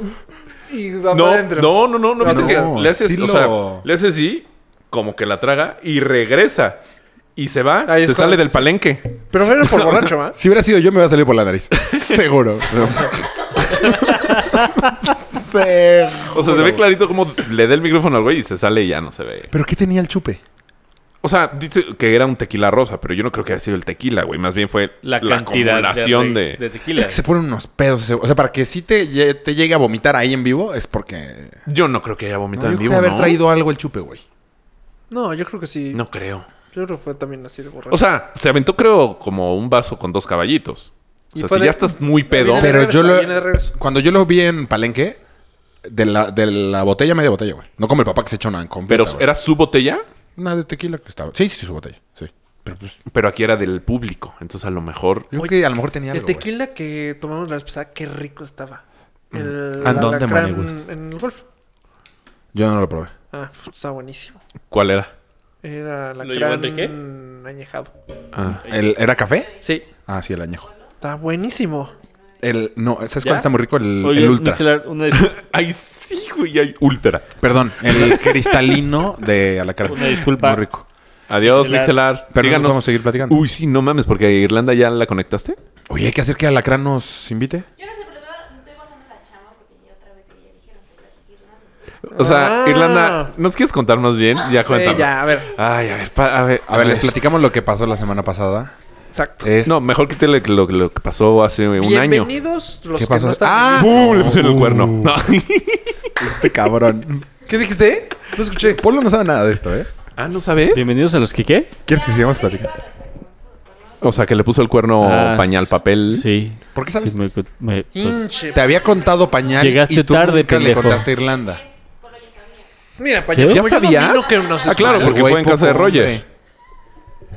S6: Y va para
S5: No,
S6: adentro.
S5: no, no, no, no, viste
S2: no,
S5: que le haces,
S2: sí
S5: o sea,
S2: lo-
S5: le haces así, como que la traga y regresa. Y se va,
S6: Ahí
S5: se
S6: es
S5: sale
S6: cuando-
S5: del palenque.
S6: Pero fue por borracho, ¿ah?
S2: Si hubiera sido yo, me iba a salir por la nariz. Seguro.
S5: O sea, se ve clarito como le da el micrófono al güey y se sale y ya no se ve.
S2: ¿Pero qué tenía el chupe?
S5: O sea, dice que era un tequila rosa, pero yo no creo que haya sido el tequila, güey. Más bien fue la,
S4: La, cantidad
S5: acumulación de...
S4: tequila.
S2: Es que se ponen unos pedos. ese- O sea, para que sí te, lle- te llegue a vomitar ahí en vivo es porque...
S5: Yo no creo que haya
S2: No,
S5: vomitado
S2: yo
S5: en
S2: creo
S5: vivo,
S2: que haber
S5: ¿no?
S2: traído algo el chupe, güey.
S6: No, yo creo que sí.
S5: No creo.
S6: Yo creo que fue también así de borracho.
S5: O sea, se aventó, creo, como un vaso con dos caballitos. O
S6: Y
S5: sea, si
S6: puede-
S5: ya estás muy pedo...
S6: Viene de
S2: Pero
S6: regreso,
S2: yo lo-
S6: viene de regreso.
S2: Cuando yo lo vi en Palenque, de la, de la botella, media botella, güey. No como el papá que se echa una completa,
S5: Pero
S2: güey.
S5: era su botella,
S2: Una de tequila que estaba. Sí, sí, sí, su botella. Sí. Pero pues...
S5: pero aquí era del público. Entonces, a lo mejor...
S2: Yo creo que a lo mejor tenía
S6: El
S2: algo, güey.
S6: tequila que tomamos la vez pasada, qué rico estaba.
S5: Mm.
S6: El
S5: Ah,
S2: ¿A dónde,
S6: alacrán
S2: Maniguis?
S6: En el golf.
S2: Yo no lo probé.
S6: Ah, pues, estaba buenísimo.
S5: ¿Cuál era?
S6: Era la
S4: ¿Lo llevó Enrique?
S6: añejado.
S5: Ah.
S2: ¿El- ¿Era café?
S6: Sí.
S2: Ah, sí, el añejo.
S6: Está buenísimo. El...
S2: El... No, ¿sabes
S4: ¿Ya?
S2: cuál está muy rico? El,
S4: Oye,
S2: el ultra.
S4: Micelar, una, dis-
S5: Ay, sí, güey. Ay, ultra.
S2: Perdón, el cristalino de Alacrán.
S4: Una disculpa.
S2: Muy rico.
S5: Adiós,
S2: Pero
S4: Mixelar.
S5: Mixelar.
S2: nosotros
S5: Síganos.
S2: vamos a seguir platicando.
S5: Uy, sí, no mames, porque a Irlanda ya la conectaste.
S2: Uy, Oye, hay que hacer que Alacrán nos invite.
S1: Yo no sé, pero me estoy bajando la chama porque ya otra vez ella dijeron que
S5: O sea,
S6: Ah.
S5: Irlanda, ¿nos quieres contar más bien? Ya cuéntame.
S6: Sí, ya, a ver.
S5: Ay, a ver, pa- a ver.
S2: A ver, les platicamos lo que pasó la semana pasada.
S6: Exacto.
S2: Es-
S5: No, mejor quítale lo, lo que pasó hace Eh, un año.
S6: Bienvenidos los
S2: ¿Qué
S6: que
S2: pasó?
S6: no están...
S2: ¡Ah!
S5: ¡Bum! Le pusieron el
S2: Uh.
S5: cuerno. No. pues,
S2: Este cabrón.
S6: ¿Qué dijiste? No escuché.
S2: Polo no sabe nada de esto, ¿eh?
S5: Ah, ¿no sabes?
S4: Bienvenidos a los que qué?
S2: ¿Quieres que sigamos platicando?
S5: O sea, que le puso el cuerno
S4: Ah,
S5: pañal
S4: sí.
S5: papel.
S4: Sí.
S2: ¿Por qué sabes?
S4: Sí, me- me- pues,
S6: Hinche.
S2: Te había contado pañal
S4: Llegaste
S2: y tú
S4: tarde,
S2: nunca le
S4: pendejo.
S2: contaste a Irlanda.
S6: Mira, pa'
S4: ¿Qué?
S6: allá,
S5: ¿Ya
S6: como yo
S5: sabías?
S6: domino que nos
S5: Ah, claro,
S6: escuchan.
S5: porque
S2: Güey,
S5: fue en casa de
S2: poco
S5: Roger.
S2: hombre.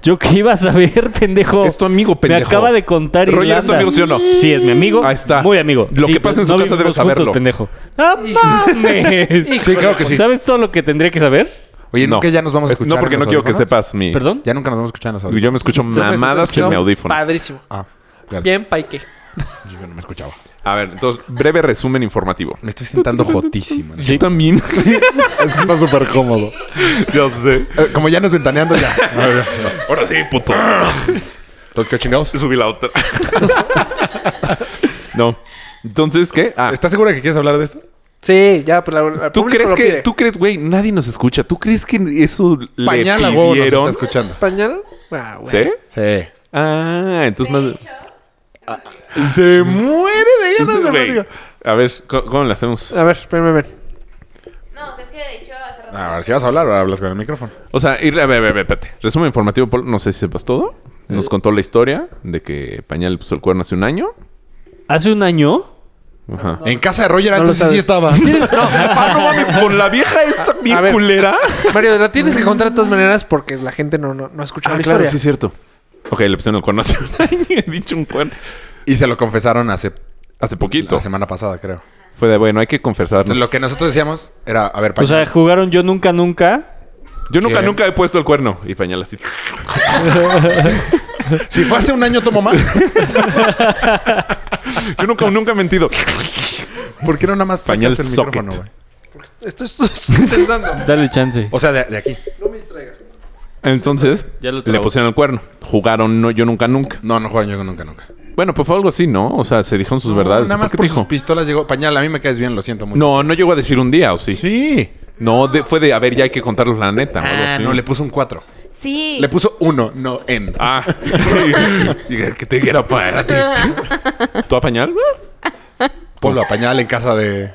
S4: ¿Yo qué iba a saber, pendejo?
S5: Es tu amigo, pendejo.
S4: Me acaba de contar
S5: Roger,
S4: Irlanda.
S5: ¿es tu amigo, sí o no?
S4: Sí, es mi amigo.
S5: Ahí está.
S4: Muy amigo.
S5: Lo
S4: Sí,
S5: que pasa en su
S4: no
S5: casa debes
S4: vivimos juntos,
S5: saberlo.
S4: pendejo. ¡Ah, mames!
S2: Sí, claro que sí.
S4: ¿Sabes todo lo que tendría que saber?
S2: Oye,
S5: No.
S2: ¿no que ya nos vamos a
S5: Es-
S2: escuchar?
S5: No, porque
S2: en
S5: no
S2: los
S5: quiero que
S2: audífonos?
S5: sepas mi.
S4: ¿Perdón?
S2: Ya nunca nos vamos a escuchar en los
S5: Yo
S2: audífonos.
S5: me escucho
S6: Entonces,
S5: mamadas en
S6: escucharon
S5: mi audífono.
S6: Padrísimo.
S2: Ah, gracias.
S6: Bien, Paike.
S2: Yo no me escuchaba.
S5: A ver, entonces, breve resumen informativo.
S2: Me estoy sentando jotísimo. ¿no?
S4: Sí.
S5: también.
S2: Es que está súper cómodo.
S5: ya sé.
S2: Eh, Como ya nos ventaneando ya. A ver, no.
S5: Ahora sí, puto.
S2: Entonces, ¿qué chingados?
S5: Subí la otra. no. Entonces, ¿qué? Ah,
S2: ¿Estás segura que quieres hablar de esto?
S6: Sí, ya, pues la, al
S5: ¿tú
S6: Este, público
S5: crees
S6: lo
S5: que,
S6: pide.
S5: tú crees, güey, nadie nos escucha? ¿Tú crees que eso le
S2: Pañal a huevo nos está
S5: pidieron?
S2: escuchando.
S6: pañal? Ah, güey.
S5: ¿Sí?
S2: Sí.
S5: Ah, entonces más...
S2: Se muere de ganas de
S5: Güey,
S2: platicar.
S5: A ver, ¿cómo, cómo le hacemos?
S6: A ver, espérame, a ver.
S1: No, o sea, es que de hecho hace rato.
S5: Ah,
S2: A ver, si vas a hablar, ahora hablas con el micrófono.
S5: O sea, ir- a ver, a ver, a ver, espérate. Resumen informativo, Paul, no sé si sepas todo. Nos
S6: Eh.
S5: contó la historia de que Pañal le puso el cuerno hace un año.
S4: Hace un año.
S5: Ajá.
S2: En casa de Roger
S6: lo
S2: entonces sí
S6: sabes.
S2: estaba.
S5: Ah, no mames, con la vieja esta
S6: A ver.
S5: culera.
S6: Mario, la tienes que contar de todas maneras porque la gente no, no, no ha escuchado
S5: Ah,
S6: la
S5: claro,
S6: historia.
S5: sí es cierto. Ok, le pusieron el cuerno hace un año. He dicho un cuerno.
S2: Y se lo confesaron hace
S5: Hace poquito.
S2: la semana pasada, creo.
S5: Fue de, bueno, hay que confesarnos.
S2: Entonces, lo que nosotros decíamos era, a ver,
S4: O sea,
S2: pañal.
S4: jugaron yo nunca, nunca.
S5: Yo nunca,
S2: ¿Qué?
S5: nunca he puesto el cuerno. Y Pañal así.
S2: si fue hace un año tomo más,
S5: Yo nunca, nunca he mentido.
S2: ¿por qué no nada más
S5: Pañal
S2: sacas el
S5: socket.
S2: micrófono, güey?
S6: Esto esto estoy intentando.
S4: Dale chance.
S2: O sea, de, de aquí.
S5: Entonces,
S4: Ya lo
S5: le
S4: trabo.
S5: pusieron el cuerno. Jugaron no, yo nunca, nunca.
S2: No, no juegan yo nunca, nunca.
S5: Bueno, pues fue algo así, ¿no? O sea, se dijeron sus verdades.
S2: Nada más
S5: qué
S2: por
S5: te
S2: sus pistolas llegó. Pañal, a mí me caes bien, lo siento mucho.
S5: No, no llegó a decir un día, ¿o sí?
S2: Sí.
S5: No, de- fue de, a ver, ya hay que contarlos la neta. o algo
S2: Ah,
S5: así.
S2: no, le puso un 4.
S1: Sí.
S2: Le puso 1, no en.
S5: Ah, Dije, Ah. que te quiera para ti. ¿Tú a pañal?
S2: Pueblo a pañal en casa de.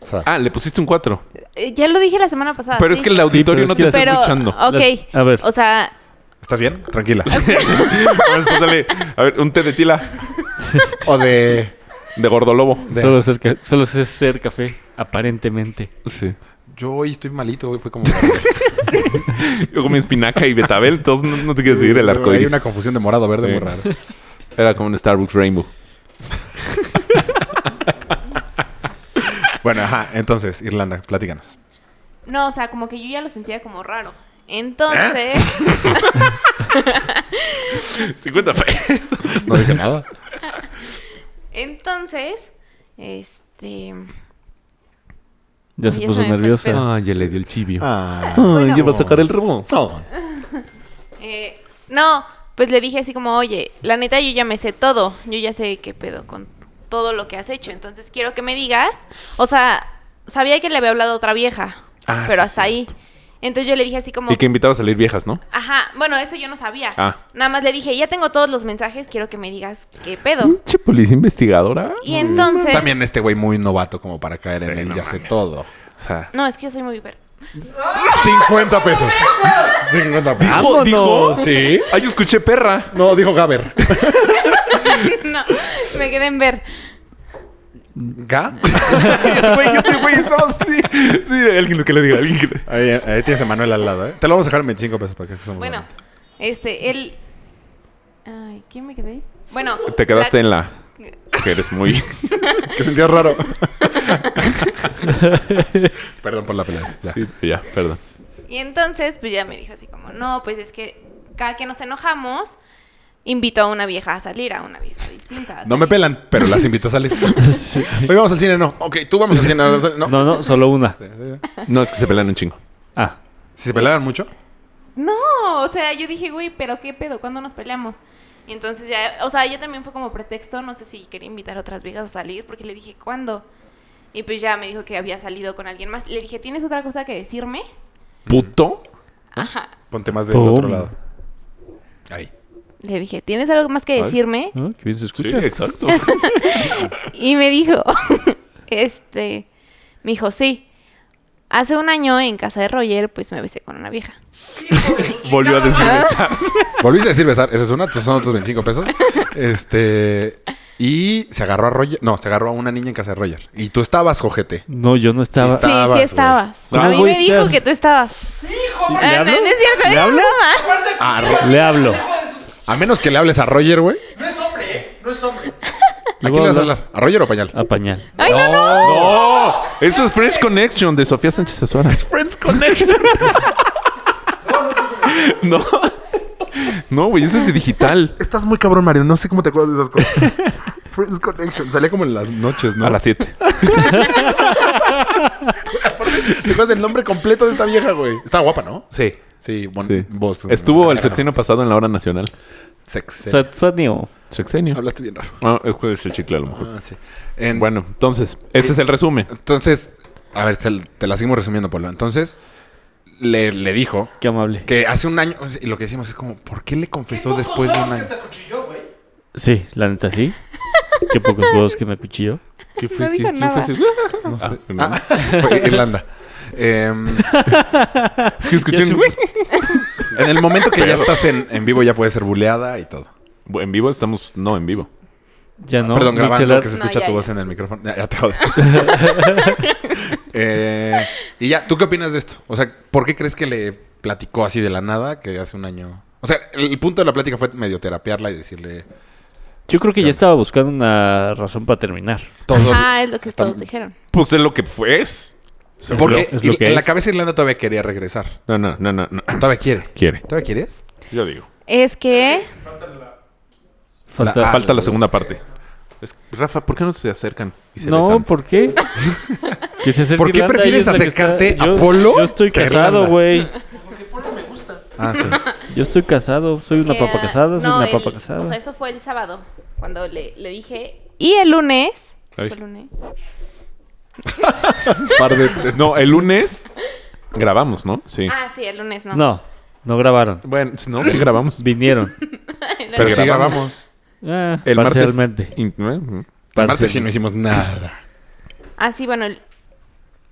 S2: O sea,
S5: Ah, le pusiste un 4.
S1: Eh, Ya lo dije la semana pasada.
S5: Pero
S1: sí.
S5: es que el
S4: pero
S5: auditorio
S4: es
S5: no
S4: que
S5: te
S4: la-
S5: está
S1: Pero,
S5: escuchando.
S1: ok.
S4: Las- a ver.
S1: O sea,
S2: ¿Estás bien? Tranquila.
S5: Ahora después dale, a ver, un té de tila
S2: o de.
S5: de gordolobo.
S4: Solo, hacer ca- solo sé hacer café, aparentemente.
S5: Sí.
S2: Yo hoy estoy malito, güey. Fue como.
S5: Yo comí espinaca y betabel, entonces no, no te quiero seguir el arco
S2: Hay
S5: iris.
S2: una confusión de morado verde
S5: Sí.
S2: muy raro.
S5: Era como un Starbucks Rainbow.
S2: Bueno, ajá. Entonces, Irlanda, platícanos.
S1: no, o sea, como que yo ya lo sentía como raro. Entonces,
S5: ¿Eh? 50 pesos.
S2: No dije nada.
S1: entonces, este.
S4: Ya se
S1: Ya se
S4: puso
S1: me fue el
S4: nerviosa.
S1: pedo.
S5: Ah, ya le dio el chivio.
S2: Ah.
S1: Bueno.
S5: ya va a sacar el remo.
S1: Eh, no, pues le dije así como, oye, la neta yo ya me sé todo, yo ya sé qué pedo con todo lo que has hecho, entonces quiero que me digas, o sea, sabía que le había hablado a otra vieja,
S5: Ah,
S1: pero
S5: sí,
S1: hasta ahí. Entonces yo le dije así como,
S5: Y que invitaba a salir viejas, ¿no?
S1: ajá, bueno, eso yo no sabía.
S5: Ah.
S1: Nada más le dije, ya tengo todos los mensajes, quiero que me digas qué pedo.
S5: Che, policía investigadora.
S1: Y entonces...
S2: También este güey muy novato como para caer
S5: Sí,
S2: en él,
S5: no
S2: ya sé
S5: mames.
S2: todo.
S5: O sea,
S1: No, es que yo soy muy ver.
S2: 50 pesos. 50 pesos.
S5: ¿Dijo? ¿Dijo?
S2: Sí.
S5: Ay, yo escuché perra.
S2: No, dijo Gaber.
S1: no, me quedé en ver.
S2: ¿Ga?
S5: Güey, yo te güey, estaba así. Sí, alguien que le diga, alguien que le
S2: Ahí, ahí tienes a Manuel al lado, ¿eh? Te lo vamos a dejar en 25 pesos para que somos
S1: Bueno,
S2: bonitos.
S1: este, él... Ay, ¿quién me quedé? Bueno,
S5: Te quedaste
S1: la-
S5: en la. Que eres muy.
S2: Que sentías raro. Perdón por la pelea. Ya.
S5: Sí, ya, perdón.
S1: Y entonces, pues ya me dijo así como, no, pues es que cada que nos enojamos, invito a una vieja a salir, a una vieja distinta. a
S2: No me
S1: salir".
S2: pelan, pero las invito a salir. Hoy vamos al cine, no. Ok, tú vamos al cine. No.
S4: No, no, solo una.
S5: No, es que se pelan un chingo.
S4: Ah.
S2: Si se pelearan mucho.
S1: No, o sea, yo dije, güey, pero qué pedo, ¿cuándo nos peleamos? Y entonces ya, o sea, ella también fue como pretexto, no sé si quería invitar a otras viejas a salir, porque le dije, ¿cuándo? Y pues ya me dijo que había salido con alguien más. Le dije, ¿tienes otra cosa que decirme?
S5: ¿Puto?
S2: Ponte más del
S4: Pum.
S2: otro lado. Ahí.
S1: Le dije, ¿tienes algo más que
S5: Ay.
S1: decirme?
S4: ¿No? Que Ah, bien se
S5: ¿Eh? Sí,
S4: escucha.
S5: exacto.
S1: Y me dijo, este, me dijo, sí. Hace un año en casa de Roger, pues me besé con una vieja. Ah,
S5: Volvió a decir esa.
S2: Volviste a decir besar, esa es una, entonces son otros 25 pesos. Este. Y se agarró a Roger. No, se agarró a una niña en casa de Roger. Y tú estabas, cojete.
S4: No, yo no estaba.
S2: está- Estabas,
S1: sí, sí
S2: güey.
S1: estabas.
S4: No,
S1: a mí
S4: güey,
S1: me dijo
S4: está-
S1: que tú estabas. Ah, no,
S4: hablo?
S1: no es
S4: ¿Le
S1: cierto, era
S4: hablo?
S1: broma.
S2: A, Ro-
S4: Le hablo.
S2: a menos que le hables a Roger, güey.
S6: No es hombre, ¿eh? No es hombre.
S2: ¿A quién le vas a hablar? ¿A Roger o Pañal?
S4: A pañal.
S1: Ay, no, no.
S5: ¡No! Eso es Fresh Connection de Sofía Sánchez Azuara. Es Friends Connection. no. No, güey, eso es de digital.
S2: Estás muy cabrón, Mario. No sé cómo te acuerdas de esas cosas. Friends Connection. Salía como en las noches, ¿no?
S5: A las 7.
S2: ¿Te acuerdas del nombre completo de esta vieja, güey? Está guapa, ¿no?
S5: Sí.
S2: Sí, bueno,
S5: Sí.
S2: vos.
S5: Estuvo el sexenio pasado en la hora nacional.
S2: Sex.
S4: Satsanio.
S5: Sexenio.
S2: Hablaste bien raro.
S5: Ah, es que es el chicle a lo mejor.
S2: Ah, sí. En-
S5: Bueno, entonces, ese es el resumen.
S2: Entonces, a ver, se- te la seguimos resumiendo, Polo. Entonces, le, le dijo
S4: Qué amable.
S2: que hace un año, y lo que decimos es como, ¿por qué le confesó después de un año?
S4: Sí, la neta sí. Qué pocos huevos que me acuchilló.
S5: ¿Qué
S1: No dijo
S5: ¿Qué- qué
S1: nada.
S5: ese? Ah, no.
S2: Ah, fue Irlanda. Em,
S5: Es que escuché
S4: Ya
S5: un-
S2: en el momento que ya estás en, en vivo, ya puedes ser buleada y todo.
S5: En vivo estamos... No, en vivo.
S4: Ya no.
S2: Ah, Perdón, grabando,
S4: Mixelar.
S2: que se
S1: No,
S2: escucha
S1: ya,
S2: tu
S1: ya.
S2: voz en el micrófono. Ya, ya te jodas. Eh, y ya, ¿tú qué opinas de esto? O sea, ¿por qué crees que le platicó así de la nada que hace un año? O sea, el, el punto de la plática fue medio terapearla y decirle
S4: Yo creo que ya estaba buscando una razón para terminar.
S2: todo.
S1: Ah, es lo que todos
S2: Tam-
S1: dijeron.
S5: Pues es lo que fue. es.
S2: Porque
S4: Es lo que
S2: en la
S4: es.
S2: cabeza Irlanda todavía quería regresar.
S5: No, no, no, no. no.
S2: Todavía quiere.
S5: Quiere.
S2: ¿Todavía quieres?
S5: Yo digo.
S1: Es que
S4: Falta.
S2: La- Ah,
S5: Falta
S2: no,
S5: la
S2: no,
S5: segunda parte. Es- Rafa, ¿por qué no se acercan y se
S4: no,
S5: besan?
S4: ¿por qué? Que se acerque
S2: ¿Por qué
S4: Irlanda,
S2: prefieres
S4: ella es la que
S2: acercarte
S4: está-
S2: a
S4: yo-
S2: Polo
S4: Yo estoy
S2: que a
S4: casado,
S2: Irlanda?
S4: güey.
S2: Ah, sí.
S4: Yo estoy casado. Soy una
S1: Eh,
S4: papa casada, soy
S1: no,
S4: una
S1: el-
S4: papa casada.
S1: O sea, eso fue el sábado, cuando le, le dije. Y el lunes.
S5: Ay.
S1: ¿fue el lunes?
S5: Par de- No, el lunes grabamos, ¿no? Sí.
S1: Ah, sí, el lunes no.
S4: No, no grabaron.
S5: Bueno, si no, sí grabamos.
S4: Vinieron.
S2: Pero sí grabamos.
S5: grabamos.
S4: Ah,
S5: El martes.
S4: parcialmente.
S5: In- ¿eh?
S2: El
S4: Parcialmente.
S2: martes sí no hicimos nada.
S1: Ah, sí, bueno, el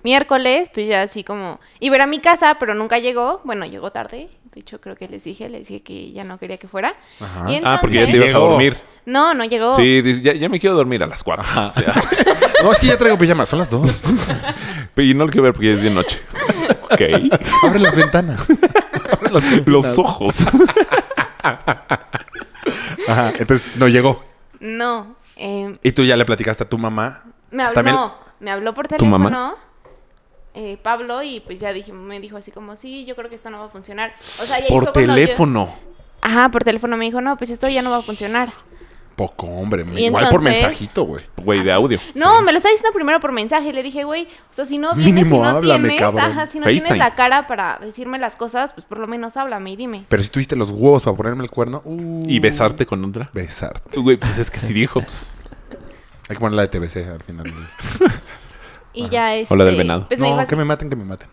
S1: miércoles, pues ya así como. Iba a ir a mi casa, pero nunca llegó. Bueno, llegó tarde. De hecho, creo que les dije, les dije que ya no quería que fuera.
S2: Ajá.
S1: Y
S5: Ah, porque ya te
S1: entonces-
S5: ibas a dormir.
S1: No, no llegó.
S5: Sí, di- ya, ya me quiero dormir a las 4.
S2: No, sí, ya traigo pijama. Son las dos.
S5: y no lo quiero ver porque ya es de noche. Ok.
S2: Abre las ventanas.
S5: Los ojos.
S2: Ajá. Entonces no llegó.
S1: No. eh,
S2: Y tú ya le platicaste a tu mamá.
S1: me habló,
S2: También-
S1: me habló por
S5: ¿Tu
S1: teléfono.
S5: mamá?
S1: eh, Pablo, y pues ya dije, me dijo así como, sí, yo creo que esto no va a funcionar. O sea, y ahí
S5: Por
S1: fue cuando yo-
S5: teléfono.
S1: Ajá, por teléfono me dijo, no, pues esto ya no va a funcionar.
S2: Poco, hombre.
S1: Y
S2: Igual por
S1: entonces-
S2: mensajito, güey.
S5: Güey, de audio.
S1: Ah, No, me lo está diciendo primero por mensaje. Y Le dije, güey, o sea, si no vienes,
S2: Mínimo
S1: si no
S2: háblame,
S1: tienes,
S2: cabrón.
S1: ajá, si no
S5: FaceTime.
S1: tienes la cara para decirme las cosas, pues por lo menos háblame y dime.
S2: Pero si tuviste los huevos para ponerme el cuerno, uh,
S5: Y besarte con otra.
S2: besarte.
S5: Güey, pues es que sí dijo. pues.
S2: Hay que poner la de TBC al final.
S1: Y ya es.
S5: la del venado.
S1: Pues me dijo
S2: no,
S1: así,
S2: que me maten, que me maten.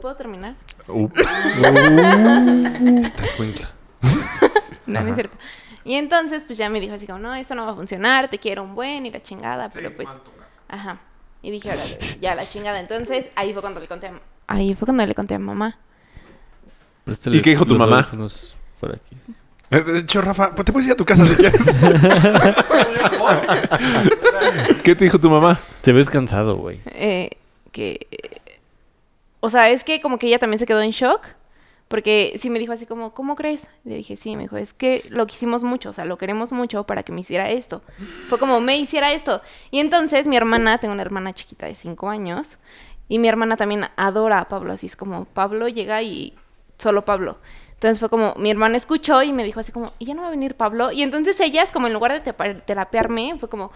S1: ¿puedo terminar?
S5: Uh,
S2: Esta escuincla.
S1: No, no es cierto. Y entonces, pues ya me dijo así como, no, esto no va a funcionar, te quiero un buen y la chingada, pero pues. Ajá. Y dije, "Órale, ya la chingada. Entonces, ahí fue cuando le conté a, ahí fue cuando le conté a mamá.
S4: Préstales
S5: ¿Y qué dijo tu
S4: los
S5: mamá?
S4: audífonos por aquí.
S2: Eh, De hecho, Rafa, pues te puedes ir a tu casa si quieres.
S5: ¿Qué te dijo tu mamá?
S4: Te ves cansado, güey.
S1: eh, que... O sea, es que como que ella también se quedó en shock, porque sí me dijo así como, ¿cómo crees? Le dije, sí, me dijo, es que lo quisimos mucho, o sea, lo queremos mucho para que me hiciera esto. Fue como, me hiciera esto. Y entonces mi hermana, tengo una hermana chiquita de 5 años, y mi hermana también adora a Pablo, así es como, Pablo llega y solo Pablo. Entonces fue como, mi hermana escuchó y me dijo así como, ¿y ya no va a venir Pablo? Y entonces ellas, como en lugar de tepa- terapearme, fue como,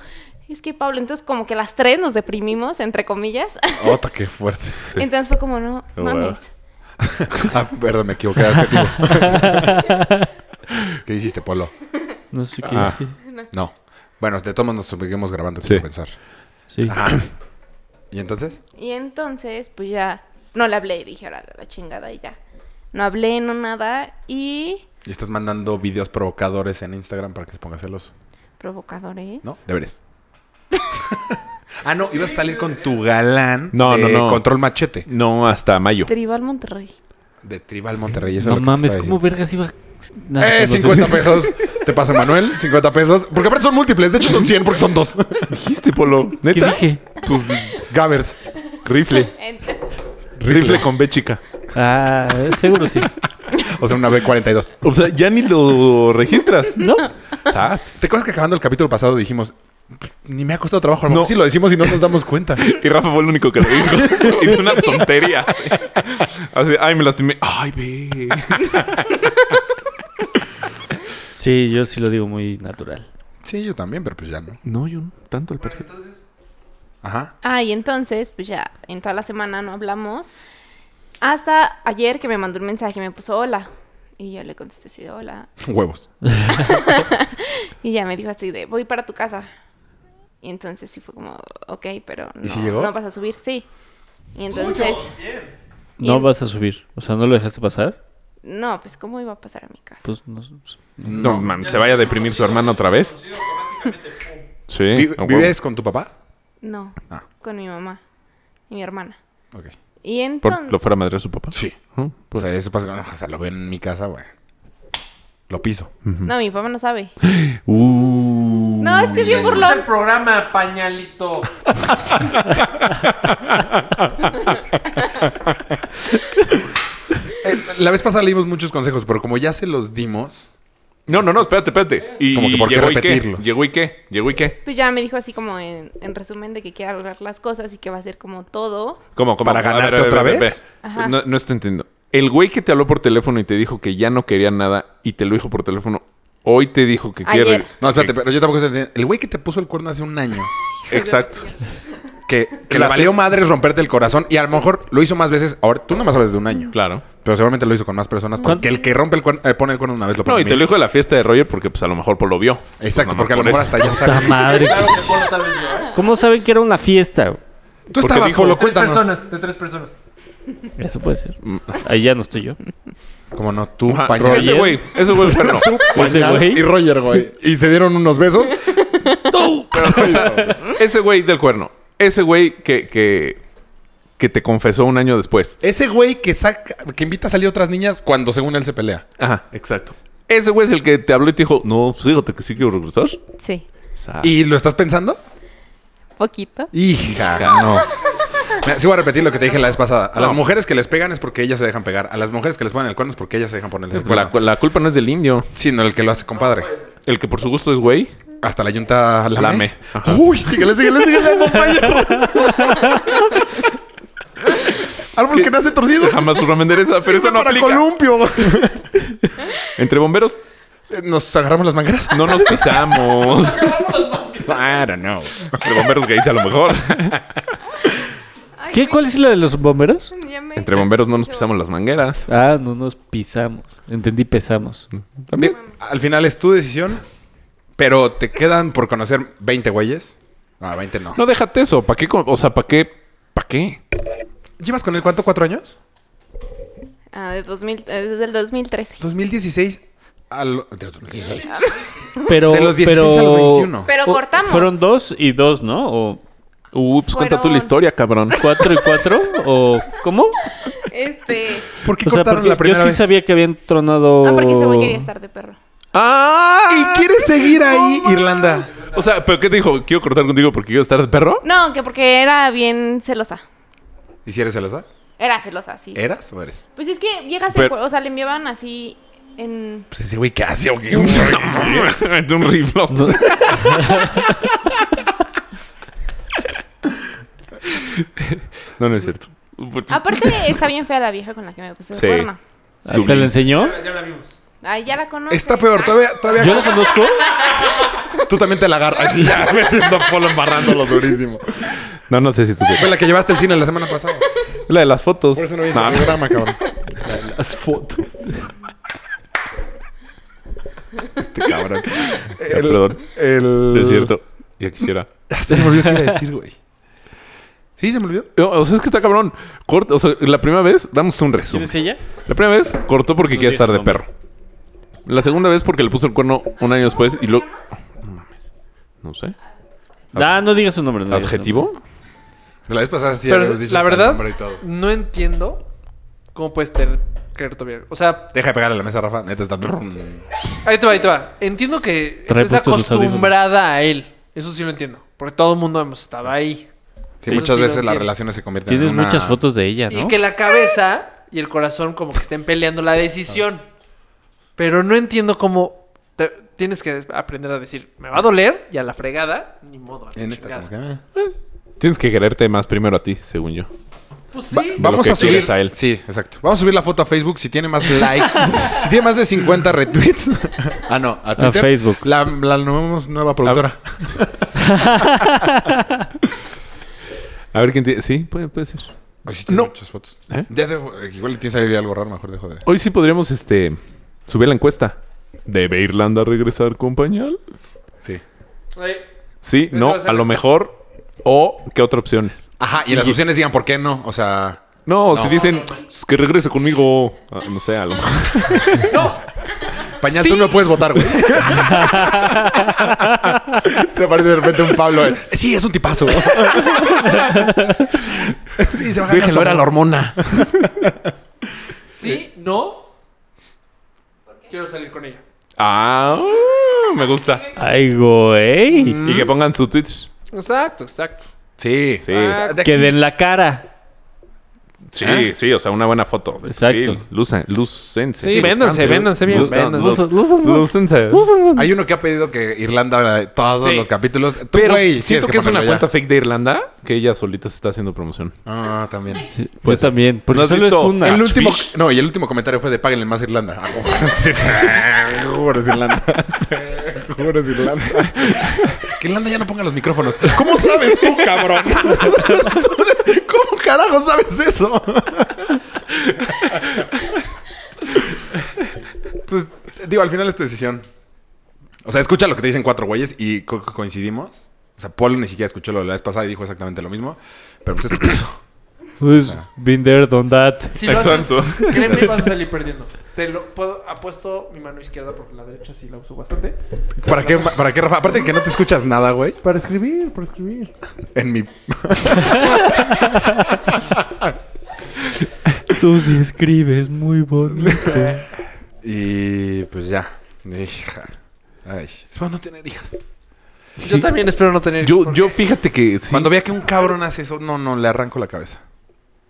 S1: es que Pablo, entonces como que las tres nos deprimimos, entre comillas.
S2: Ota, qué fuerte.
S1: Entonces fue como, no,
S5: Oh,
S1: mames.
S5: wow.
S2: Ah, perdón, me equivoqué de objetivo. ¿Qué hiciste, Polo?
S4: No sé qué
S5: Ah.
S4: decir.
S2: No. Bueno, de todos modos nos seguimos grabando,
S5: Sí.
S2: quiero pensar.
S4: Sí.
S2: Ah, ¿Y entonces?
S1: Y entonces, pues ya, no le hablé y dije, ahora la chingada y ya. No hablé, no nada y
S2: ¿Y estás mandando videos provocadores en Instagram para que se ponga celoso?
S1: provocadores.
S2: ¿No? Deberes. ah, no, ibas a salir con tu galán
S5: No,
S2: de
S5: no, no.
S2: Control Machete
S5: No, hasta mayo.
S1: Tribal Monterrey.
S2: de Tribal Monterrey. Eso
S4: No
S2: es lo que te
S4: mames,
S2: estaba
S4: ¿cómo vergas iba? Nah,
S2: Eh,
S4: no sé.
S2: 50 pesos. Te paso, Manuel. 50 pesos. Porque aparte son múltiples. De hecho, son 100 porque son dos.
S5: Dijiste, Polo.
S4: ¿Qué
S5: ¿Neta?
S4: dije?
S5: Tus
S2: Gabbers.
S5: rifle.
S1: Ent-
S5: Rifle con B chica.
S4: Ah, seguro sí.
S2: O sea, una B42.
S5: O sea, ya ni lo registras.
S4: ¿No?
S5: ¡Sas!
S2: ¿Te acuerdas que acabando el capítulo pasado dijimos... "Pues, Ni me ha costado trabajo. A lo
S5: No.
S2: mejor sí lo decimos y no nos damos cuenta.
S5: Y Rafa fue el único que lo dijo. Hizo una tontería. Así, ay, me lastimé. Ay, ve.
S4: Sí, yo sí lo digo muy natural.
S2: Sí, yo también, pero pues ya no.
S5: No, yo no. Tanto al perfil.
S2: Ajá.
S1: Ah, y entonces, pues ya, en toda la semana no hablamos. Hasta ayer que me mandó un mensaje y me puso hola. Y yo le contesté así de hola.
S2: Huevos.
S1: Y ya me dijo así de voy para tu casa. Y entonces sí fue como, ok, pero no,
S2: ¿Y si llegó?
S1: no vas a subir, sí. Y entonces,
S4: No
S1: Bien.
S4: vas a subir. O sea, ¿no lo dejaste pasar?
S1: no, pues ¿cómo iba a pasar a mi casa?
S4: Pues no.
S5: No, man, se vaya a deprimir su hermana otra vez. Sí.
S2: Vi-
S5: Eh, a huevo.
S2: ¿Vives con tu papá?
S1: No,
S2: Ah.
S1: con mi mamá y mi hermana.
S2: Ok.
S1: Y
S5: ¿Por lo
S1: entonces,
S5: fuera madre a su papá?
S2: Sí.
S5: ¿Ah?
S2: O sea, eso pasa... O sea, lo veo en mi casa, güey. Lo piso.
S5: Mm.
S1: no, mi papá no sabe.
S5: Uh.
S1: No, es que es bien
S7: Escucha el
S1: burlón.
S7: programa, pañalito.
S2: Eh, la vez pasada le dimos muchos consejos, pero como ya se los dimos...
S5: No, no, no, espérate, espérate. Y,
S2: Como que por qué
S5: llegó y
S2: repetirlos.
S5: Llegó y qué, llegó y qué.
S1: Pues ya me dijo así como en, en resumen de que quiere arreglar las cosas y que va a ser como todo.
S5: ¿Cómo, cómo?
S2: ¿Para
S5: A ver,
S2: ganarte
S5: a ver,
S2: otra
S5: a ver, a ver,
S2: vez?
S5: a ver.
S1: Ajá.
S5: No, no estoy entendiendo. El güey que te habló por teléfono y te dijo que ya no quería nada y te lo dijo por teléfono, hoy te dijo que
S1: Ayer.
S5: quiere.
S2: No, espérate, pero yo tampoco sé... El güey que te puso el cuerno hace un año...
S5: Exacto.
S2: que, que le
S5: La
S2: valió
S5: fe-
S2: madre romperte el corazón y a lo mejor lo hizo más veces. Ahora, tú nomás sabes de un año.
S5: Claro.
S2: Pero seguramente lo hizo con más personas. Porque
S4: ¿Cuánto?
S2: el que rompe el cuerno, eh, pone el cuerno una vez lo pone
S5: No, y
S2: mil.
S5: te lo dijo de la fiesta de Roger porque pues a lo mejor por lo vio.
S2: Exacto,
S5: Pues, nada más
S2: porque a lo
S5: por
S2: mejor
S5: eso.
S2: hasta ya
S4: ¡Ta
S2: sabes.
S4: madre!
S7: Claro que Polo tal vez no, ¿eh?
S4: ¿Cómo saben que era una fiesta?
S2: Tú estabas,
S5: dijo-
S2: Polo,
S7: Tres
S2: cuéntanos.
S7: personas, de tres personas.
S4: Eso puede ser.
S2: Mm.
S4: Ahí ya no estoy yo.
S2: Como no, tú,
S5: Ajá,
S2: pañal.
S5: Ese güey, ese güey fue no.
S4: Ese
S2: Pues Y
S4: güey.
S2: Roger, güey. Y se dieron unos besos.
S5: O sea, ese güey del cuerno. Ese güey que, que, que te confesó un año después.
S2: Ese güey que saca, que invita a salir otras niñas cuando según él se pelea.
S5: Ajá, exacto. Ese güey es el que te habló y te dijo, no, pues fíjate que sí quiero regresar.
S1: Sí,
S5: Sa-
S2: ¿Y lo estás pensando?
S1: poquito.
S2: Hija, no. Mira, sí voy a repetir lo que te dije la vez pasada. A las mujeres que les pegan es porque ellas se dejan pegar. A las mujeres que les ponen el cuerno es porque ellas se dejan ponerles el
S5: la,
S2: cuerno.
S5: la culpa no es del indio.
S2: Sino el que lo hace compadre.
S5: El que por su gusto es güey.
S2: Hasta la yunta lame.
S5: Lame. Ajá.
S2: Uy, síguele, síguele, síguele, acompaña. Árbol que nace torcido.
S5: Jamás su ramen endereza, pero eso no
S2: para
S5: aplica.
S2: columpio.
S5: Entre bomberos
S2: Eh, Nos agarramos las mangueras.
S5: no nos pisamos. I don't know. Entre bomberos gays a lo mejor.
S4: ¿Qué? ¿Cuál es la de los bomberos?
S1: Ya me-
S5: Entre bomberos no nos pisamos las mangueras.
S4: Ah, no nos pisamos. Entendí, pesamos.
S2: Mm. Digo, Al final es tu decisión, pero te quedan por conocer 20 güeyes. Ah, 20 no.
S5: No, déjate eso. ¿Para qué? con- O sea, ¿para qué? ¿Para qué?
S2: ¿Llevas con él cuánto? ¿Cuatro años?
S1: Ah, de 2000, eh, desde el 2013.
S2: 2016 al... De 2016.
S4: Pero,
S2: De los 16
S4: pero...
S2: a los 21.
S1: Pero
S4: O-
S1: cortamos.
S4: Fueron dos y dos, ¿no? O
S5: Ups, cuenta tú la
S1: Fueron-
S5: historia, cabrón.
S4: cuatro y cuatro. ¿O cómo?
S1: Este.
S2: ¿Por qué
S4: O sea,
S2: cortaron
S4: porque
S2: la
S4: yo
S2: primera
S4: sí
S2: vez?
S4: sabía que habían tronado...
S1: Ah, porque ese güey quería estar de perro.
S5: ¡Ah!
S2: ¿Y quieres seguir ahí, Irlanda?
S5: O sea, ¿pero qué te dijo? Quiero cortar contigo porque quiero estar de perro.
S1: No, que porque era bien celosa.
S2: ¿Y si eres celosa?
S1: Era celosa, sí.
S2: ¿Eras o eres?
S1: Pues es que viejas, se
S5: Pero-
S1: encu- o sea, le enviaban así en...
S2: Pues ese güey, ¿qué hace? ¿O qué?
S5: De un rifle. No, no es cierto.
S1: Aparte, está bien fea la vieja con la que me puse
S5: Sí.
S1: el cuerno.
S4: Ah, ¿Te la enseñó?
S7: Ya la vimos.
S1: Ay, ya la conozco.
S2: Está peor, todavía, todavía.
S4: ¿Yo la conozco?
S2: Tú también te la agarras. ya, metiendo a Polo embarrándolo durísimo.
S5: No, no sé si tú
S2: Fue la que llevaste al cine la semana pasada.
S5: La de las fotos.
S2: Por eso no viste
S5: No,
S2: el programa, cabrón.
S4: Las fotos.
S2: Este cabrón.
S5: Ya, perdón.
S2: el-
S5: Es cierto. Ya quisiera.
S2: Se me olvidó qué iba a decir, güey. Sí, se me olvidó.
S5: No, O sea, es que está cabrón. Corta, o sea, la primera vez, damos un
S4: ¿Quién
S5: resumen.
S4: es ella?
S5: La primera vez cortó porque
S4: No
S5: quería estar de
S4: tienes
S5: perro. La segunda vez porque le puso el cuerno un año después y luego. No mames. No sé.
S4: Ah, no digas su nombre. no digas su
S5: ¿Adjetivo?
S2: La vez pasada sí
S6: Pero
S2: habías dicho
S6: la
S2: hasta el
S6: verdad,
S2: nombre y todo.
S6: no entiendo cómo puedes tener querer todavía. O sea,
S2: Deja de pegarle a la mesa, Rafa. Neta está.
S6: ahí te va, ahí te va. Entiendo que
S4: Trae
S6: estés
S4: puestos sus
S6: acostumbrada a él. Eso sí lo entiendo. Porque todo el mundo hemos estado ahí.
S2: Sí,
S6: Sí,
S2: muchas
S6: sí,
S2: veces
S6: lo
S2: las
S6: entiendo.
S2: relaciones se convierten
S4: Tienes
S2: en una...
S4: muchas fotos de ella,
S6: Y
S4: ¿no?
S6: que la cabeza y el corazón como que estén peleando la decisión. Pero no entiendo cómo te- tienes que aprender a decir, me va a doler y a la fregada, ni modo. a la
S2: En esta
S6: chingada.
S2: como que, ah.
S5: Tienes que quererte más primero a ti, según yo.
S6: Pues
S2: Va-
S6: sí.
S2: vamos
S5: que
S2: a subir
S5: quieres a él.
S2: Sí, exacto. Vamos a subir la foto a Facebook si tiene más likes. si tiene más de 50 retweets. ah, no, a Twitter.
S4: Facebook.
S2: La, la nombramos nueva productora.
S5: A ver quién tiene. Sí, puede, puede ser.
S2: Ay, sí tiene
S5: No.
S2: muchas fotos.
S5: ¿Eh?
S2: Ya dejo- eh, igual tienes ahí algo raro, mejor dejo de.
S5: Hoy sí podríamos este subir la encuesta. ¿Debe Irlanda regresar con pañal?
S2: Sí.
S6: Oye,
S5: Sí,
S6: Eso
S5: no,
S6: Pues va a ser-
S5: a lo mejor. ¿O qué otra opción es?
S2: Ajá, y en las opciones digan por qué no. O sea,
S5: No, si dicen "S- que regrese conmigo. Ah, no sé, a lo mejor.
S2: Pañal, tú no puedes votar, güey. Se aparece de repente un Pablo. eh, Sí, es un tipazo. sí, se va a ganar su
S5: Déjenlo, era la
S2: amor.
S5: hormona.
S6: sí, no. Quiero salir con ella.
S5: Ah, me gusta.
S4: Ay, güey.
S6: Mm.
S5: Y que pongan su Twitch.
S6: Exacto, exacto.
S2: Sí.
S5: Sí.
S6: Ah,
S2: De aquí-
S4: Que den la cara.
S5: Sí,
S2: ¿Eh?
S5: sí, o sea, una buena foto.
S4: Exacto.
S5: Sí, lucen, lucense.
S6: Sí, véndanse,
S5: luzcanse,
S6: véndanse bien,
S5: luzcan-
S6: véndanse.
S5: luz- lucense.
S2: Hay uno que ha pedido que Irlanda eh, todos
S5: Sí.
S2: los capítulos. Tú,
S5: Pero
S2: güey, tienes
S5: siento que, es una
S2: ponerlo ya.
S5: cuenta fake de Irlanda que ella solita se está haciendo promoción.
S2: Ah, también.
S4: Yo también. Porque
S5: ¿No has
S4: solo
S5: visto
S4: es una.
S2: El
S5: Catfish.
S2: último, no, y el último comentario fue de páguenle más a Irlanda. Ah, Seguro es Irlanda. Seguro es Irlanda. Que Irlanda ya no ponga los micrófonos. ¿Cómo sabes tú, cabrón? ¿Cómo carajo sabes eso? Pues, digo, al final es tu decisión. O sea, escucha lo que te dicen cuatro güeyes y co- co- coincidimos. O sea, Paul ni siquiera escuchó lo de la vez pasada y dijo exactamente lo mismo. Pero pues es tu pedo.
S4: Pues, been there, done that.
S6: Si lo haces,
S5: Exacto.
S6: créeme, vas a salir perdiendo. Te lo puedo, apuesto mi mano izquierda porque la derecha sí la uso bastante.
S2: ¿Para qué, ¿Para qué, Rafa? Aparte de que no te escuchas nada, güey.
S6: Para escribir, para escribir.
S2: En mi...
S4: Tú sí escribes muy bonito.
S2: Y pues ya. Hija. Ay. Es para no tener hijas.
S6: Yo también espero no tener.
S5: Yo,
S6: porque-
S5: yo fíjate que sí.
S2: Eh, Cuando vea que un cabrón hace eso, no, no, le arranco la cabeza.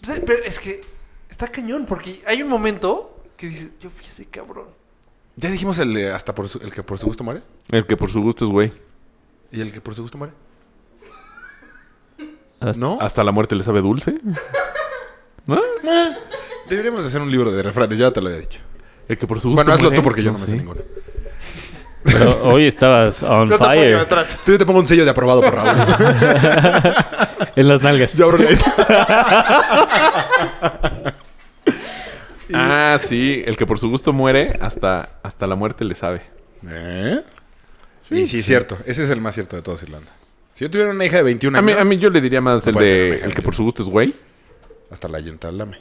S6: Pues, eh, Pero es que está cañón porque hay un momento que dices, yo fui ese cabrón.
S2: Ya dijimos el de hasta por su- el que por su gusto muere.
S5: El que por su gusto es güey.
S2: ¿Y el que por su gusto muere?
S4: Hasta-
S2: ¿No?
S5: Hasta la muerte le sabe dulce. ¿No?
S2: Deberíamos de hacer un libro de refranes, ya te lo había dicho.
S5: El que por su gusto.
S2: Bueno, hazlo
S5: muere.
S2: tú porque yo no, me sé
S5: sé.
S2: ninguno.
S4: Pero hoy estabas on
S6: No te puedo llevar
S4: fire.
S6: atrás.
S2: Tú yo te pongo un sello de aprobado por Raúl.
S4: En las nalgas.
S2: yo abro la
S5: Ah, sí. El que por su gusto muere, hasta, hasta la muerte le sabe.
S2: ¿Eh? y sí, cierto. Ese es el más cierto de todos Irlanda. Si yo tuviera una hija de 21
S5: A mí,
S2: años...
S5: a mí yo le diría más
S2: No
S5: el
S2: puede ser,
S5: de
S2: güey.
S5: el que por su gusto es güey.
S2: Hasta la yunta, al lame.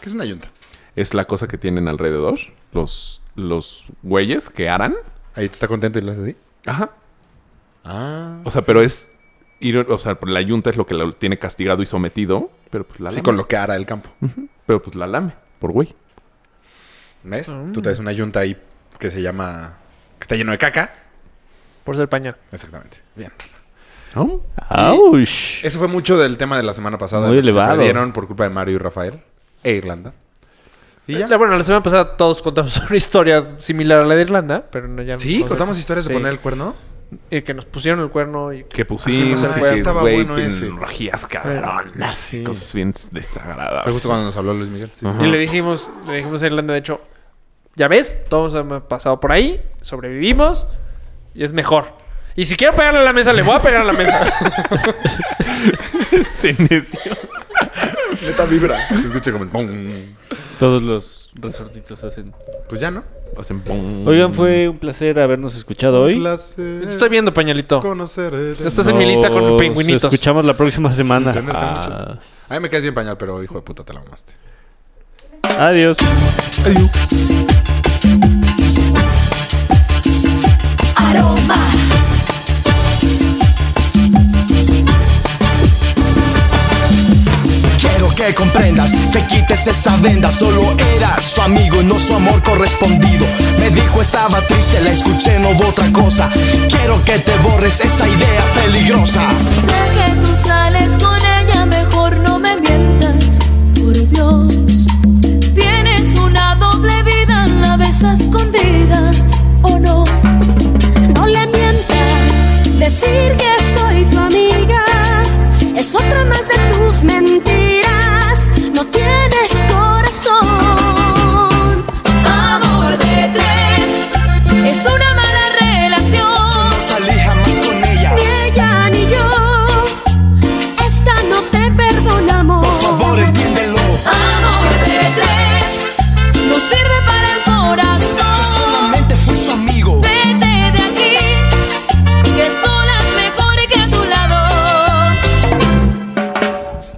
S2: ¿Qué es una yunta?
S5: Es la cosa que tienen alrededor. Los, los güeyes que harán.
S2: Ahí tú estás contento y le haces así.
S5: Ajá.
S2: Ah.
S5: O sea, pero es. ir- o sea, la yunta es lo que lo tiene castigado y sometido. Pero pues la
S2: Sí,
S5: lame.
S2: con lo que hará el campo.
S5: Pero pues la lame, por güey.
S2: ¿Ves? Tú traes una yunta ahí que se llama. que está lleno de caca.
S6: Por ser pañal.
S2: Exactamente. Bien.
S5: ¿No?
S4: Aush.
S2: Eso fue mucho del tema de la semana pasada.
S4: Muy
S2: lo que
S4: elevado.
S2: Se perdieron por culpa de Mario y Rafael e Irlanda. Y ya.
S6: La- Eh, bueno, la semana pasada todos contamos una historia similar a la de Irlanda, pero no ya.
S2: Sí,
S6: no sé.
S2: contamos historias de
S6: Sí.
S2: poner el cuerno.
S6: Eh, que nos pusieron el cuerno y.
S5: Que pusimos.
S6: Ah,
S5: y
S6: sí,
S5: que,
S2: estaba
S5: güey,
S2: bueno ese.
S5: tecnologías cabronas. y Cosas bien desagradables.
S2: Fue justo cuando nos habló Luis Miguel. Sí, sí.
S5: Ajá.
S6: Y le dijimos, le dijimos a Irlanda, de hecho, ya ves, todos hemos pasado por ahí, sobrevivimos y es mejor. Y si quiero pegarle a la mesa, le voy a pegar a la mesa.
S5: Este necio.
S2: Neta vibra. Se escucha como el pum.
S4: Todos los resortitos hacen.
S2: Pues ya, ¿no?
S5: Hacen pum.
S4: Oigan, fue un placer habernos escuchado hoy.
S2: Placer
S6: Te Estoy viendo, pañalito.
S2: conocer. eh,
S6: Estás en mi lista con
S4: Nos
S6: pingüinitos.
S4: escuchamos la próxima semana.
S2: A mí me caes bien pañal, pero hijo de puta, te la mamaste.
S4: Adiós.
S8: Quiero que comprendas, que quites esa venda. Solo era su amigo, no su amor correspondido. Me dijo estaba triste, la escuché, no hubo otra cosa. Quiero que te borres esa idea peligrosa.
S9: Sé que tú sales con ella, mejor no me mientas, por Dios. Tienes una doble vida, la ves a escondidas, ¿o no? No le mientas, decir que soy tu amiga es otra más de tus mentiras. No tienes corazón. Amor de tres es una mala relación.
S8: No salí jamás con ella.
S9: Ni ella ni yo, esta no te perdonamos.
S8: Por favor, entiéndelo.
S9: Amor de tres, no sirve para el
S8: Yo
S9: corazón.
S8: solamente fui su amigo.
S9: Vete de aquí, que sola es mejor que a tu lado.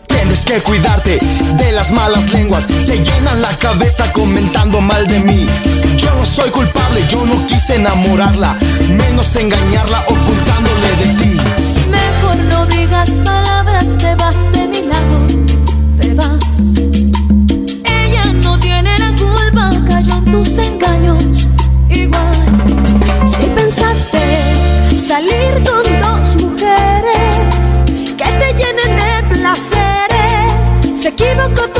S8: Tienes que cuidarte de las malas lenguas. Te llenan la cabeza comentando mal de mí. Yo no soy culpable, yo no quise enamorarla. Menos engañarla ocultándole de ti.
S9: Mejor no digas palabras, te vas de mi lado, te vas. Ella no tiene la culpa, cayó en tus engaños igual. Si pensaste salir con dos mujeres que te llenen de placeres, se equivocó Oh,